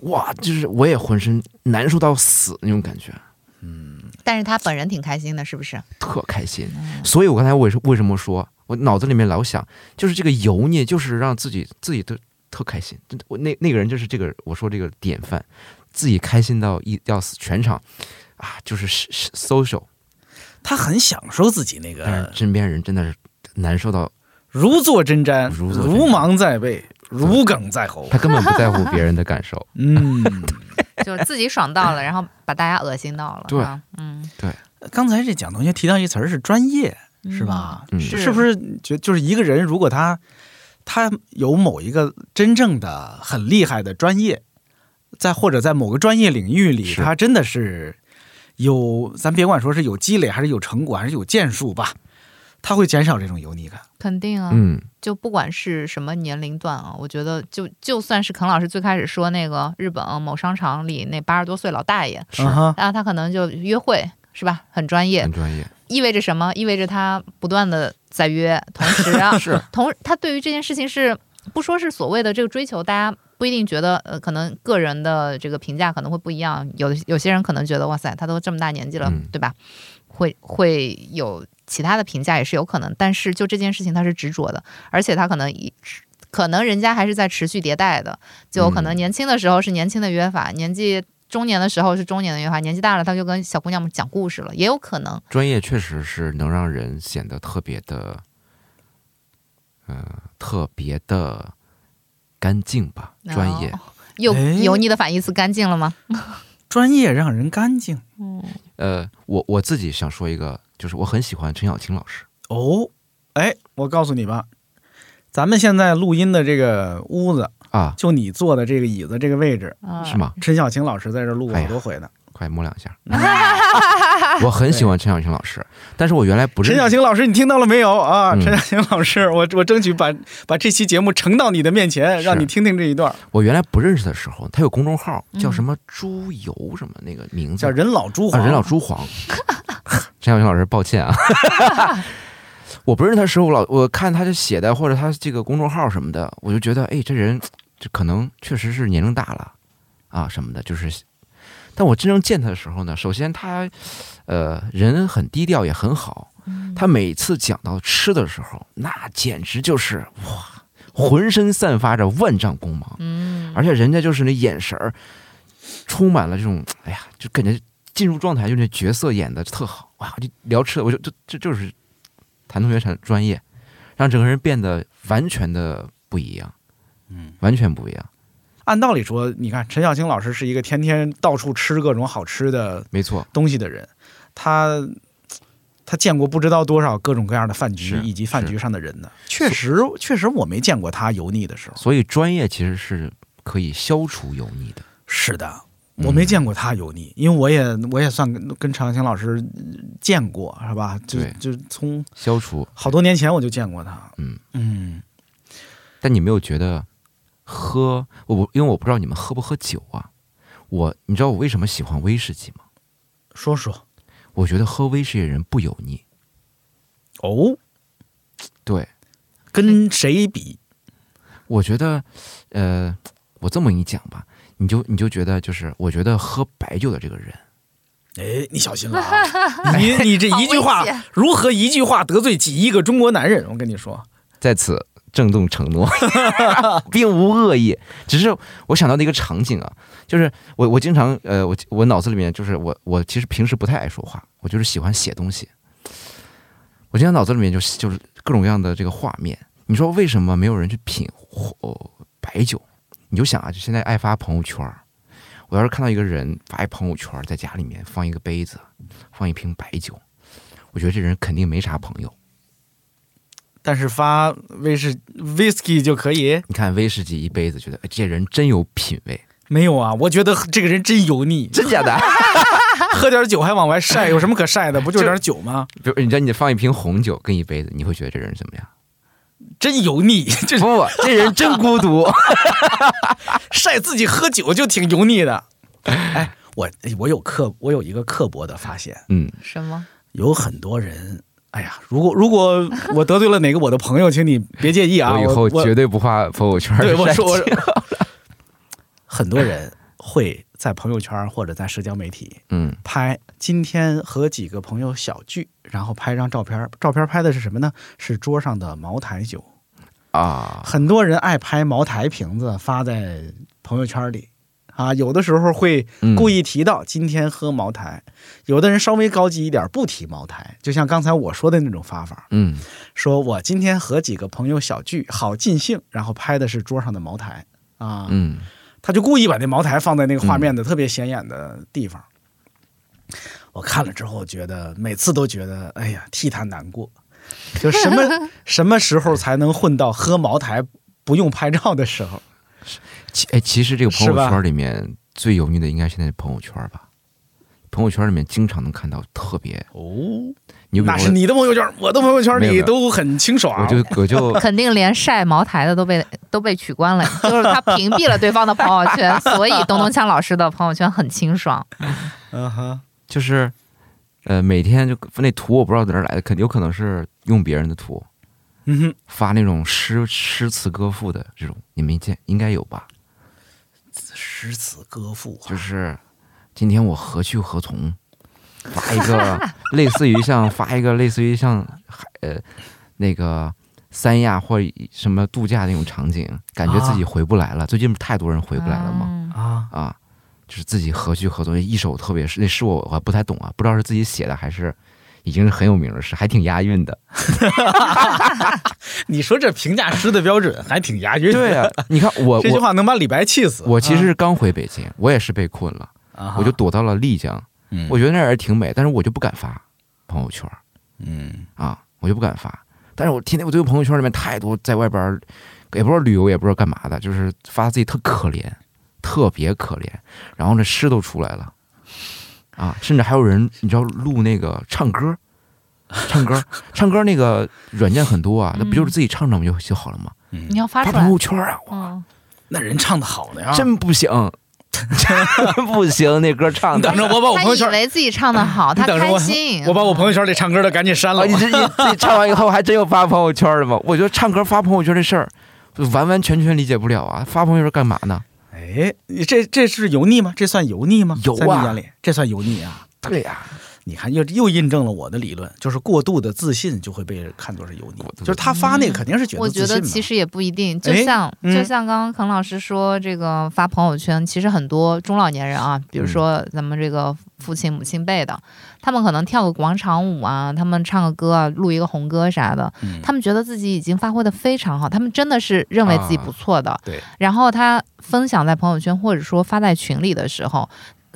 Speaker 4: 哇，就是我也浑身难受到死那种感觉，
Speaker 5: 但是他本人挺开心的，是不是？
Speaker 4: 特开心。所以我刚才为什为什么说我脑子里面老想，就是这个油腻，就是让自己自己特特开心。真的我那那个人就是这个，我说这个典范，自己开心到一要死，全场啊就是是是 social，
Speaker 3: 他很享受自己那
Speaker 4: 但是
Speaker 3: 个
Speaker 4: 身边人真的是难受到
Speaker 3: 如坐针毡，
Speaker 4: 如坐针毡
Speaker 3: 如芒在背，如鲠在喉
Speaker 4: 他。根本不在乎别人的感受。
Speaker 3: 嗯，
Speaker 5: 就是自己爽到了，然后把大家恶心到了。
Speaker 4: 对
Speaker 5: 啊，嗯，
Speaker 3: 刚才这蒋同学提到一词儿是专业，是吧？
Speaker 4: 嗯
Speaker 3: 是
Speaker 5: 是
Speaker 3: 是不是觉就是一个人如果他他有某一个真正的很厉害的专业，在或者在某个专业领域里，
Speaker 4: 是
Speaker 3: 他真的是有，咱别管说是有积累还是有成果还是有建树吧，他会减少这种油腻感。
Speaker 5: 肯定啊，
Speaker 4: 嗯，
Speaker 5: 就不管是什么年龄段啊，我觉得就就算是肯老师最开始说那个日本某商场里那八十多岁老大爷，
Speaker 4: 是
Speaker 3: 啊哈，
Speaker 5: 然后他可能就约会是吧，很专业
Speaker 4: 很，专业，
Speaker 5: 意味着什么？意味着他不断的在约，同时 啊，
Speaker 4: 是
Speaker 5: 同他对于这件事情是不说是所谓的这个追求，大家不一定觉得呃，可能个人的这个评价可能会不一样。有有些人可能觉得哇塞，他都这么大年纪了，
Speaker 4: 嗯
Speaker 5: 对吧？会会有其他的评价也是有可能，但是就这件事情他是执着的，而且他可能一直。可能人家还是在持续迭代的，就可能
Speaker 4: 嗯
Speaker 5: 年轻的时候是年轻的约法，年纪中年的时候是中年的约法，年纪大了他就跟小姑娘们讲故事了，也有可能。
Speaker 4: 专业确实是能让人显得特别的，呃，特别的干净吧，专业。
Speaker 5: 哦有
Speaker 3: 哎
Speaker 5: 油腻的反义词干净了吗？
Speaker 3: 专业让人干净
Speaker 4: 呃，我我自己想说一个，就是我很喜欢陈小青老师。
Speaker 3: 哦。哎，我告诉你吧，咱们现在录音的这个屋子，
Speaker 4: 啊，
Speaker 3: 就你坐的这个椅子这个位置，
Speaker 5: 啊，
Speaker 4: 是？吗？
Speaker 3: 陈小青老师在这录过
Speaker 4: 哎
Speaker 3: 好
Speaker 4: 呀
Speaker 3: 多回呢。
Speaker 4: 快摸两下。我很喜欢陈小青老师，但是我原来不认
Speaker 3: 陈小青老师，你听到了没有啊？
Speaker 4: 嗯
Speaker 3: 陈小青老师，我我争取把把这期节目呈到你的面前，
Speaker 4: 是
Speaker 3: 让你听听这一段，
Speaker 4: 我原来不认识的时候，他有公众号叫
Speaker 5: 嗯
Speaker 4: 什么“猪油”什么那个名字
Speaker 3: 叫，人老珠
Speaker 4: 啊，
Speaker 3: 黄。
Speaker 4: 人老珠黄。 陈小青老师，抱歉啊，我不认识他的时候，我老我看他这写的或者他这个公众号什么的，我就觉得，哎，这人这可能确实是年龄大了啊什么的，就是。但我真正见他的时候呢，首先他，呃，人很低调，也很好。
Speaker 3: 嗯
Speaker 4: 他每次讲到吃的时候，那简直就是哇，浑身散发着万丈光芒。
Speaker 5: 嗯，
Speaker 4: 而且人家就是那眼神儿，充满了这种，哎呀，就感觉进入状态，就那角色演的特好，哇！就聊吃的，我就就这就是谭同学很专业，让整个人变得完全的不一样，嗯，完全不一样，
Speaker 3: 按道理说，你看陈小青老师是一个天天到处吃各种好吃的
Speaker 4: 没错，
Speaker 3: 东西的人，他他见过不知道多少各种各样的饭局
Speaker 4: 是
Speaker 3: 以及饭局上的人呢。确实，确实我没见过他油腻的时候。
Speaker 4: 所以专业其实是可以消除油腻的，
Speaker 3: 是的，
Speaker 4: 嗯
Speaker 3: 我没见过他油腻，因为我也我也算跟跟常青老师呃见过，是吧？就
Speaker 4: 对
Speaker 3: 就从
Speaker 4: 消除。
Speaker 3: 好多年前我就见过他。
Speaker 4: 嗯
Speaker 3: 嗯，
Speaker 4: 但你没有觉得喝我不，因为我不知道你们喝不喝酒啊，我你知道我为什么喜欢威士忌吗？
Speaker 3: 说说
Speaker 4: 我觉得喝威士忌的人不油腻，
Speaker 3: 哦，
Speaker 4: 对。
Speaker 3: 跟谁比？
Speaker 4: 我觉得，呃，我这么跟你讲吧，你就你就觉得就是，我觉得喝白酒的这个人，
Speaker 3: 哎，你小心了 啊！你你这一句话
Speaker 5: 好危险
Speaker 3: 如何一句话得罪几亿个中国男人？我跟你说，
Speaker 4: 在此郑重承诺，并无恶意，只是我想到的一个场景啊，就是我我经常呃，我我脑子里面就是我我其实平时不太爱说话，我就是喜欢写东西，我经常脑子里面就是就是各种各样的这个画面，你说为什么没有人去品哦白酒？你就想啊，就现在爱发朋友圈儿，我要是看到一个人发一朋友圈儿，在家里面放一个杯子，放一瓶白酒，我觉得这人肯定没啥朋友。
Speaker 3: 但是发威士 whisky 就可以？
Speaker 4: 你看威士忌一杯子，觉得哎这人真有品味，
Speaker 3: 没有啊，我觉得这个人 真油 腻，
Speaker 4: 真假的？
Speaker 3: 喝点酒还往外晒，有什么可晒的？不就是点酒吗？
Speaker 4: 比如你知道你放一瓶红酒跟一杯子，你会觉得这人怎么样？
Speaker 3: 真油腻， 这
Speaker 4: 不不，这人真孤独。
Speaker 3: 晒自己喝酒就挺油腻的。哎，我我有刻我有一个刻薄的发现，
Speaker 4: 嗯，
Speaker 5: 什么？
Speaker 3: 有很多人，哎呀，如果如果我得罪了哪个我的朋友，请你别介意啊，
Speaker 4: 我以
Speaker 3: 我
Speaker 4: 后
Speaker 3: 我
Speaker 4: 绝对不发朋友圈。
Speaker 3: 对我
Speaker 4: 晒
Speaker 3: 说我
Speaker 4: 酒
Speaker 3: 很多人会在朋友圈或者在社交媒体
Speaker 4: 嗯
Speaker 3: 拍今天和几个朋友小聚，然后拍张照片，照片拍的是什么呢？是桌上的茅台酒。
Speaker 4: 啊，
Speaker 3: 很多人爱拍茅台瓶子发在朋友圈里啊，有的时候会
Speaker 4: 嗯
Speaker 3: 故意提到今天喝茅台，有的人稍微高级一点不提茅台，就像刚才我说的那种发法，
Speaker 4: 嗯，
Speaker 3: 说我今天和几个朋友小聚，好尽兴，然后拍的是桌上的茅台啊，
Speaker 4: 嗯，
Speaker 3: 他就故意把那茅台放在那个画面的特别显眼的地方。
Speaker 4: 嗯
Speaker 3: 我看了之后，觉得每次都觉得，哎呀，替他难过。就什 么什么时候才能混到喝茅台不用拍照的时候？
Speaker 4: 其哎，其实这个朋友
Speaker 3: 是吧
Speaker 4: 圈里面最油腻的应该现在是朋友圈吧？朋友圈里面经常能看到特别
Speaker 3: 哦，
Speaker 4: 你比如
Speaker 3: 那
Speaker 4: 我
Speaker 3: 是你的朋友圈，我的朋友圈
Speaker 4: 没
Speaker 3: 里
Speaker 4: 有
Speaker 3: 都很清爽。
Speaker 4: 我就我就
Speaker 5: 肯定连晒茅台的都被都被取关了， 就是他屏蔽了对方的朋友 圈，所以东东锵老师的朋友圈很清爽。
Speaker 3: 嗯哼，
Speaker 4: 就是，呃，每天就那图我不知道在哪儿来的，肯有可能是用别人的图
Speaker 3: 嗯哼，
Speaker 4: 发那种诗诗词歌赋的这种，你没见应该有吧？
Speaker 3: 诗词歌赋啊，
Speaker 4: 就是今天我何去何从，发一个 类似于像发一个类似于像海呃那个三亚或什么度假那种场景，感觉自己回不来了。最近不是太多人回不来了吗？
Speaker 3: 啊，
Speaker 4: 啊，就是自己何去何从，一首特别是那诗我我还不太懂啊，不知道是自己写的还是已已经是很有名的诗，还挺押韵的。
Speaker 3: 你说这评价诗的标准还挺押韵。
Speaker 4: 对呀、啊你看我
Speaker 3: 这句
Speaker 4: 我
Speaker 3: 话能把李白气死。
Speaker 4: 我其实是刚回北京，我也是被困了，
Speaker 3: 啊哈
Speaker 4: 我就躲到了丽江。
Speaker 3: 嗯
Speaker 4: 我觉得那儿挺美，但是我就不敢发朋友圈儿
Speaker 3: 嗯
Speaker 4: 啊，我就不敢发。但是我天天我对朋友圈里面太多在外边儿，也不知道旅游，也不知道干嘛的，就是发自己特可怜，特别可怜。然后那诗都出来了，啊，甚至还有人你知道录那个唱歌，唱歌，唱歌那个软件很多啊，那不
Speaker 3: 嗯
Speaker 4: 就是自己唱唱不就就好了吗？
Speaker 5: 你要发
Speaker 4: 发
Speaker 5: 出
Speaker 4: 朋
Speaker 5: 来
Speaker 4: 友，圈啊，
Speaker 5: 嗯，
Speaker 3: 那人唱的好啊的呀，
Speaker 4: 真不行， 真不行，那歌唱
Speaker 3: 你
Speaker 4: 的
Speaker 3: 等。着哦我把我朋
Speaker 5: 他
Speaker 3: 友
Speaker 5: 以
Speaker 3: 圈，
Speaker 5: 为自己唱的好，
Speaker 3: 你
Speaker 5: 他
Speaker 3: 等着
Speaker 5: 开
Speaker 3: 我
Speaker 5: 心，，
Speaker 3: 我把我朋友圈里唱歌的赶紧删
Speaker 4: 啊！
Speaker 3: 了
Speaker 4: 你
Speaker 3: 吧。
Speaker 4: 这 你自己唱完以后还真有发朋友圈的吗？我觉得唱歌发朋友圈这事儿，就完完全全理解不了啊！发朋友圈干嘛呢？
Speaker 3: 哎，你这这是油腻吗？这算油腻吗？
Speaker 4: 油啊
Speaker 3: 在你眼里这算油腻啊？
Speaker 4: 对呀、
Speaker 3: 你看，又又印证了我的理论，就是过度的自信就会被看作是油腻
Speaker 4: 过度，的
Speaker 3: 就是他发那个肯定是觉
Speaker 5: 嗯我
Speaker 3: 得
Speaker 5: 觉
Speaker 3: 自
Speaker 5: 得
Speaker 3: 信
Speaker 5: 其
Speaker 3: 嘛。
Speaker 5: 实也不一定，就
Speaker 3: 哎
Speaker 5: 像、
Speaker 3: 嗯
Speaker 5: 就像刚刚耿老师说，这个发朋友圈，其实很多中老年人
Speaker 3: 嗯
Speaker 5: 啊，比如说咱们这个父亲母亲辈的，他们可能跳个广场舞啊，他们唱个歌啊，录一个红歌啥的，
Speaker 3: 嗯啊
Speaker 5: 他们觉得自己已经发挥的非常好，他们真的是认为自己不错的。
Speaker 3: 对，
Speaker 5: 然后他分享在朋友圈或者说发在群里的时候。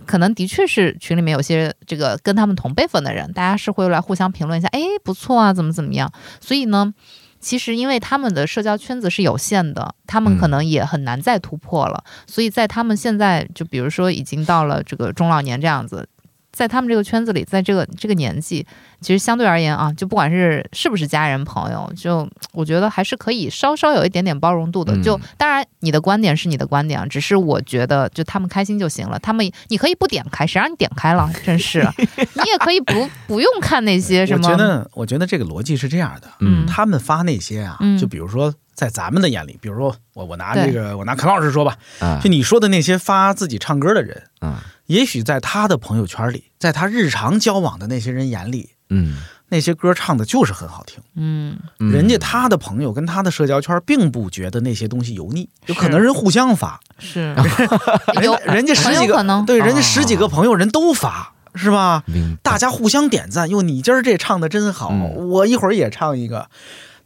Speaker 5: 可能的确是群里面有些这个跟他们同辈分的人，大家是会来互相评论一下，哎，不错啊，怎么怎么样。所以呢，其实因为他们的社交圈子是有限的，他们可能
Speaker 3: 嗯
Speaker 5: 也很难再突破了。所以在他们现在就比如说已经到了这个中老年这样子，在他们这个圈子里，在这个这个年纪，其实相对而言啊，就不管是是不是家人朋友，就我觉得还是可以稍稍有一点点包容度的。
Speaker 4: 嗯
Speaker 5: 就当然你的观点是你的观点啊，只是我觉得就他们开心就行了。他们你可以不点开，谁让你点开了？真是，啊你也可以不不用看那些什
Speaker 3: 我
Speaker 5: 么。
Speaker 3: 觉得，我觉得这个逻辑是这样的，
Speaker 5: 嗯
Speaker 3: 他们发那些啊
Speaker 5: 嗯，
Speaker 3: 就比如说在咱们的眼里，比如说我我拿这
Speaker 5: 对
Speaker 3: 个我拿肯老师说吧，嗯
Speaker 4: 啊
Speaker 3: 就，你说的那些发自己唱歌的人，
Speaker 4: 嗯
Speaker 3: 也许在他的朋友圈里，在他日常交往的那些人眼里，
Speaker 4: 嗯，
Speaker 3: 那些歌唱的就是很好听。
Speaker 5: 嗯，
Speaker 4: 嗯
Speaker 3: 人家他的朋友跟他的社交圈并不觉得那些东西油腻，有可能人互相发，
Speaker 5: 是
Speaker 3: 人
Speaker 5: 有
Speaker 3: 家人家十
Speaker 5: 很
Speaker 3: 几
Speaker 5: 有可
Speaker 3: 个
Speaker 5: 能
Speaker 3: 对，人家十几个朋友人都发，是吧？
Speaker 4: 嗯明白
Speaker 3: 大家互相点赞，哟，你今儿这唱的真好，
Speaker 4: 嗯
Speaker 3: 我一会儿也唱一个。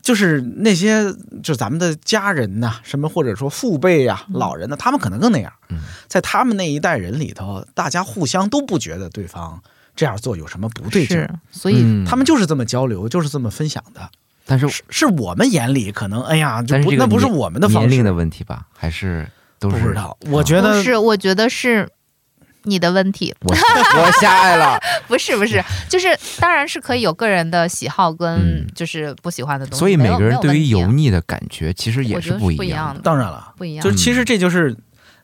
Speaker 3: 就是那些，就咱们的家人呐、什么或者说父辈呀、老人呢、他们可能更那样。
Speaker 4: 嗯
Speaker 3: 在他们那一代人里头，大家互相都不觉得对方这样做有什么不对劲
Speaker 5: 是
Speaker 3: 儿，，
Speaker 5: 所以
Speaker 4: 嗯
Speaker 3: 他们就是这么交流，就是这么分享的。
Speaker 4: 但是
Speaker 3: 是是我们眼里可能，哎呀，就
Speaker 4: 但是
Speaker 3: 不
Speaker 4: 这个
Speaker 3: 那不是
Speaker 4: 年
Speaker 3: 我们的方
Speaker 4: 年龄
Speaker 3: 式，
Speaker 4: 的问题吧，还是都
Speaker 3: 不
Speaker 4: 是哦
Speaker 3: 知道。我觉
Speaker 5: 不
Speaker 3: 得
Speaker 5: 是，我觉得是你的问题，
Speaker 4: 我我 狭隘了，
Speaker 5: 不是不是，就是当然是可以有个人的喜好跟
Speaker 4: 嗯
Speaker 5: 就是不喜欢的东西，
Speaker 4: 所以
Speaker 5: 没
Speaker 4: 每
Speaker 5: 有
Speaker 4: 个人对
Speaker 3: 啊
Speaker 4: 于
Speaker 5: 没有
Speaker 4: 油
Speaker 5: 问题啊
Speaker 4: 腻的感觉其实也
Speaker 5: 我觉得
Speaker 4: 不
Speaker 5: 是不一
Speaker 4: 样的。
Speaker 5: 的，
Speaker 3: 当然了，
Speaker 5: 不一样
Speaker 3: 就
Speaker 5: 的。
Speaker 3: 是其实这就是，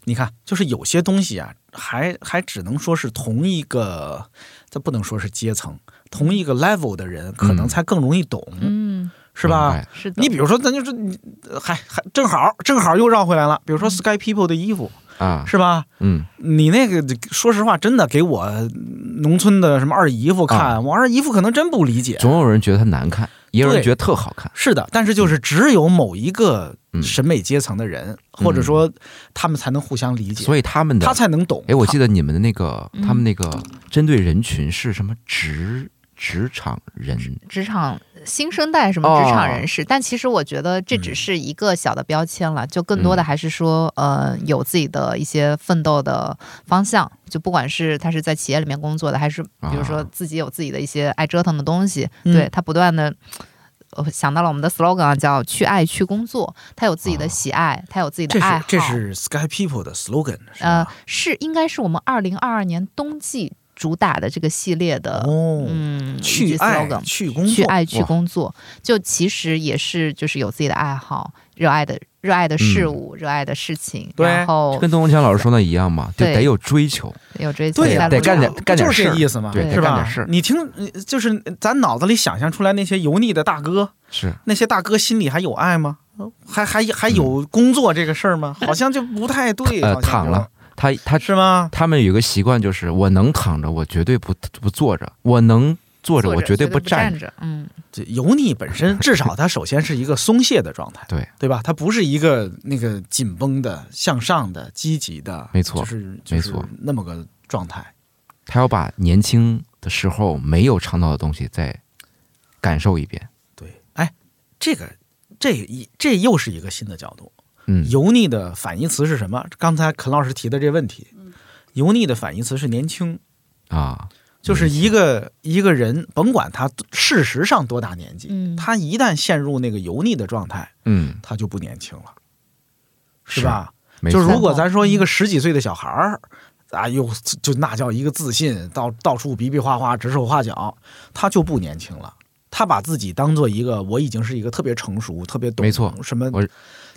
Speaker 3: 你看，就是有些东西啊，还还只能说是同一个，这不能说是阶层，同一个 level 的人可能才更容易懂，
Speaker 5: 嗯，
Speaker 3: 是吧
Speaker 4: 明？白？
Speaker 5: 是的。
Speaker 3: 你比如说，咱就是你，呃还还正好正好又绕回来了。比如
Speaker 5: 嗯
Speaker 3: 说 Sky People 的衣服
Speaker 4: 啊，
Speaker 3: 是吧？
Speaker 4: 嗯，
Speaker 3: 你那个说实话，真的给我农村的什么二姨夫看，
Speaker 4: 啊
Speaker 3: 我二姨夫可能真不理解。
Speaker 4: 总有人觉得它难看，也有人
Speaker 3: 对
Speaker 4: 觉得特好看。
Speaker 3: 是的，但是就是只有某一个
Speaker 4: 嗯
Speaker 3: 审美阶层的人，或者说他们才能互相理解，
Speaker 4: 所以他们的
Speaker 3: 他才能懂。
Speaker 4: 哎，我
Speaker 3: 他
Speaker 4: 记得你们的那个，
Speaker 3: 嗯
Speaker 4: 他们那个针对人群是什么职职场人？
Speaker 5: 职场新生代什么
Speaker 4: 哦
Speaker 5: 职场人士，但其实我觉得这只是一个小的标签
Speaker 3: 嗯
Speaker 5: 了，就更多的还是说，呃，有自己的一些奋斗的方向，就不管是他是在企业里面工作的，还是比如说
Speaker 4: 啊
Speaker 5: 自己有自己的一些爱折腾的东西，
Speaker 3: 嗯
Speaker 5: 对他不断的。呃想到了我们的 slogan 啊叫“去爱去工作”，他有自己的
Speaker 4: 哦
Speaker 5: 喜爱，他有自己的
Speaker 3: 啊这
Speaker 5: 爱
Speaker 3: 是
Speaker 5: 好。
Speaker 3: 这是 Sky People 的 slogan，是
Speaker 5: 呃
Speaker 3: 吧？，
Speaker 5: 是应该是我们二零二二年冬季主打的这个系列的，
Speaker 3: 哦，
Speaker 5: 嗯，一
Speaker 3: 去
Speaker 5: 句
Speaker 3: 爱
Speaker 5: slogan，
Speaker 3: 去工
Speaker 5: 去
Speaker 3: 作，
Speaker 5: 爱去
Speaker 4: 哇
Speaker 5: 工作，就其实也是就是有自己的爱好，热爱的热爱的事物，热爱的事情，
Speaker 3: 对
Speaker 5: 然后
Speaker 4: 跟东强老师说的一样嘛，就
Speaker 5: 对
Speaker 4: 得有追求。
Speaker 5: 有追求，
Speaker 3: 对呀、
Speaker 5: 在
Speaker 4: 得
Speaker 5: 路
Speaker 4: 干
Speaker 5: 上
Speaker 4: 点
Speaker 3: 不
Speaker 4: 干点
Speaker 3: 就是
Speaker 4: 事
Speaker 3: 这
Speaker 4: 儿
Speaker 3: 意思嘛，
Speaker 4: 对
Speaker 5: 得
Speaker 3: 是吧？
Speaker 4: 干点事儿
Speaker 3: 你听，呃就是咱脑子里想象出来那些油腻的大哥，
Speaker 4: 是，
Speaker 3: 那些大哥心里还有爱吗？还还还有工作这个事儿吗？好像就不太对，
Speaker 4: 嗯呃
Speaker 3: 好像
Speaker 4: 躺了他他
Speaker 3: 是吗？
Speaker 4: 他们有个习惯，就是我能躺着，我绝对不不坐着；我能坐着，我绝对
Speaker 5: 不
Speaker 4: 不站着。
Speaker 5: 着，嗯，
Speaker 3: 这油腻本身，至少它首先是一个松懈的状态，
Speaker 4: 对
Speaker 3: 对吧？它不是一个那个紧绷的、向上的、积极的，
Speaker 4: 没错
Speaker 3: 就是就是
Speaker 4: 没错
Speaker 3: 那么个状态。
Speaker 4: 他要把年轻的时候没有唱到的东西再感受一遍。
Speaker 3: 对，哎，这个这一这又是一个新的角度。
Speaker 4: 嗯，
Speaker 3: 油腻的反义词是什么？刚才肯老师提的这问题，油腻的反义词是年轻，
Speaker 4: 啊，
Speaker 3: 就是一个一个人，甭管他事实上多大年纪，
Speaker 5: 嗯
Speaker 3: 他一旦陷入那个油腻的状态，
Speaker 4: 嗯，
Speaker 3: 他就不年轻了，
Speaker 4: 是
Speaker 3: 是吧？
Speaker 4: 没
Speaker 3: 就
Speaker 4: 错
Speaker 3: 如果咱说一个十几岁的小孩儿，啊，又就那叫一个自信，到到处比比划划、指手画脚，他就不年轻了。他把自己当做一个，我已经是一个特别成熟、特别懂
Speaker 4: 没错
Speaker 3: 什么
Speaker 4: 我，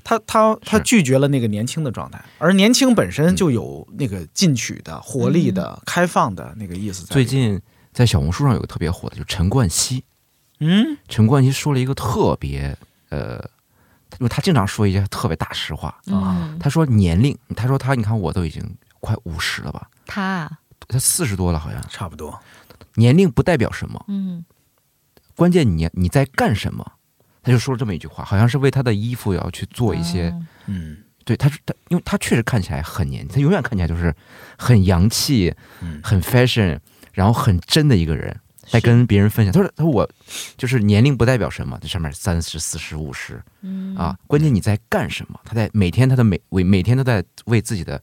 Speaker 3: 他他他
Speaker 4: 是
Speaker 3: 拒绝了那个年轻的状态，而年轻本身就有
Speaker 4: 嗯
Speaker 3: 那个进取的、活力的、开放的那个意思在里
Speaker 4: 最
Speaker 3: 面。
Speaker 4: 近在小红书上有个特别火的，就陈冠希。
Speaker 3: 嗯，
Speaker 4: 陈冠希说了一个特别呃，因为他经常说一些特别大实话。
Speaker 3: 啊
Speaker 5: 嗯
Speaker 4: 他说年龄，他说他你看我都已经快五十了吧，
Speaker 5: 他啊，
Speaker 4: 他四十多了好像。
Speaker 3: 差不多。
Speaker 4: 年龄不代表什么，
Speaker 5: 嗯，
Speaker 4: 关键你你在干什么。他就说了这么一句话，好像是为他的衣服也要去做一些。
Speaker 5: 哦
Speaker 3: 嗯
Speaker 4: 对他是，他因为他确实看起来很年轻，他永远看起来就是很洋气、
Speaker 3: 嗯
Speaker 4: 很 fashion，然后很真的一个人，在跟别人分享。他说：“他说我就是年龄不代表什么，这上面三十、四十、五十
Speaker 5: 嗯
Speaker 4: 啊，关键你在干什么？他在每天他的每为每天都在为自己的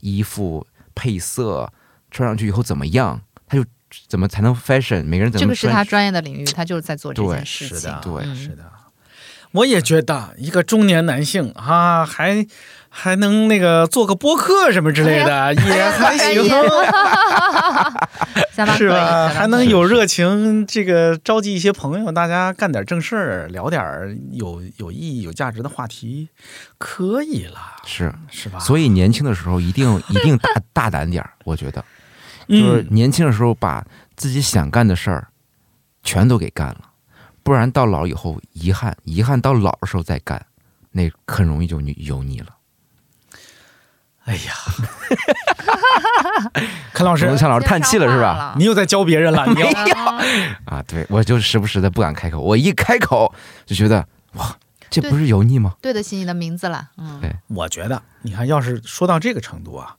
Speaker 4: 衣服配色穿上去以后怎么样，他就怎么才能 fashion？每个人怎么
Speaker 5: 这个是
Speaker 4: 穿
Speaker 5: 他专业的领域，他就是在做这
Speaker 4: 对
Speaker 5: 件事
Speaker 3: 是
Speaker 5: 情
Speaker 3: 的，。
Speaker 4: 对
Speaker 3: 是的。我也觉得一个中年男性啊，还还能那个做个播客什么之类的，也还行，
Speaker 5: 下 班
Speaker 3: 是吧？还能
Speaker 5: 有。
Speaker 3: 有热情，这个召集一些朋友，大家干点正事儿，聊点儿有有意义、有价值的话题，可以了，
Speaker 4: 是。
Speaker 3: 是吧？
Speaker 4: 所以年轻的时候一定一定大大胆点儿，我觉得。
Speaker 3: 以
Speaker 4: 就是年轻的时候把自己想干的事儿全都给干了，不然到老以后遗憾，遗憾到老的时候再干，那很容易就腻油腻了。
Speaker 3: 哎呀， 看老师
Speaker 4: 陈，强老师叹气了是吧？
Speaker 5: 吧
Speaker 3: 你又在教别人了，你要
Speaker 4: 啊，对我就时不时的不敢开口，我一开口就觉得哇，这不是油腻吗？
Speaker 5: 对得起你的名字了，嗯，
Speaker 4: 对
Speaker 3: 我觉得，你看，要是说到这个程度啊，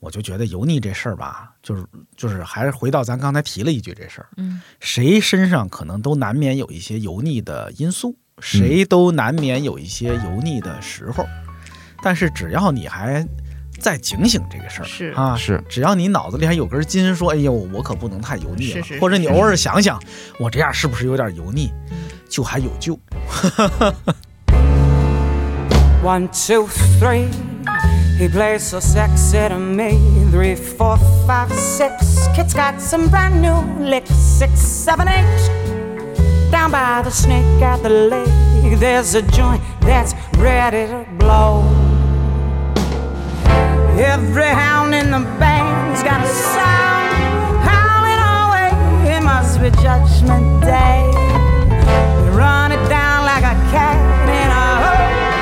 Speaker 3: 我就觉得油腻这事儿吧，就是就是还是回到咱刚才提了一句这事儿，
Speaker 5: 嗯，
Speaker 3: 谁身上可能都难免有一些油腻的因素，谁都难免有一些油腻的时候，但是只要你还在警醒这个事儿，
Speaker 5: 是
Speaker 3: 啊，
Speaker 4: 是
Speaker 3: 只要你脑子里还有根筋，说，哎呦，我可不能太油腻了，
Speaker 5: 是是
Speaker 3: 或者你偶尔想想，我这样是不是有点油腻，就还有救。
Speaker 7: One, two, three. He plays so sexy to me. Three, four, five, six. Kid's got some brand new licks. Six, seven, eight. Down by the snake at the lake, there's a joint that's ready to blow. Every hound in the band's got a sound howling away. It must be Judgment Day. They run it down like a cat in a hurry.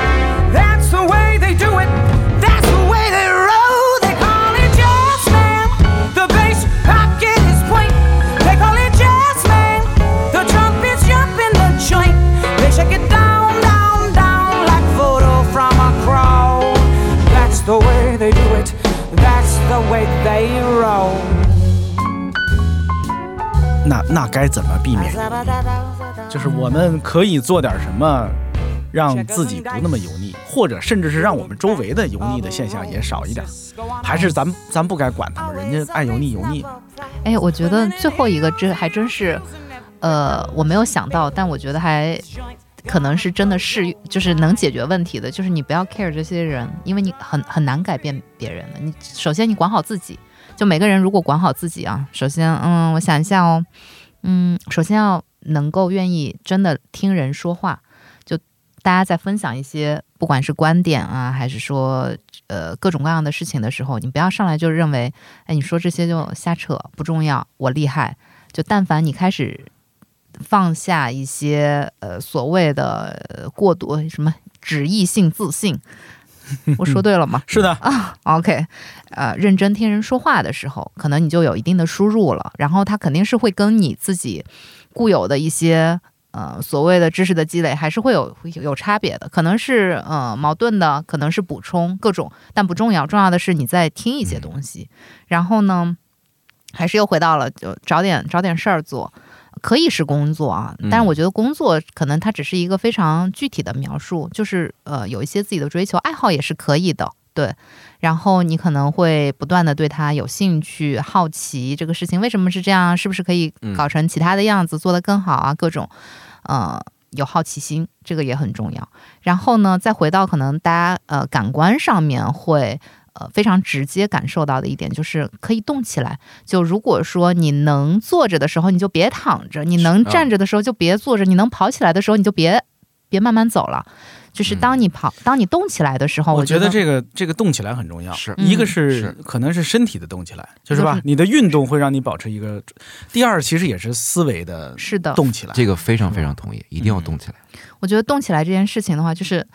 Speaker 7: That's the way they do it. That's the way they roll. They call it jazz, man. The bass pocket is point. They call it jazz, man. The trumpets jump in the joint. They shake it down, down, down like photo from a crowd. That's the way they do it. That's the way they roll.
Speaker 3: 那那该怎么
Speaker 5: 哎
Speaker 3: 避免油腻？就是我们可以做点什么，让自己不那么油腻，或者甚至是让我 们周围的油腻的现象也少一点。还是咱咱不该管他们，人家爱油腻油腻。
Speaker 5: 哎，我觉得最后一个这还真是，呃，我没有想到，但我觉得还可能是真的是就是能解决问题的，就是你不要 care 这些人，因为你很很难改变别人的。你首先你管好自己，就每个人如果管好自己啊，首先嗯，我想一下哦，嗯，首先要能够愿意真的听人说话，就大家在分享一些不管是观点啊，还是说呃各种各样的事情的时候，你不要上来就认为哎，你说这些就瞎扯，不重要，我厉害。就但凡你开始放下一些呃所谓的呃过度什么旨意性自信，我说对了吗？
Speaker 3: 是的，
Speaker 5: OK，呃，认真听人说话的时候，可能你就有一定的输入了，然后它肯定是会跟你自己固有的一些呃所谓的知识的积累，还是会有会有有差别的，可能是呃矛盾的，可能是补充各种，但不重要，重要的是你在听一些东西，然后呢，还是又回到了就找点找点事儿做，可以是工作啊，但是我觉得工作可能它只是一个非常具体的描述，就是呃有一些自己的追求，爱好也是可以的，对。然后你可能会不断的对它有兴趣、好奇，这个事情为什么是这样，是不是可以
Speaker 4: 嗯
Speaker 5: 搞成其他的样子，做得更好啊，各种，呃。有好奇心，这个也很重要。然后呢，再回到可能大家呃感官上面会呃非常直接感受到的一点，就是可以动起来。就如果说你能坐着的时候，你就别躺
Speaker 3: 啊
Speaker 5: 着；你能站着的时候就别坐着；你能跑起来的时候，你就别别慢慢走了。就是当你跑，当你动起来的时候，
Speaker 3: 我
Speaker 5: 觉
Speaker 3: 觉
Speaker 5: 得
Speaker 3: 得这个这个动起来很重要，
Speaker 4: 是
Speaker 3: 一个
Speaker 5: 嗯
Speaker 3: 是
Speaker 4: 是
Speaker 3: 可能是身体的动起来，就是吧
Speaker 5: 就是，
Speaker 3: 你的运动会让你保持一个；第二，其实也是思维的
Speaker 5: 是的，
Speaker 3: 动起来。
Speaker 4: 这个非常非常同意，一定要动起来。
Speaker 5: 我觉得动起来这件事情的话，就是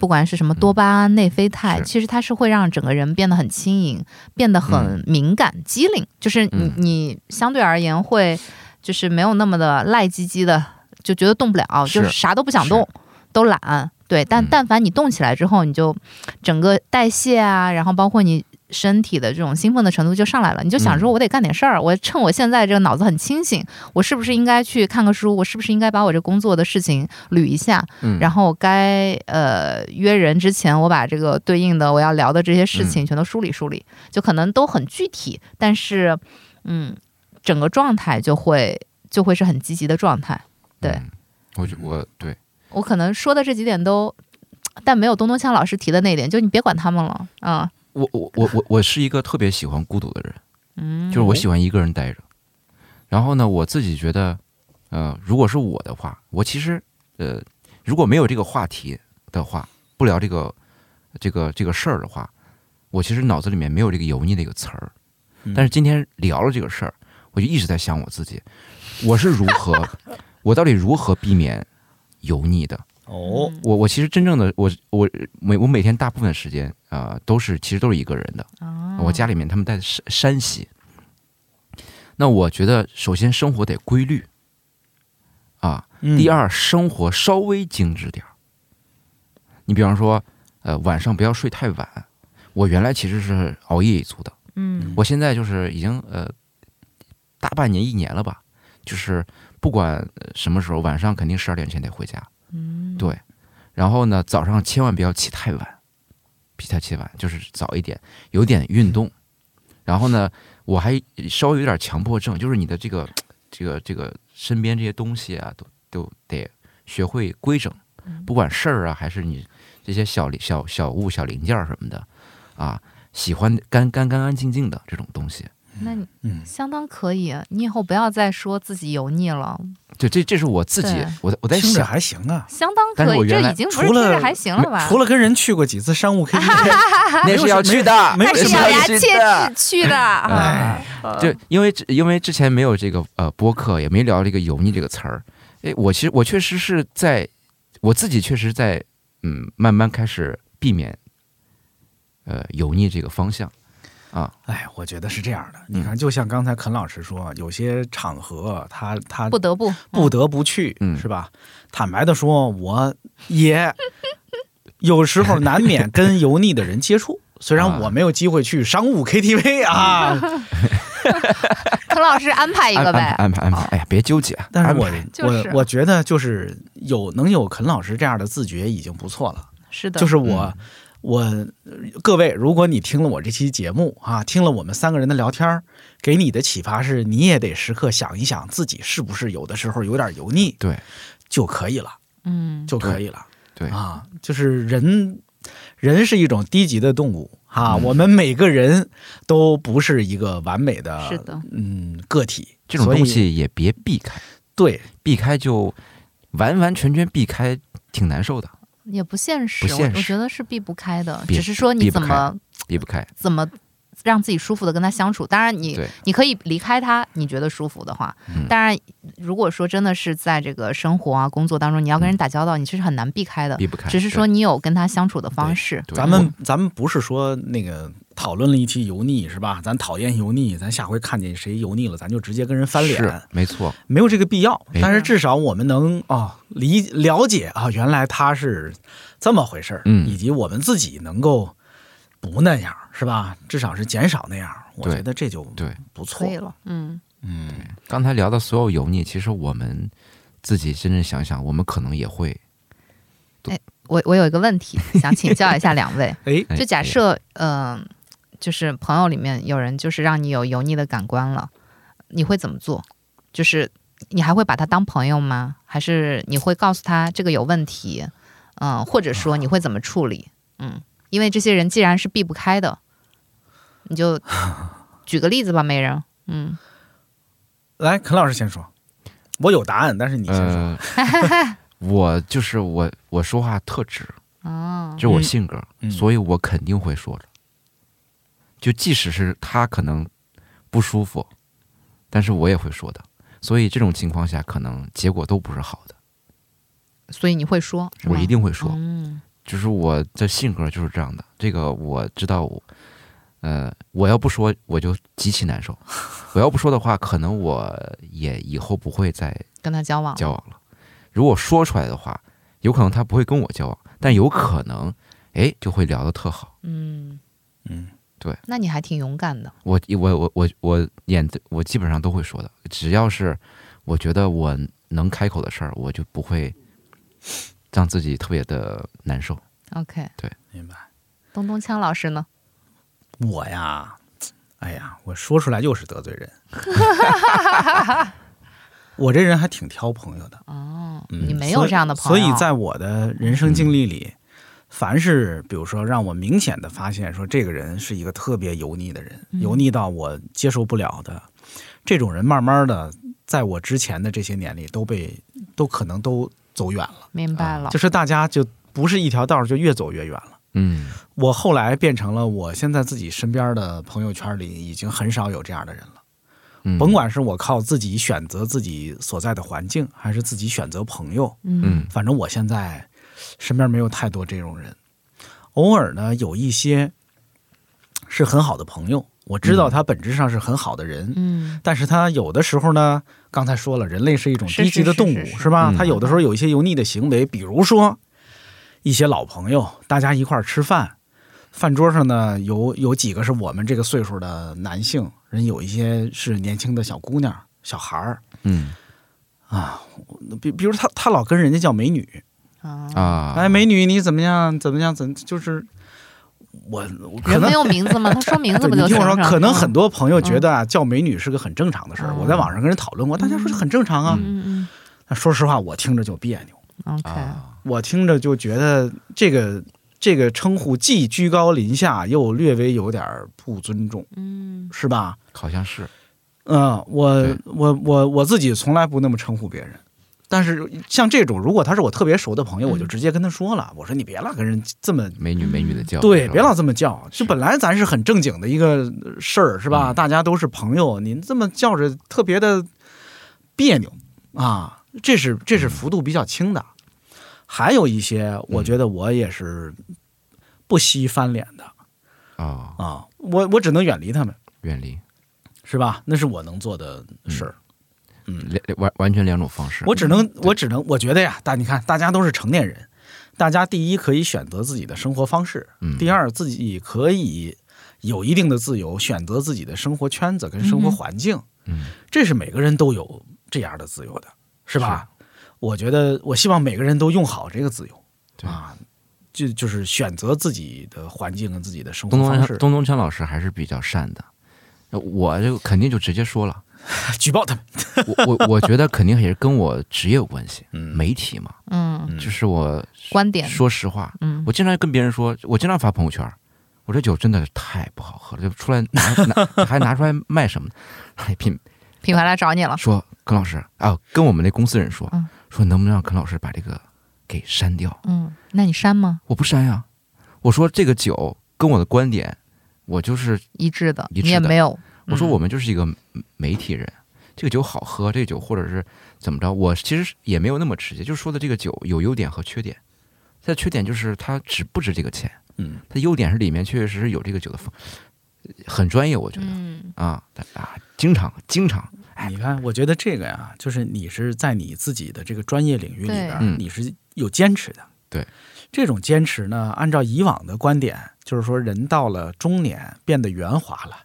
Speaker 5: 不管是什么多巴胺、内啡肽，
Speaker 4: 嗯是
Speaker 5: 其实它是会让整个人变得很轻盈，变得很敏感、机灵，就是你
Speaker 4: 嗯
Speaker 5: 你相对而言会就是没有那么的赖唧唧的，就觉得动不了，
Speaker 4: 是
Speaker 5: 就是啥都不想动，都懒。对，但
Speaker 4: 嗯
Speaker 5: 但凡你动起来之后，你就整个代谢啊，然后包括你身体的这种兴奋的程度就上来了，你就想说，我得干点事儿，我趁我现在这个脑子很清醒，我是不是应该去看个书？我是不是应该把我这工作的事情捋一下？
Speaker 4: 嗯，
Speaker 5: 然后该呃约人之前，我把这个对应的我要聊的这些事情全都梳理梳理，就可能都很具体，但是嗯，整个状态就会就会是很积极的状态。对
Speaker 4: 嗯我就我对
Speaker 5: 我可能说的这几点都，但没有东东锵老师提的那一点，就你别管他们了啊。
Speaker 4: 我我我我我是一个特别喜欢孤独的人，
Speaker 5: 嗯，
Speaker 4: 就是我喜欢一个人待着。然后呢，我自己觉得，呃，如果是我的话，我其实呃，如果没有这个话题的话，不聊这个这个这个事儿的话，我其实脑子里面没有这个油腻的一个词儿。
Speaker 3: 嗯
Speaker 4: 但是今天聊了这个事儿，我就一直在想我自己，我是如何， 我到底如何避免油腻的？
Speaker 3: 哦，
Speaker 4: 我我其实真正的我我每我每天大部分时间啊、呃都是其实都是一个人的。我家里面他们在山山西，那我觉得首先生活得规律啊，
Speaker 3: 嗯
Speaker 4: 第，二生活稍微精致点儿。你比方说，呃，晚上不要睡太晚。我原来其实是熬夜一族的，
Speaker 5: 嗯
Speaker 4: 我现在就是已经呃大半年一年了吧，就是不管呃什么时候，晚上肯定十二点前得回家。
Speaker 5: 嗯
Speaker 4: 对，然后呢，早上千万不要起太晚，比他起晚就是早一点，有点运动。然后呢，我还稍微有点强迫症，就是你的这个这个这个身边这些东西啊，都都得学会规整，不管事儿啊，还是你这些小零小小物、小零件儿什么的啊，喜欢干干干干净净的这种东西。
Speaker 5: 那你
Speaker 3: 嗯
Speaker 5: 相当可以，你以后不要再说自己油腻了，
Speaker 4: 就这，这是我自己
Speaker 5: 对，
Speaker 4: 我我在
Speaker 3: 听着
Speaker 4: 想，
Speaker 3: 还行啊。
Speaker 5: 相当
Speaker 4: 但
Speaker 5: 可
Speaker 4: 是我
Speaker 5: 以，这
Speaker 4: 原来
Speaker 5: 已经不是
Speaker 3: 除
Speaker 5: 听着
Speaker 3: 了
Speaker 5: 还行了吧？
Speaker 3: 除了跟人去过几次商务 KTV，
Speaker 4: 那是要去的，
Speaker 3: 没有
Speaker 5: 但是
Speaker 3: 什么好
Speaker 5: 咬牙
Speaker 4: 去
Speaker 5: 切
Speaker 4: 的哎
Speaker 5: 齿去的啊，
Speaker 4: 就因为之因为之前没有这个呃播客，也没聊这个油腻这个词儿。哎，我其实我确实是在我自己确实在嗯慢慢开始避免呃油腻这个方向。
Speaker 3: 哎，我觉得是这样的。
Speaker 4: 嗯
Speaker 3: 你看，就像刚才肯老师说，啊有些场合他他
Speaker 5: 不得不
Speaker 3: 不得不去，
Speaker 4: 嗯
Speaker 3: 是吧？坦白的说，我 也有时候难免跟油腻的人接触，虽然
Speaker 4: 啊嗯
Speaker 3: 我没有机会去商务 KTV 啊，
Speaker 5: 柯老师安排一
Speaker 4: 安
Speaker 5: 个
Speaker 4: 安排
Speaker 5: 呗。哦
Speaker 4: 安排安排，哎呀，别纠结。
Speaker 3: 但是
Speaker 4: 安
Speaker 3: 我
Speaker 4: 排
Speaker 5: 就是
Speaker 3: 我我觉得就是有能有肯老师这样的自觉已经不错了。
Speaker 5: 是的，
Speaker 3: 就是我、
Speaker 4: 嗯
Speaker 3: 我呃各位，如果你听了我这期节目啊，听了我们三个人的聊天儿，给你的启发是，你也得时刻想一想自己是不是有的时候有点油腻
Speaker 4: 对
Speaker 3: 就可以了，
Speaker 5: 嗯，
Speaker 3: 就可以了。
Speaker 4: 对
Speaker 3: 啊，就是人，人是一种低级的动物啊，
Speaker 4: 嗯
Speaker 3: 我们每个人都不是一个完美的，
Speaker 5: 是的，
Speaker 3: 嗯，个体。
Speaker 4: 这种
Speaker 3: 所以
Speaker 4: 东，西也别避开，
Speaker 3: 对，
Speaker 4: 避开就完完全全避开，挺难受的，
Speaker 5: 也不现实，
Speaker 4: 不现
Speaker 5: 我
Speaker 4: 实
Speaker 5: 我觉得是避不开的，
Speaker 4: 避
Speaker 5: 只是说你
Speaker 4: 避不
Speaker 5: 怎么
Speaker 4: 离不开。
Speaker 5: 怎么让自己舒服的跟他相处。当然你，
Speaker 4: 对
Speaker 5: 你可以离开他，你觉得舒服的话。
Speaker 4: 嗯
Speaker 5: 当然，如果说真的是在这个生活啊、工作当中，你要跟人打交道，你是很难避开的。
Speaker 4: 嗯避不开
Speaker 5: 只是说你有跟他相处的方式。
Speaker 4: 对
Speaker 3: 咱们咱们不是说那个讨论了一期油腻是吧？咱讨厌油腻，咱下回看见谁油腻了，咱就直接跟人翻
Speaker 4: 是
Speaker 3: 脸，
Speaker 4: 没错，
Speaker 3: 没有这个必要。
Speaker 4: 没
Speaker 3: 但是至少我们能啊、理了解啊，原来他是这么回事儿，
Speaker 4: 嗯
Speaker 3: 以及我们自己能够不那样是吧？至少是减少那样。我
Speaker 4: 对
Speaker 3: 觉得这就
Speaker 4: 对
Speaker 3: 不错
Speaker 5: 可。以了。
Speaker 8: 嗯，
Speaker 3: 嗯，
Speaker 4: 刚才聊的所有油腻，其实我们自己真正想想，我们可能也会
Speaker 5: 我我有一个问 题想请教一下两位，
Speaker 3: 哎，
Speaker 4: 哎
Speaker 5: 就假设嗯、呃就是朋友里面有人就是让你有油腻的感官了，你会怎么做？就是你还会把他当朋友吗？还是你会告诉他这个有问题？嗯、或者
Speaker 4: 啊
Speaker 5: 说你会怎么处理？嗯，因为这些人既然是避不开的，你就举个例子吧，每人。嗯，
Speaker 3: 来，肯老师先说，我有答案，但是你先说。
Speaker 4: 呃，我就是我，我说话特直，
Speaker 5: 哦
Speaker 4: 这，是我性格，
Speaker 3: 嗯
Speaker 4: 所以我肯定会说的。就即使是他可能不舒服，但是我也会说的。所以这种情况下，可能结果都不是好的。
Speaker 5: 所以你会说，是
Speaker 4: 我
Speaker 5: 吗
Speaker 4: 一定会说，
Speaker 5: 嗯
Speaker 4: 就是我的性格就是这样的。这个我知道我，呃，我要不说我就极其难受。我要不说的话，可能我也以后不会再
Speaker 5: 跟他交往，
Speaker 4: 交往了。如果说出来的话，有可能他不会跟我交往，但有可能，哎，就会聊得特好。
Speaker 5: 嗯
Speaker 3: 嗯，
Speaker 4: 对，
Speaker 5: 那你还挺勇敢的，
Speaker 4: 我我我我我演的我基本上都会说的，只要是我觉得我能开口的事儿，我就不会让自己特别的难受。
Speaker 5: OK，
Speaker 3: 明白。
Speaker 5: 东东锵老师呢？
Speaker 3: 我呀，哎呀，我说出来又是得罪 人。我这人还挺挑朋友的，
Speaker 5: 哦，
Speaker 3: 嗯
Speaker 5: 你没有这样的朋
Speaker 3: 所以
Speaker 5: 友，
Speaker 3: 所以在我的人生经历里，凡是比如说让我明显的发现说这个人是一个特别油腻的人，
Speaker 5: 嗯
Speaker 3: 油腻到我接受不了的这种人，慢慢的在我之前的这些年里都被都可能都走远了，
Speaker 5: 明白了，
Speaker 3: 啊就是大家就不是一条道儿，就越走越远了。
Speaker 4: 嗯，
Speaker 3: 我后来变成了我现在自己身边的朋友圈里已经很少有这样的人了。
Speaker 4: 嗯
Speaker 3: 甭，管是我靠自己选择自己所在的环境，还是自己选择朋友，
Speaker 4: 嗯
Speaker 3: 反正我现在身边没有太多这种人。偶尔呢，有一些是很好的朋友，我知道
Speaker 4: 嗯
Speaker 3: 他本质上是很好的人，
Speaker 5: 嗯
Speaker 3: 但是他有的时候呢，刚才说了，人类是一种
Speaker 5: 是
Speaker 3: 低级的
Speaker 5: 是是
Speaker 3: 动物，
Speaker 5: 是是
Speaker 3: 吧
Speaker 4: 嗯？
Speaker 3: 他有的时候有一些油腻的行为，比如说一些老朋友，大家一块儿吃饭，饭桌上呢有有几个是我们这个岁数的男性，人有一些是年轻的小姑娘、小孩儿，
Speaker 4: 嗯
Speaker 3: 比比如他他老跟人家叫美女，
Speaker 5: 啊，
Speaker 4: 啊，
Speaker 3: 哎，美女你怎么样？怎么样？怎就是我我可
Speaker 5: 人
Speaker 3: 能
Speaker 5: 没有名字吗？ 他说名字
Speaker 3: 对
Speaker 5: 不
Speaker 3: 你
Speaker 5: 就嗯
Speaker 3: 听
Speaker 5: 行
Speaker 3: 我说，
Speaker 5: 了？
Speaker 3: 可能很多
Speaker 5: 多，
Speaker 3: 朋友觉得啊，叫美女是个很正常的事儿。
Speaker 5: 嗯
Speaker 3: 我在网上跟人讨论过，大家说是很正常啊。
Speaker 5: 嗯
Speaker 3: 但说实话，我听着就别扭，
Speaker 5: 嗯，OK，
Speaker 4: 啊，
Speaker 3: 我听着就觉得这个这个称呼既居高临下，又略微有点儿不尊重，
Speaker 8: 嗯，
Speaker 3: 是吧？
Speaker 4: 好像是，
Speaker 3: 嗯，我
Speaker 4: 对
Speaker 3: 我我我自己从来不那么称呼别人。但是像这种，如果他是我特别熟的朋友，
Speaker 5: 嗯
Speaker 3: 我就直接跟他说了，我说你别老跟人这么
Speaker 4: 美女美女的叫，
Speaker 3: 对，
Speaker 4: 是吧
Speaker 3: 别老这么叫。就本来咱是很正经的一个呃事儿，是吧？
Speaker 4: 嗯
Speaker 3: 大家都是朋友，您这么叫着特别的别扭啊，这是这是幅度比较轻的。还有一些，我觉得我也是不惜翻脸的
Speaker 4: 啊，
Speaker 3: 啊，我我只能远离他们，
Speaker 4: 远离，
Speaker 3: 是吧？那是我能做的事儿。嗯
Speaker 4: 两完完全两种方式。
Speaker 3: 我只能，我只能，我觉得呀，大你看，大家都是成年人，大家第一可以选择自己的生活方式，
Speaker 4: 嗯
Speaker 3: 第二自己可以有一定的自由，选择自己的生活圈子跟生活环境，
Speaker 4: 嗯
Speaker 3: 这是每个人都有这样的自由的，是吧？我觉得，我希望每个人都用好这个自由
Speaker 4: 对
Speaker 3: 啊，就就是选择自己的环境跟自己的生活
Speaker 4: 东
Speaker 3: 方
Speaker 4: 东
Speaker 3: 式，
Speaker 4: 东东强老师还是比较善的，呃我就肯定就直接说了，
Speaker 3: 举报他们。
Speaker 4: 我我我觉得肯定也是跟我职业有关系，
Speaker 3: 嗯
Speaker 4: 媒体嘛，
Speaker 5: 嗯，
Speaker 3: 嗯
Speaker 4: 就是我
Speaker 5: 观点，
Speaker 4: 说实话，
Speaker 5: 嗯
Speaker 4: 我经常跟别人说，我经常发朋友圈，我这酒真的是太不好喝了，就出来拿拿 还拿出来卖什么 的，哎，品
Speaker 5: 品牌来找你了，
Speaker 4: 说耿老师啊，跟我们那公司人说
Speaker 5: 嗯，
Speaker 4: 说能不能让耿老师把这个给删掉？
Speaker 5: 嗯，那你删吗？
Speaker 4: 我不删呀、我说这个酒跟我的观点，我就是
Speaker 5: 一致的，
Speaker 4: 一致的
Speaker 5: 你也没有，
Speaker 4: 我说
Speaker 5: 嗯
Speaker 4: 我们就是一个媒体人，这个酒好喝，这个酒或者是怎么着，我其实也没有那么直接，就是说的这个酒有优点和缺点。它的缺点就是它值不值这个钱，
Speaker 3: 嗯，
Speaker 4: 它优点是里面确确实实有这个酒的风，很专业，我觉得、
Speaker 8: 嗯，
Speaker 4: 啊但啊，经常经常
Speaker 3: 哎你看，我觉得这个呀，就是你是在你自己的这个专业领域里边
Speaker 5: 对
Speaker 3: 儿
Speaker 4: 嗯，
Speaker 3: 你是有坚持的。
Speaker 4: 对，
Speaker 3: 这种坚持呢，按照以往的观点，就是说人到了中年变得圆滑了，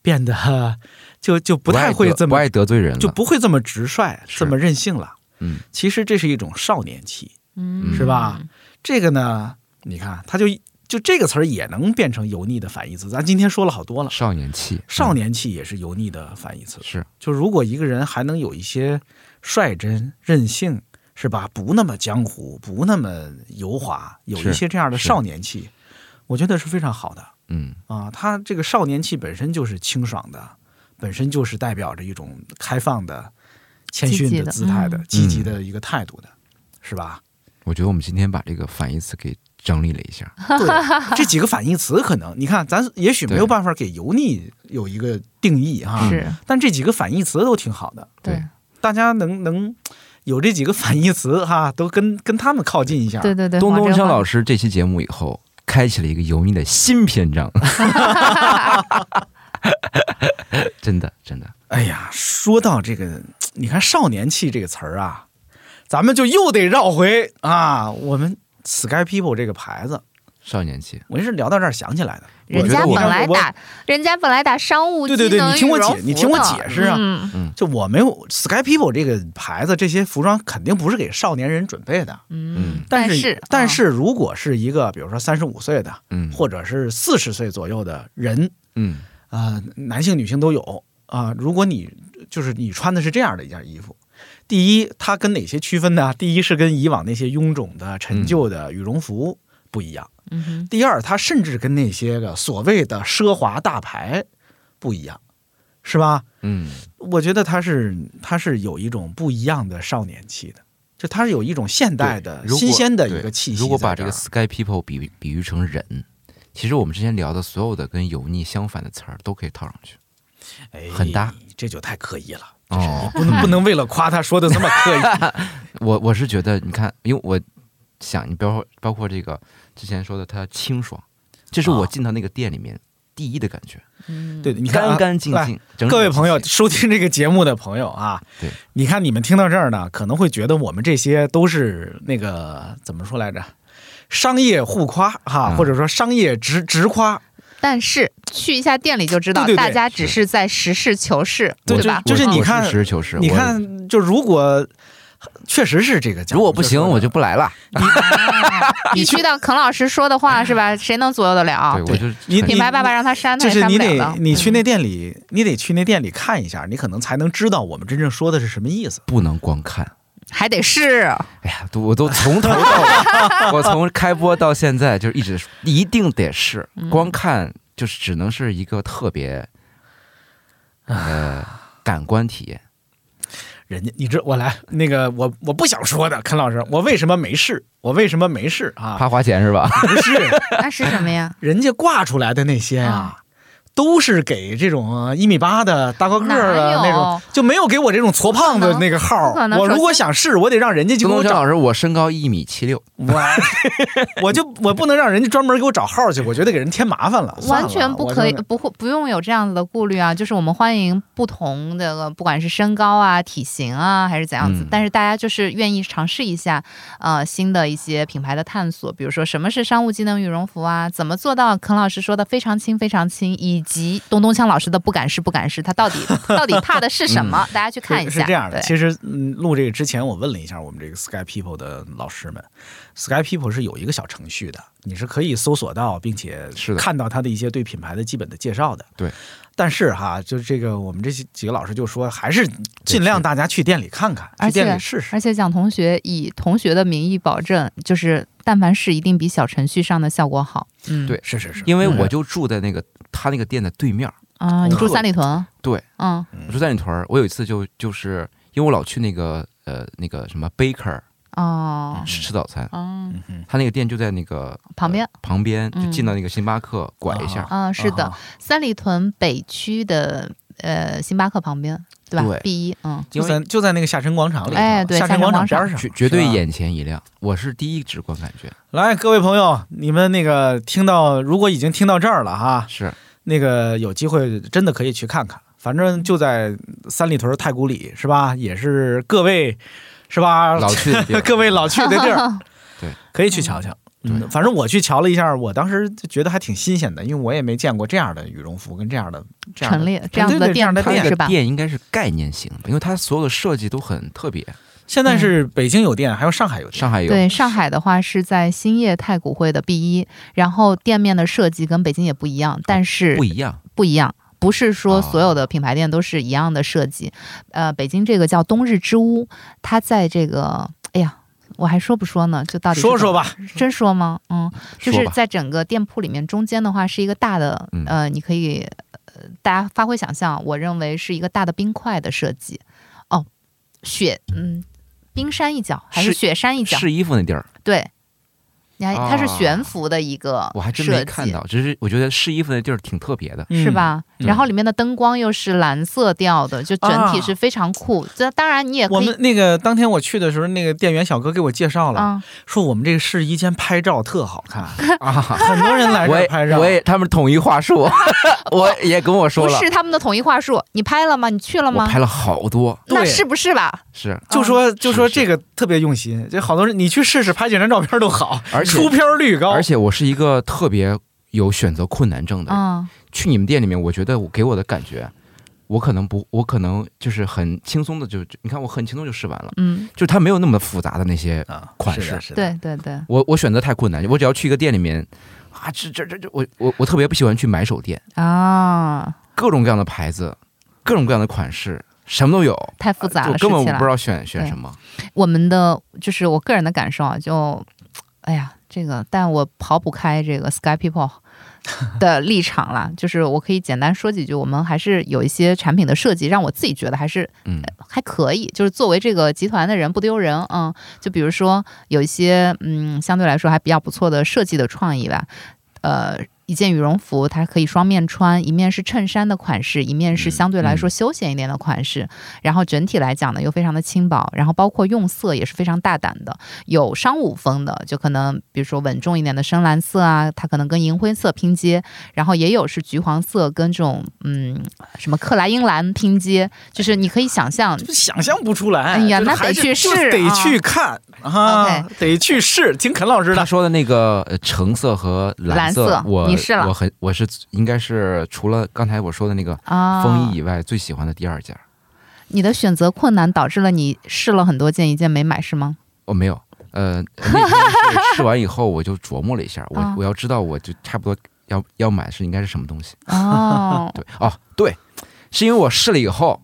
Speaker 3: 变得 就就不太
Speaker 4: 爱
Speaker 3: 会
Speaker 4: 得
Speaker 3: 这
Speaker 4: 不
Speaker 3: 么
Speaker 4: 爱得罪人了，
Speaker 3: 就不会这么直率、
Speaker 4: 是
Speaker 3: 这么任性了。
Speaker 4: 嗯，
Speaker 3: 其实这是一种少年气，
Speaker 4: 嗯
Speaker 3: 是吧？这个呢，你看，它就就这个词儿也能变成油腻的反义词。咱今天说了好多了，
Speaker 4: 少年气，
Speaker 3: 少
Speaker 4: 嗯
Speaker 3: 年气也是油腻的反义词。
Speaker 4: 是
Speaker 3: 就如果一个人还能有一些率真、任性，是吧？不那么江湖，不那么油滑，有
Speaker 4: 是
Speaker 3: 一些这样的
Speaker 4: 是
Speaker 3: 少年气，我觉得是非常好的
Speaker 4: 嗯
Speaker 3: 啊。他这个少年气本身就是清爽的，本身就是代表着一种开放的、谦逊
Speaker 5: 积极
Speaker 3: 的
Speaker 5: 的
Speaker 3: 姿态的、
Speaker 5: 嗯
Speaker 3: 积极的一个态
Speaker 4: 嗯
Speaker 3: 度的，是 吧？
Speaker 4: 我觉得我们今天把这个反义词给整理了一下，
Speaker 3: 对，这几个反义词可能你看，咱也许没有
Speaker 4: 对
Speaker 3: 办法给油腻有一个定义哈、
Speaker 5: 是
Speaker 3: 但这几个反义词都挺好的。
Speaker 4: 对
Speaker 5: 对
Speaker 3: 大家能能有这几个反义词哈，都跟跟他们靠近一下。
Speaker 5: 对对对，
Speaker 4: 东东强老
Speaker 5: 师，
Speaker 4: 师这期节目以后，开启了一个油腻的新篇章。真的，真的，
Speaker 3: 哎呀，说到这个，你看“少年气”这个词儿啊，咱们就又得绕回啊，我们 Sky People 这个牌子，
Speaker 4: 少年气，
Speaker 3: 我也是聊到这儿想起来的。
Speaker 5: 人
Speaker 4: 我觉
Speaker 5: 家
Speaker 4: 得我
Speaker 5: 本来
Speaker 3: 我
Speaker 5: 打，人家本来打商务
Speaker 3: 对
Speaker 5: 机
Speaker 3: 对
Speaker 5: 能
Speaker 3: 对，你听我
Speaker 5: 羽绒
Speaker 3: 解，你
Speaker 5: 服
Speaker 3: 听我
Speaker 5: 的
Speaker 3: 解释啊。
Speaker 5: 嗯
Speaker 3: 就我没有 Sky People 这个牌子，这些服装肯定不是给少年人准备的。
Speaker 4: 嗯
Speaker 3: 但是，但
Speaker 5: 但啊
Speaker 3: 是如果是一个，比如说三十五岁的，
Speaker 4: 嗯
Speaker 3: 或者是四十岁左右的人，
Speaker 4: 嗯
Speaker 3: 啊，男性、女性都有啊、如果你就是你穿的是这样的一件衣服，第一，它跟哪些区分呢？第一是跟以往那些臃肿的、
Speaker 4: 嗯
Speaker 3: 陈旧的羽绒服不一样；
Speaker 5: 嗯哼
Speaker 3: 第二，它甚至跟那些个所谓的奢华大牌不一样，是吧？
Speaker 4: 嗯，
Speaker 3: 我觉得它是它是有一种不一样的少年气的，就它是有一种现代的
Speaker 4: 如果
Speaker 3: 新鲜的一个
Speaker 4: 对
Speaker 3: 气息在儿。
Speaker 4: 如果把这个 Sky People 比喻比喻成人，其实我们之前聊的所有的跟油腻相反的词儿都可以套上去。
Speaker 3: 哎
Speaker 4: 很搭，
Speaker 3: 这就太刻意了。
Speaker 4: 哦，
Speaker 3: 不能不能为了夸他说的这么刻 意，
Speaker 4: 我我是觉得，你看，因为我想，你包括包括这个之前说的，它清爽，这是我
Speaker 3: 啊
Speaker 4: 进到那个店里面第一的感觉，
Speaker 5: 嗯，
Speaker 3: 对，你看啊
Speaker 4: 干干净
Speaker 3: 来
Speaker 4: 净。整
Speaker 3: 各位
Speaker 4: 整
Speaker 3: 朋友，
Speaker 4: 齐齐
Speaker 3: 收听这个节目的朋友啊，
Speaker 4: 对，
Speaker 3: 你看你们听到这儿呢，可能会觉得我们这些都是那个怎么说来着，商业互夸哈，
Speaker 4: 嗯
Speaker 3: 或者说商业直直夸，
Speaker 5: 但是去一下店里就知道，
Speaker 3: 对对对
Speaker 5: 大家只是在实事求是，
Speaker 3: 对
Speaker 5: 对吧？
Speaker 4: 我
Speaker 3: 就是
Speaker 4: 我
Speaker 3: 你
Speaker 4: 实
Speaker 3: 看
Speaker 4: 事求是，
Speaker 3: 你
Speaker 4: 我
Speaker 3: 看，就如果确实是这个讲，
Speaker 4: 如果不行，我就
Speaker 3: 说
Speaker 4: 不来了。
Speaker 5: 必须的，孔老师说的话是吧？谁能左右得了
Speaker 4: 对，？我就
Speaker 3: 哎你
Speaker 5: 品牌爸爸让他删，他
Speaker 3: 就
Speaker 5: 也
Speaker 3: 是
Speaker 5: 删
Speaker 3: 你
Speaker 5: 不了
Speaker 3: 得
Speaker 5: 了。
Speaker 3: 你去那店
Speaker 4: 嗯
Speaker 3: 里，你得去那店里看一下，你可能才能知道我们真正说的是什么意思。
Speaker 4: 不能光看。
Speaker 5: 还 得是，
Speaker 4: 哎呀，都我都从头到尾，我从开播到现在就一直说一定得是光看，就是只能是一个特别呃感官体验。
Speaker 3: 人家，你这我来那个，我我不想说的，康老师，我为什么没事？我为什么没事啊？
Speaker 4: 怕花钱是吧？
Speaker 3: 不是。
Speaker 5: 那是什么呀？
Speaker 3: 人家挂出来的那些啊，都是给这种一米八的大高个儿的
Speaker 5: 哪
Speaker 3: 那
Speaker 5: 有
Speaker 3: 种，就没有给我这种矬胖子那个号
Speaker 5: 不可
Speaker 3: 儿。
Speaker 5: 能
Speaker 3: 我如果
Speaker 5: 首先
Speaker 3: 想试，我得让人家去
Speaker 4: 东
Speaker 3: 给
Speaker 4: 东
Speaker 3: 我找
Speaker 4: 强老，师，我身高一米七六，
Speaker 3: 我 我就我不能让人家专门给我找号儿去，我觉得给人添麻烦了。算
Speaker 5: 完
Speaker 3: 了
Speaker 5: 全不可以，，不会不用有这样子的顾虑啊！就是我们欢迎不同的，呃不管是身高啊、体型啊，还是怎样子，
Speaker 4: 嗯
Speaker 5: 但是大家就是愿意尝试一下，呃，新的一些品牌的探索，比如说什么是商务机能羽绒服啊，怎么做到肯老师说的非常轻、非常轻，以及东东强老师的不敢试、不敢试，他 到底到底怕的是什么？大家去看一
Speaker 3: 嗯是
Speaker 5: 下。
Speaker 3: 是这样的，
Speaker 5: 对
Speaker 3: 其实嗯，录这个之前我问了一下我们这个 Sky People 的老师们，Sky People 是有一个小程序的，你是可以搜索到并且
Speaker 4: 是的
Speaker 3: 看到它的一些对品牌的基本的介绍的。
Speaker 4: 对，
Speaker 3: 但是哈，就是这个我们这些几个老师就说，还是尽量
Speaker 4: 是
Speaker 3: 大家去店里看看，去
Speaker 5: 而且
Speaker 3: 店里试试。
Speaker 5: 而且蒋同学以同学的名义保证，就是但凡是一定比小程序上的效果好。嗯，
Speaker 4: 对
Speaker 3: 是是是，
Speaker 4: 因为我就住在那个他那个店的对面儿，
Speaker 5: 啊，你
Speaker 3: 嗯
Speaker 5: 住三里屯？
Speaker 4: 对，
Speaker 5: 嗯，
Speaker 4: 我住在那屯儿。我有一次就就是因为我老去那个呃那个什么 Baker
Speaker 5: 哦，
Speaker 4: 吃吃早餐，
Speaker 5: 哦，
Speaker 3: 嗯哼，
Speaker 4: 他那个店就在那个
Speaker 5: 旁边
Speaker 4: 呃旁边就
Speaker 5: 嗯
Speaker 4: 进到那个星巴克拐一下，
Speaker 5: 啊，是的
Speaker 3: 啊，
Speaker 5: 三里屯北区的呃星巴克旁边，对吧
Speaker 4: 对
Speaker 5: ？B 一，嗯，
Speaker 3: 就在就在那个下沉广场里头，啊
Speaker 5: 哎对
Speaker 3: 下
Speaker 5: 下沉
Speaker 3: 广场
Speaker 5: 广场
Speaker 3: 边上
Speaker 4: 绝，绝对
Speaker 3: 是吧
Speaker 4: 眼前一亮，我是第一直观感觉
Speaker 3: 来，各位朋友，你们那个听到，如果已经听到这儿了哈，
Speaker 4: 是
Speaker 3: 那个有机会真的可以去看看，反正就在三里屯太古里是吧？也是各位是吧？
Speaker 4: 老去的地儿
Speaker 3: 各位老去的地儿，
Speaker 4: 对，
Speaker 3: 可以去瞧瞧
Speaker 4: 对
Speaker 3: 嗯，反正我去瞧了一下，我当时就觉得还挺新鲜的，因为我也没见过这样的羽绒服跟这样的这样
Speaker 5: 陈
Speaker 3: 的。
Speaker 5: 列这样子的
Speaker 3: 对对这样
Speaker 5: 店
Speaker 3: 的
Speaker 5: 铺
Speaker 3: 店
Speaker 4: 这
Speaker 5: 是
Speaker 4: 个
Speaker 5: 吧？
Speaker 4: 店应该是概念型的，因为它所有的设计都很特别。
Speaker 3: 现在是北京有店，还有上海有店。
Speaker 4: 上海有，
Speaker 5: 对，上海的话是在兴业太古汇的 B 一，然后店面的设计跟北京也不一样，但是
Speaker 4: 不一样，
Speaker 5: 不一样，不是说
Speaker 3: 啊
Speaker 4: 哦
Speaker 5: 所有的品牌店都是一样的设计。呃，北京这个叫冬日之屋，它在这个，哎呀，我还说不说呢？就到底是
Speaker 3: 说说
Speaker 5: 怎么，
Speaker 3: 吧，
Speaker 5: 真说吗？嗯，就
Speaker 4: 说
Speaker 5: 是
Speaker 4: 吧
Speaker 5: 在整个店铺里面，中间的话是一个大的
Speaker 4: 嗯，
Speaker 5: 呃，你可以，呃，大家发挥想象，我认为是一个大的冰块的设计。哦，雪，嗯，冰山一角还是
Speaker 4: 是
Speaker 5: 雪山一角？
Speaker 4: 试衣服那地儿
Speaker 5: 对。你还它是
Speaker 4: 啊
Speaker 5: 悬浮的一哦个设计，
Speaker 4: 我还真没看到，只是我觉得试衣服那地儿挺特别的。
Speaker 5: 是
Speaker 3: 嗯？
Speaker 5: 吧？
Speaker 4: 嗯啊
Speaker 5: 然后里面的灯光又是蓝色调的，就整体是非常酷。这、当然你也
Speaker 3: 我
Speaker 5: 可以
Speaker 3: 们那个当天我去的时候，那个店员小哥给我介绍了，
Speaker 5: 啊，
Speaker 3: 说我们这个试衣间拍照特好看，
Speaker 4: 啊，
Speaker 3: 很多人来这
Speaker 4: 我
Speaker 3: 儿
Speaker 4: 也
Speaker 3: 拍照。
Speaker 4: 我也他们统一话 术，我也跟我说
Speaker 5: 不
Speaker 4: 了，
Speaker 5: 是他们的统一话术。你拍了吗？你去了
Speaker 4: 我
Speaker 5: 吗
Speaker 4: 拍？了好多，
Speaker 5: 那
Speaker 3: 对
Speaker 5: 是不是吧？
Speaker 4: 是，
Speaker 3: 就说就说
Speaker 4: 嗯是是
Speaker 3: 这个特别用心，这好多人你去试试，拍几张照片都好，
Speaker 4: 而且
Speaker 3: 出片率高
Speaker 4: 而。且我是一个特别有选择困难症的人。
Speaker 5: 嗯，
Speaker 4: 去你们店里面，我觉得我给我的感觉，我可能不，我可能就是很轻松的就，就你看我很轻松就试完了，
Speaker 5: 嗯，
Speaker 4: 就是它没有那么复杂的那些。
Speaker 3: 啊
Speaker 4: 款
Speaker 3: 是的
Speaker 4: 式
Speaker 3: 是的
Speaker 5: 对对对，
Speaker 4: 我我选择太困难，我只要去一个店里面，啊，这这这这，我我我特别不喜欢去买手店，
Speaker 5: 啊，
Speaker 4: 各种各样的牌子，各种各样的款式，什么都有，
Speaker 5: 太复杂
Speaker 4: 我
Speaker 5: 了，
Speaker 4: 呃根本
Speaker 5: 吃起来
Speaker 4: 不知道选选
Speaker 5: 对
Speaker 4: 什么。
Speaker 5: 我们的就是我个人的感受啊，就哎呀，这个但我跑不开这个 Sky People 的立场啦。就是我可以简单说几句，我们还是有一些产品的设计让我自己觉得还是
Speaker 4: 嗯，
Speaker 5: 还可以，就是作为这个集团的人不丢人，嗯，就比如说有一些嗯相对来说还比较不错的设计的创意吧，呃。一件羽绒服，它可以双面穿，一面是衬衫的款式，一面
Speaker 4: 嗯
Speaker 5: 是相对来说
Speaker 4: 嗯
Speaker 5: 休闲一点的款式。然后整体来讲呢，又非常的轻薄，然后包括用色也是非常大胆的，有商务风的，就可能比如说稳重一点的深蓝色啊，它可能跟银灰色拼接，然后也有是橘黄色跟这种嗯什么克莱因蓝拼接，就是你可以想象
Speaker 3: 就想象不出来，
Speaker 5: 哎呀
Speaker 3: 就是
Speaker 5: 那
Speaker 3: 还
Speaker 5: 得
Speaker 3: 是
Speaker 5: 去
Speaker 3: 就
Speaker 5: 试
Speaker 3: 得
Speaker 5: 啊
Speaker 3: 去看啊
Speaker 5: OK，
Speaker 3: 得去试。听肯老师
Speaker 4: 他
Speaker 3: 的，
Speaker 4: 说的那个呃橙色和蓝
Speaker 5: 蓝色
Speaker 4: 我
Speaker 5: 你试了
Speaker 4: 我很我是应该是除了刚才我说的那个
Speaker 5: 啊，
Speaker 4: 风衣以外最喜欢的第二件儿，
Speaker 5: 你的选择困难导致了你试了很多件，一件没买是吗？
Speaker 4: 哦没有，呃， 那天是试完以后我就琢磨了一下，
Speaker 5: 啊
Speaker 4: 我我要知道我就差不多要要买是应该是什么东西，
Speaker 5: 哦，
Speaker 4: 对哦对，是因为我试了以后，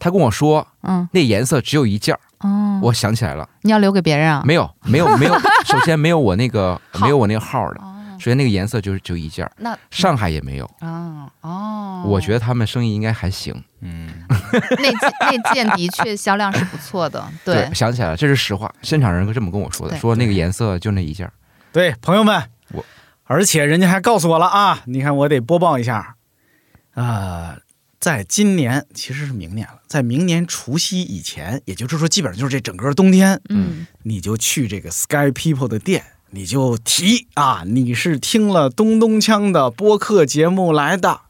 Speaker 4: 他跟我说
Speaker 5: 嗯，
Speaker 4: 那颜色只有一件儿，
Speaker 5: 哦，
Speaker 4: 我想起来了，
Speaker 5: 你要留给别人啊？
Speaker 4: 没有没有 没有，首先没有我那个
Speaker 5: 号
Speaker 4: 没有我那个号儿的，
Speaker 5: 哦，
Speaker 4: 首先那个颜色就是只有一件儿，
Speaker 5: 那
Speaker 4: 上海也没有，
Speaker 5: 啊哦，
Speaker 4: 我觉得他们生意应该还行。
Speaker 3: 嗯，
Speaker 5: 那件那件的确销量是不错的，对
Speaker 4: 对，，想起来了，这是实话。现场人这么跟我说的，
Speaker 5: 对
Speaker 4: 说那个颜色就那一件儿。
Speaker 3: 对朋友们，
Speaker 4: 我
Speaker 3: 而且人家还告诉我了啊，你看我得播报一下，啊，在今年其实是明年了，在明年除夕以前，也就是说基本上就是这整个冬天，
Speaker 5: 嗯
Speaker 3: 你就去这个 Sky People 的店，你就提啊，你是听了东东锵的播客节目来的，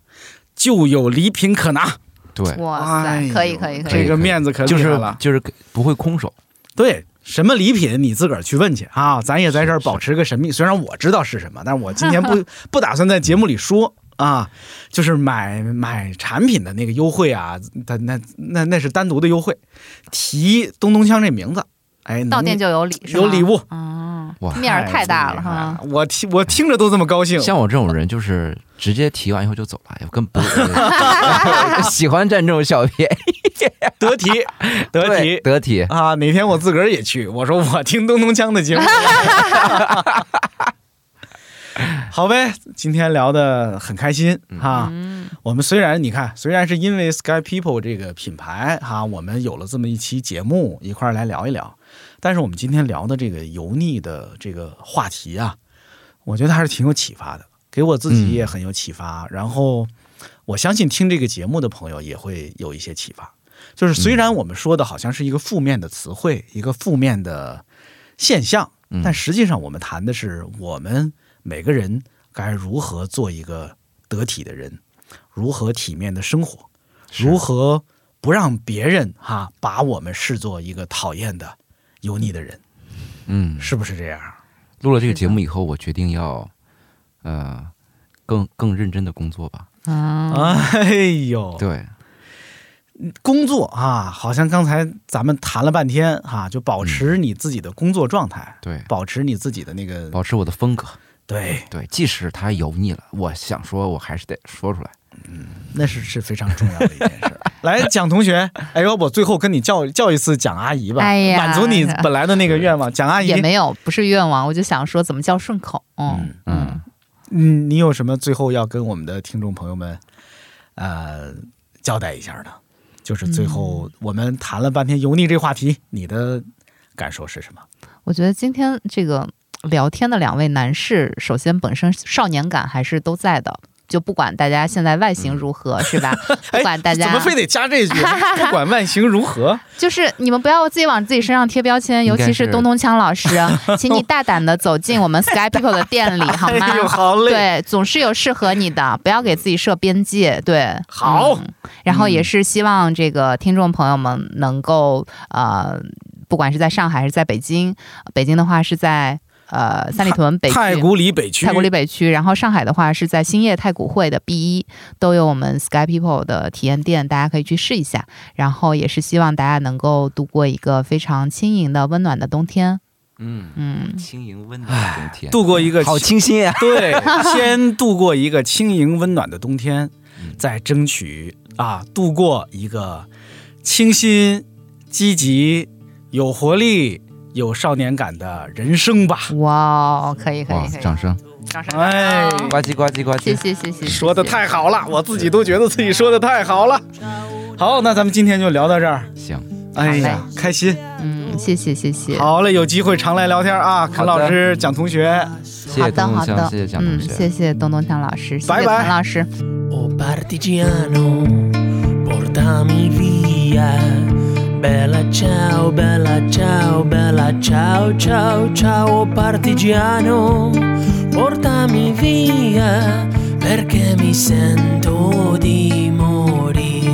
Speaker 3: 就有礼品可拿。
Speaker 4: 对，
Speaker 5: 哇
Speaker 3: 哎
Speaker 5: 塞，
Speaker 3: 呦
Speaker 5: 可以可以
Speaker 4: 可
Speaker 5: 可以
Speaker 3: 这
Speaker 4: 以，
Speaker 3: 个面子可厉
Speaker 4: 就
Speaker 3: 害
Speaker 4: 是
Speaker 3: 了。
Speaker 4: 就是不会空手。
Speaker 3: 对，什么礼品你自个儿去问去啊，咱也在这儿保持个神秘。虽然我知道是什么，但是我今天 不不打算在节目里说。啊，就是买买产品的那个优惠啊，那那那那是单独的优惠，提东东锵这名字，哎，
Speaker 5: 到
Speaker 3: 能
Speaker 5: 店就有礼，是吗
Speaker 3: 有礼物，
Speaker 5: 哦
Speaker 4: 哇，
Speaker 5: 面儿太大了
Speaker 3: 厉害
Speaker 5: 哈。
Speaker 3: 我听我听着都这么高兴，
Speaker 4: 像我这种人，就是直接提完以后就走了，也根本不 喜欢占这种小便宜。
Speaker 3: 得体 得
Speaker 4: 对
Speaker 3: 体
Speaker 4: 得体，
Speaker 3: 啊！哪天我自个儿也去，我说我听东东锵的 节目。 好呗，今天聊得很开心
Speaker 4: 嗯
Speaker 3: 哈、
Speaker 5: 嗯
Speaker 3: 我们虽然你看，虽然是因为 Sky People 这个品牌哈、我们有了这么一期节目，一块儿来聊一聊。但是我们今天聊的这个油腻的这个话题啊，我觉得还是挺有启发的，给我自己也很有启发。然后我相信听这个节目的朋友也会有一些启发。就是虽然我们说的好像是一个负面的词汇，一个负面的现象，
Speaker 4: 嗯
Speaker 3: 但实际上我们谈的是我们每个人该如何做一个得体的人，如何体面的生活，
Speaker 4: 是
Speaker 3: 如何不让别人哈、把我们视作一个讨厌的、油腻的人，
Speaker 4: 嗯，
Speaker 3: 是不是这样？
Speaker 4: 录了这个
Speaker 5: 是的
Speaker 4: 节目以后，我决定要，呃，更更认真的工作吧。
Speaker 5: 啊，
Speaker 3: 哎呦，
Speaker 4: 对，
Speaker 3: 工作啊，好像刚才咱们谈了半天哈、就保持你自己的工作状态，
Speaker 4: 对，
Speaker 3: 保持你自己的那个
Speaker 4: 嗯保持我的风格。
Speaker 3: 对，
Speaker 4: 对，即使它油腻了，我想说，我还是得说出来。
Speaker 3: 那是是非常重要的一件事。来，蒋同学，哎呦，我最后跟你叫叫一次蒋阿姨吧，
Speaker 5: 哎呀
Speaker 3: 满足你本来的那个愿望。蒋阿姨
Speaker 5: 也，没有，不是愿望，我就想说怎么叫顺口。嗯，
Speaker 4: 嗯，
Speaker 3: 嗯，你有什么最后要跟我们的听众朋友们，呃，交代一下的？就是最
Speaker 5: 嗯
Speaker 3: 后我们谈了半天油腻这话题，你的感受是什么？
Speaker 5: 我觉得今天这个聊天的两位男士，首先本身少年感还是都在的，就不管大家现在外形如何，是吧？不管大家
Speaker 3: 嗯哎怎么非得加这 句？不管外形如何，
Speaker 5: 就是你们不要自己往自己身上贴标签，
Speaker 4: 应
Speaker 5: 尤
Speaker 4: 该
Speaker 5: 其是
Speaker 4: 是
Speaker 5: 东东 锵老师，请你大胆的走进我们 Sky People 的 店里， 好吗
Speaker 3: 哎？呦，好累。
Speaker 5: 对，总是有适合你的，不要给自己设边界。对，
Speaker 3: 好
Speaker 5: 嗯然后也是希望这个听众朋友们能够呃，不管是在上海还是在北京，呃北京的话是在呃三里屯北区
Speaker 3: 太古里北区，
Speaker 5: 太古里北区，然后上海的话是在兴业太古汇的 B 一，都有我们 Sky People 的体验店，大家可以去试一下。然后也是希望大家能够度过一个非常轻盈的、温暖的冬天。
Speaker 4: 嗯，
Speaker 5: 嗯，
Speaker 4: 轻盈温暖的冬天，
Speaker 3: 度过一个
Speaker 4: 好清新啊！
Speaker 3: 对，先度过一个轻盈温暖的冬天
Speaker 4: 嗯，
Speaker 3: 再争取啊度过一个清新、积极、有活力、有少年感的人生吧。
Speaker 5: 哇哦，可以可
Speaker 4: 哇
Speaker 5: 以，可以，
Speaker 4: 掌声，
Speaker 5: 掌声！
Speaker 3: 哎
Speaker 4: 呱唧呱唧呱
Speaker 5: 谢
Speaker 4: 唧。
Speaker 5: 谢谢谢，
Speaker 3: 说的太好了，我自己都觉得自己说的太好了。
Speaker 5: 嗯
Speaker 3: 好，那咱们今天就聊到这儿。
Speaker 4: 行，
Speaker 3: 哎呀，开心！
Speaker 5: 嗯，谢谢谢谢，
Speaker 3: 好嘞，有机会常来聊天啊，
Speaker 4: 好
Speaker 3: 肯
Speaker 4: 的
Speaker 3: 老师、蒋同学。
Speaker 4: 谢
Speaker 5: 好
Speaker 4: 谢
Speaker 5: 的
Speaker 4: 东
Speaker 5: 好
Speaker 4: 东
Speaker 5: 的
Speaker 4: 强，，谢谢蒋
Speaker 5: 嗯
Speaker 4: 同，学。
Speaker 5: 谢谢东东强老师，谢
Speaker 3: 拜
Speaker 5: 谢
Speaker 3: 拜
Speaker 5: 陈老师。
Speaker 6: Oh partigiano, portami via. Bella ciao, bella ciao, bella ciao, ciao, ciao, oh partigiano, portami via, perché mi sento di morire.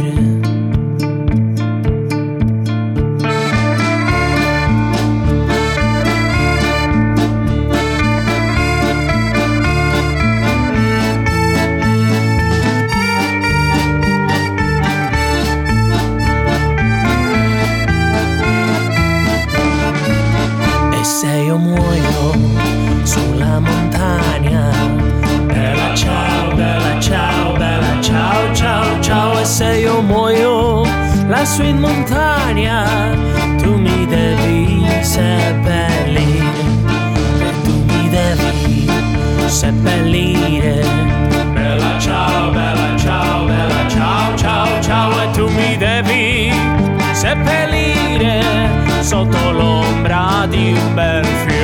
Speaker 6: E se io muoio sulla montagna, bella ciao, bella ciao, bella ciao, ciao, ciao. E se io muoio lassù in montagna, tu mi devi seppellire, e tu mi devi seppellire. Bella ciao, bella ciao, bella ciao, ciao, ciao. E tu mi devi seppellire sotto l'ombra di un bel fiore.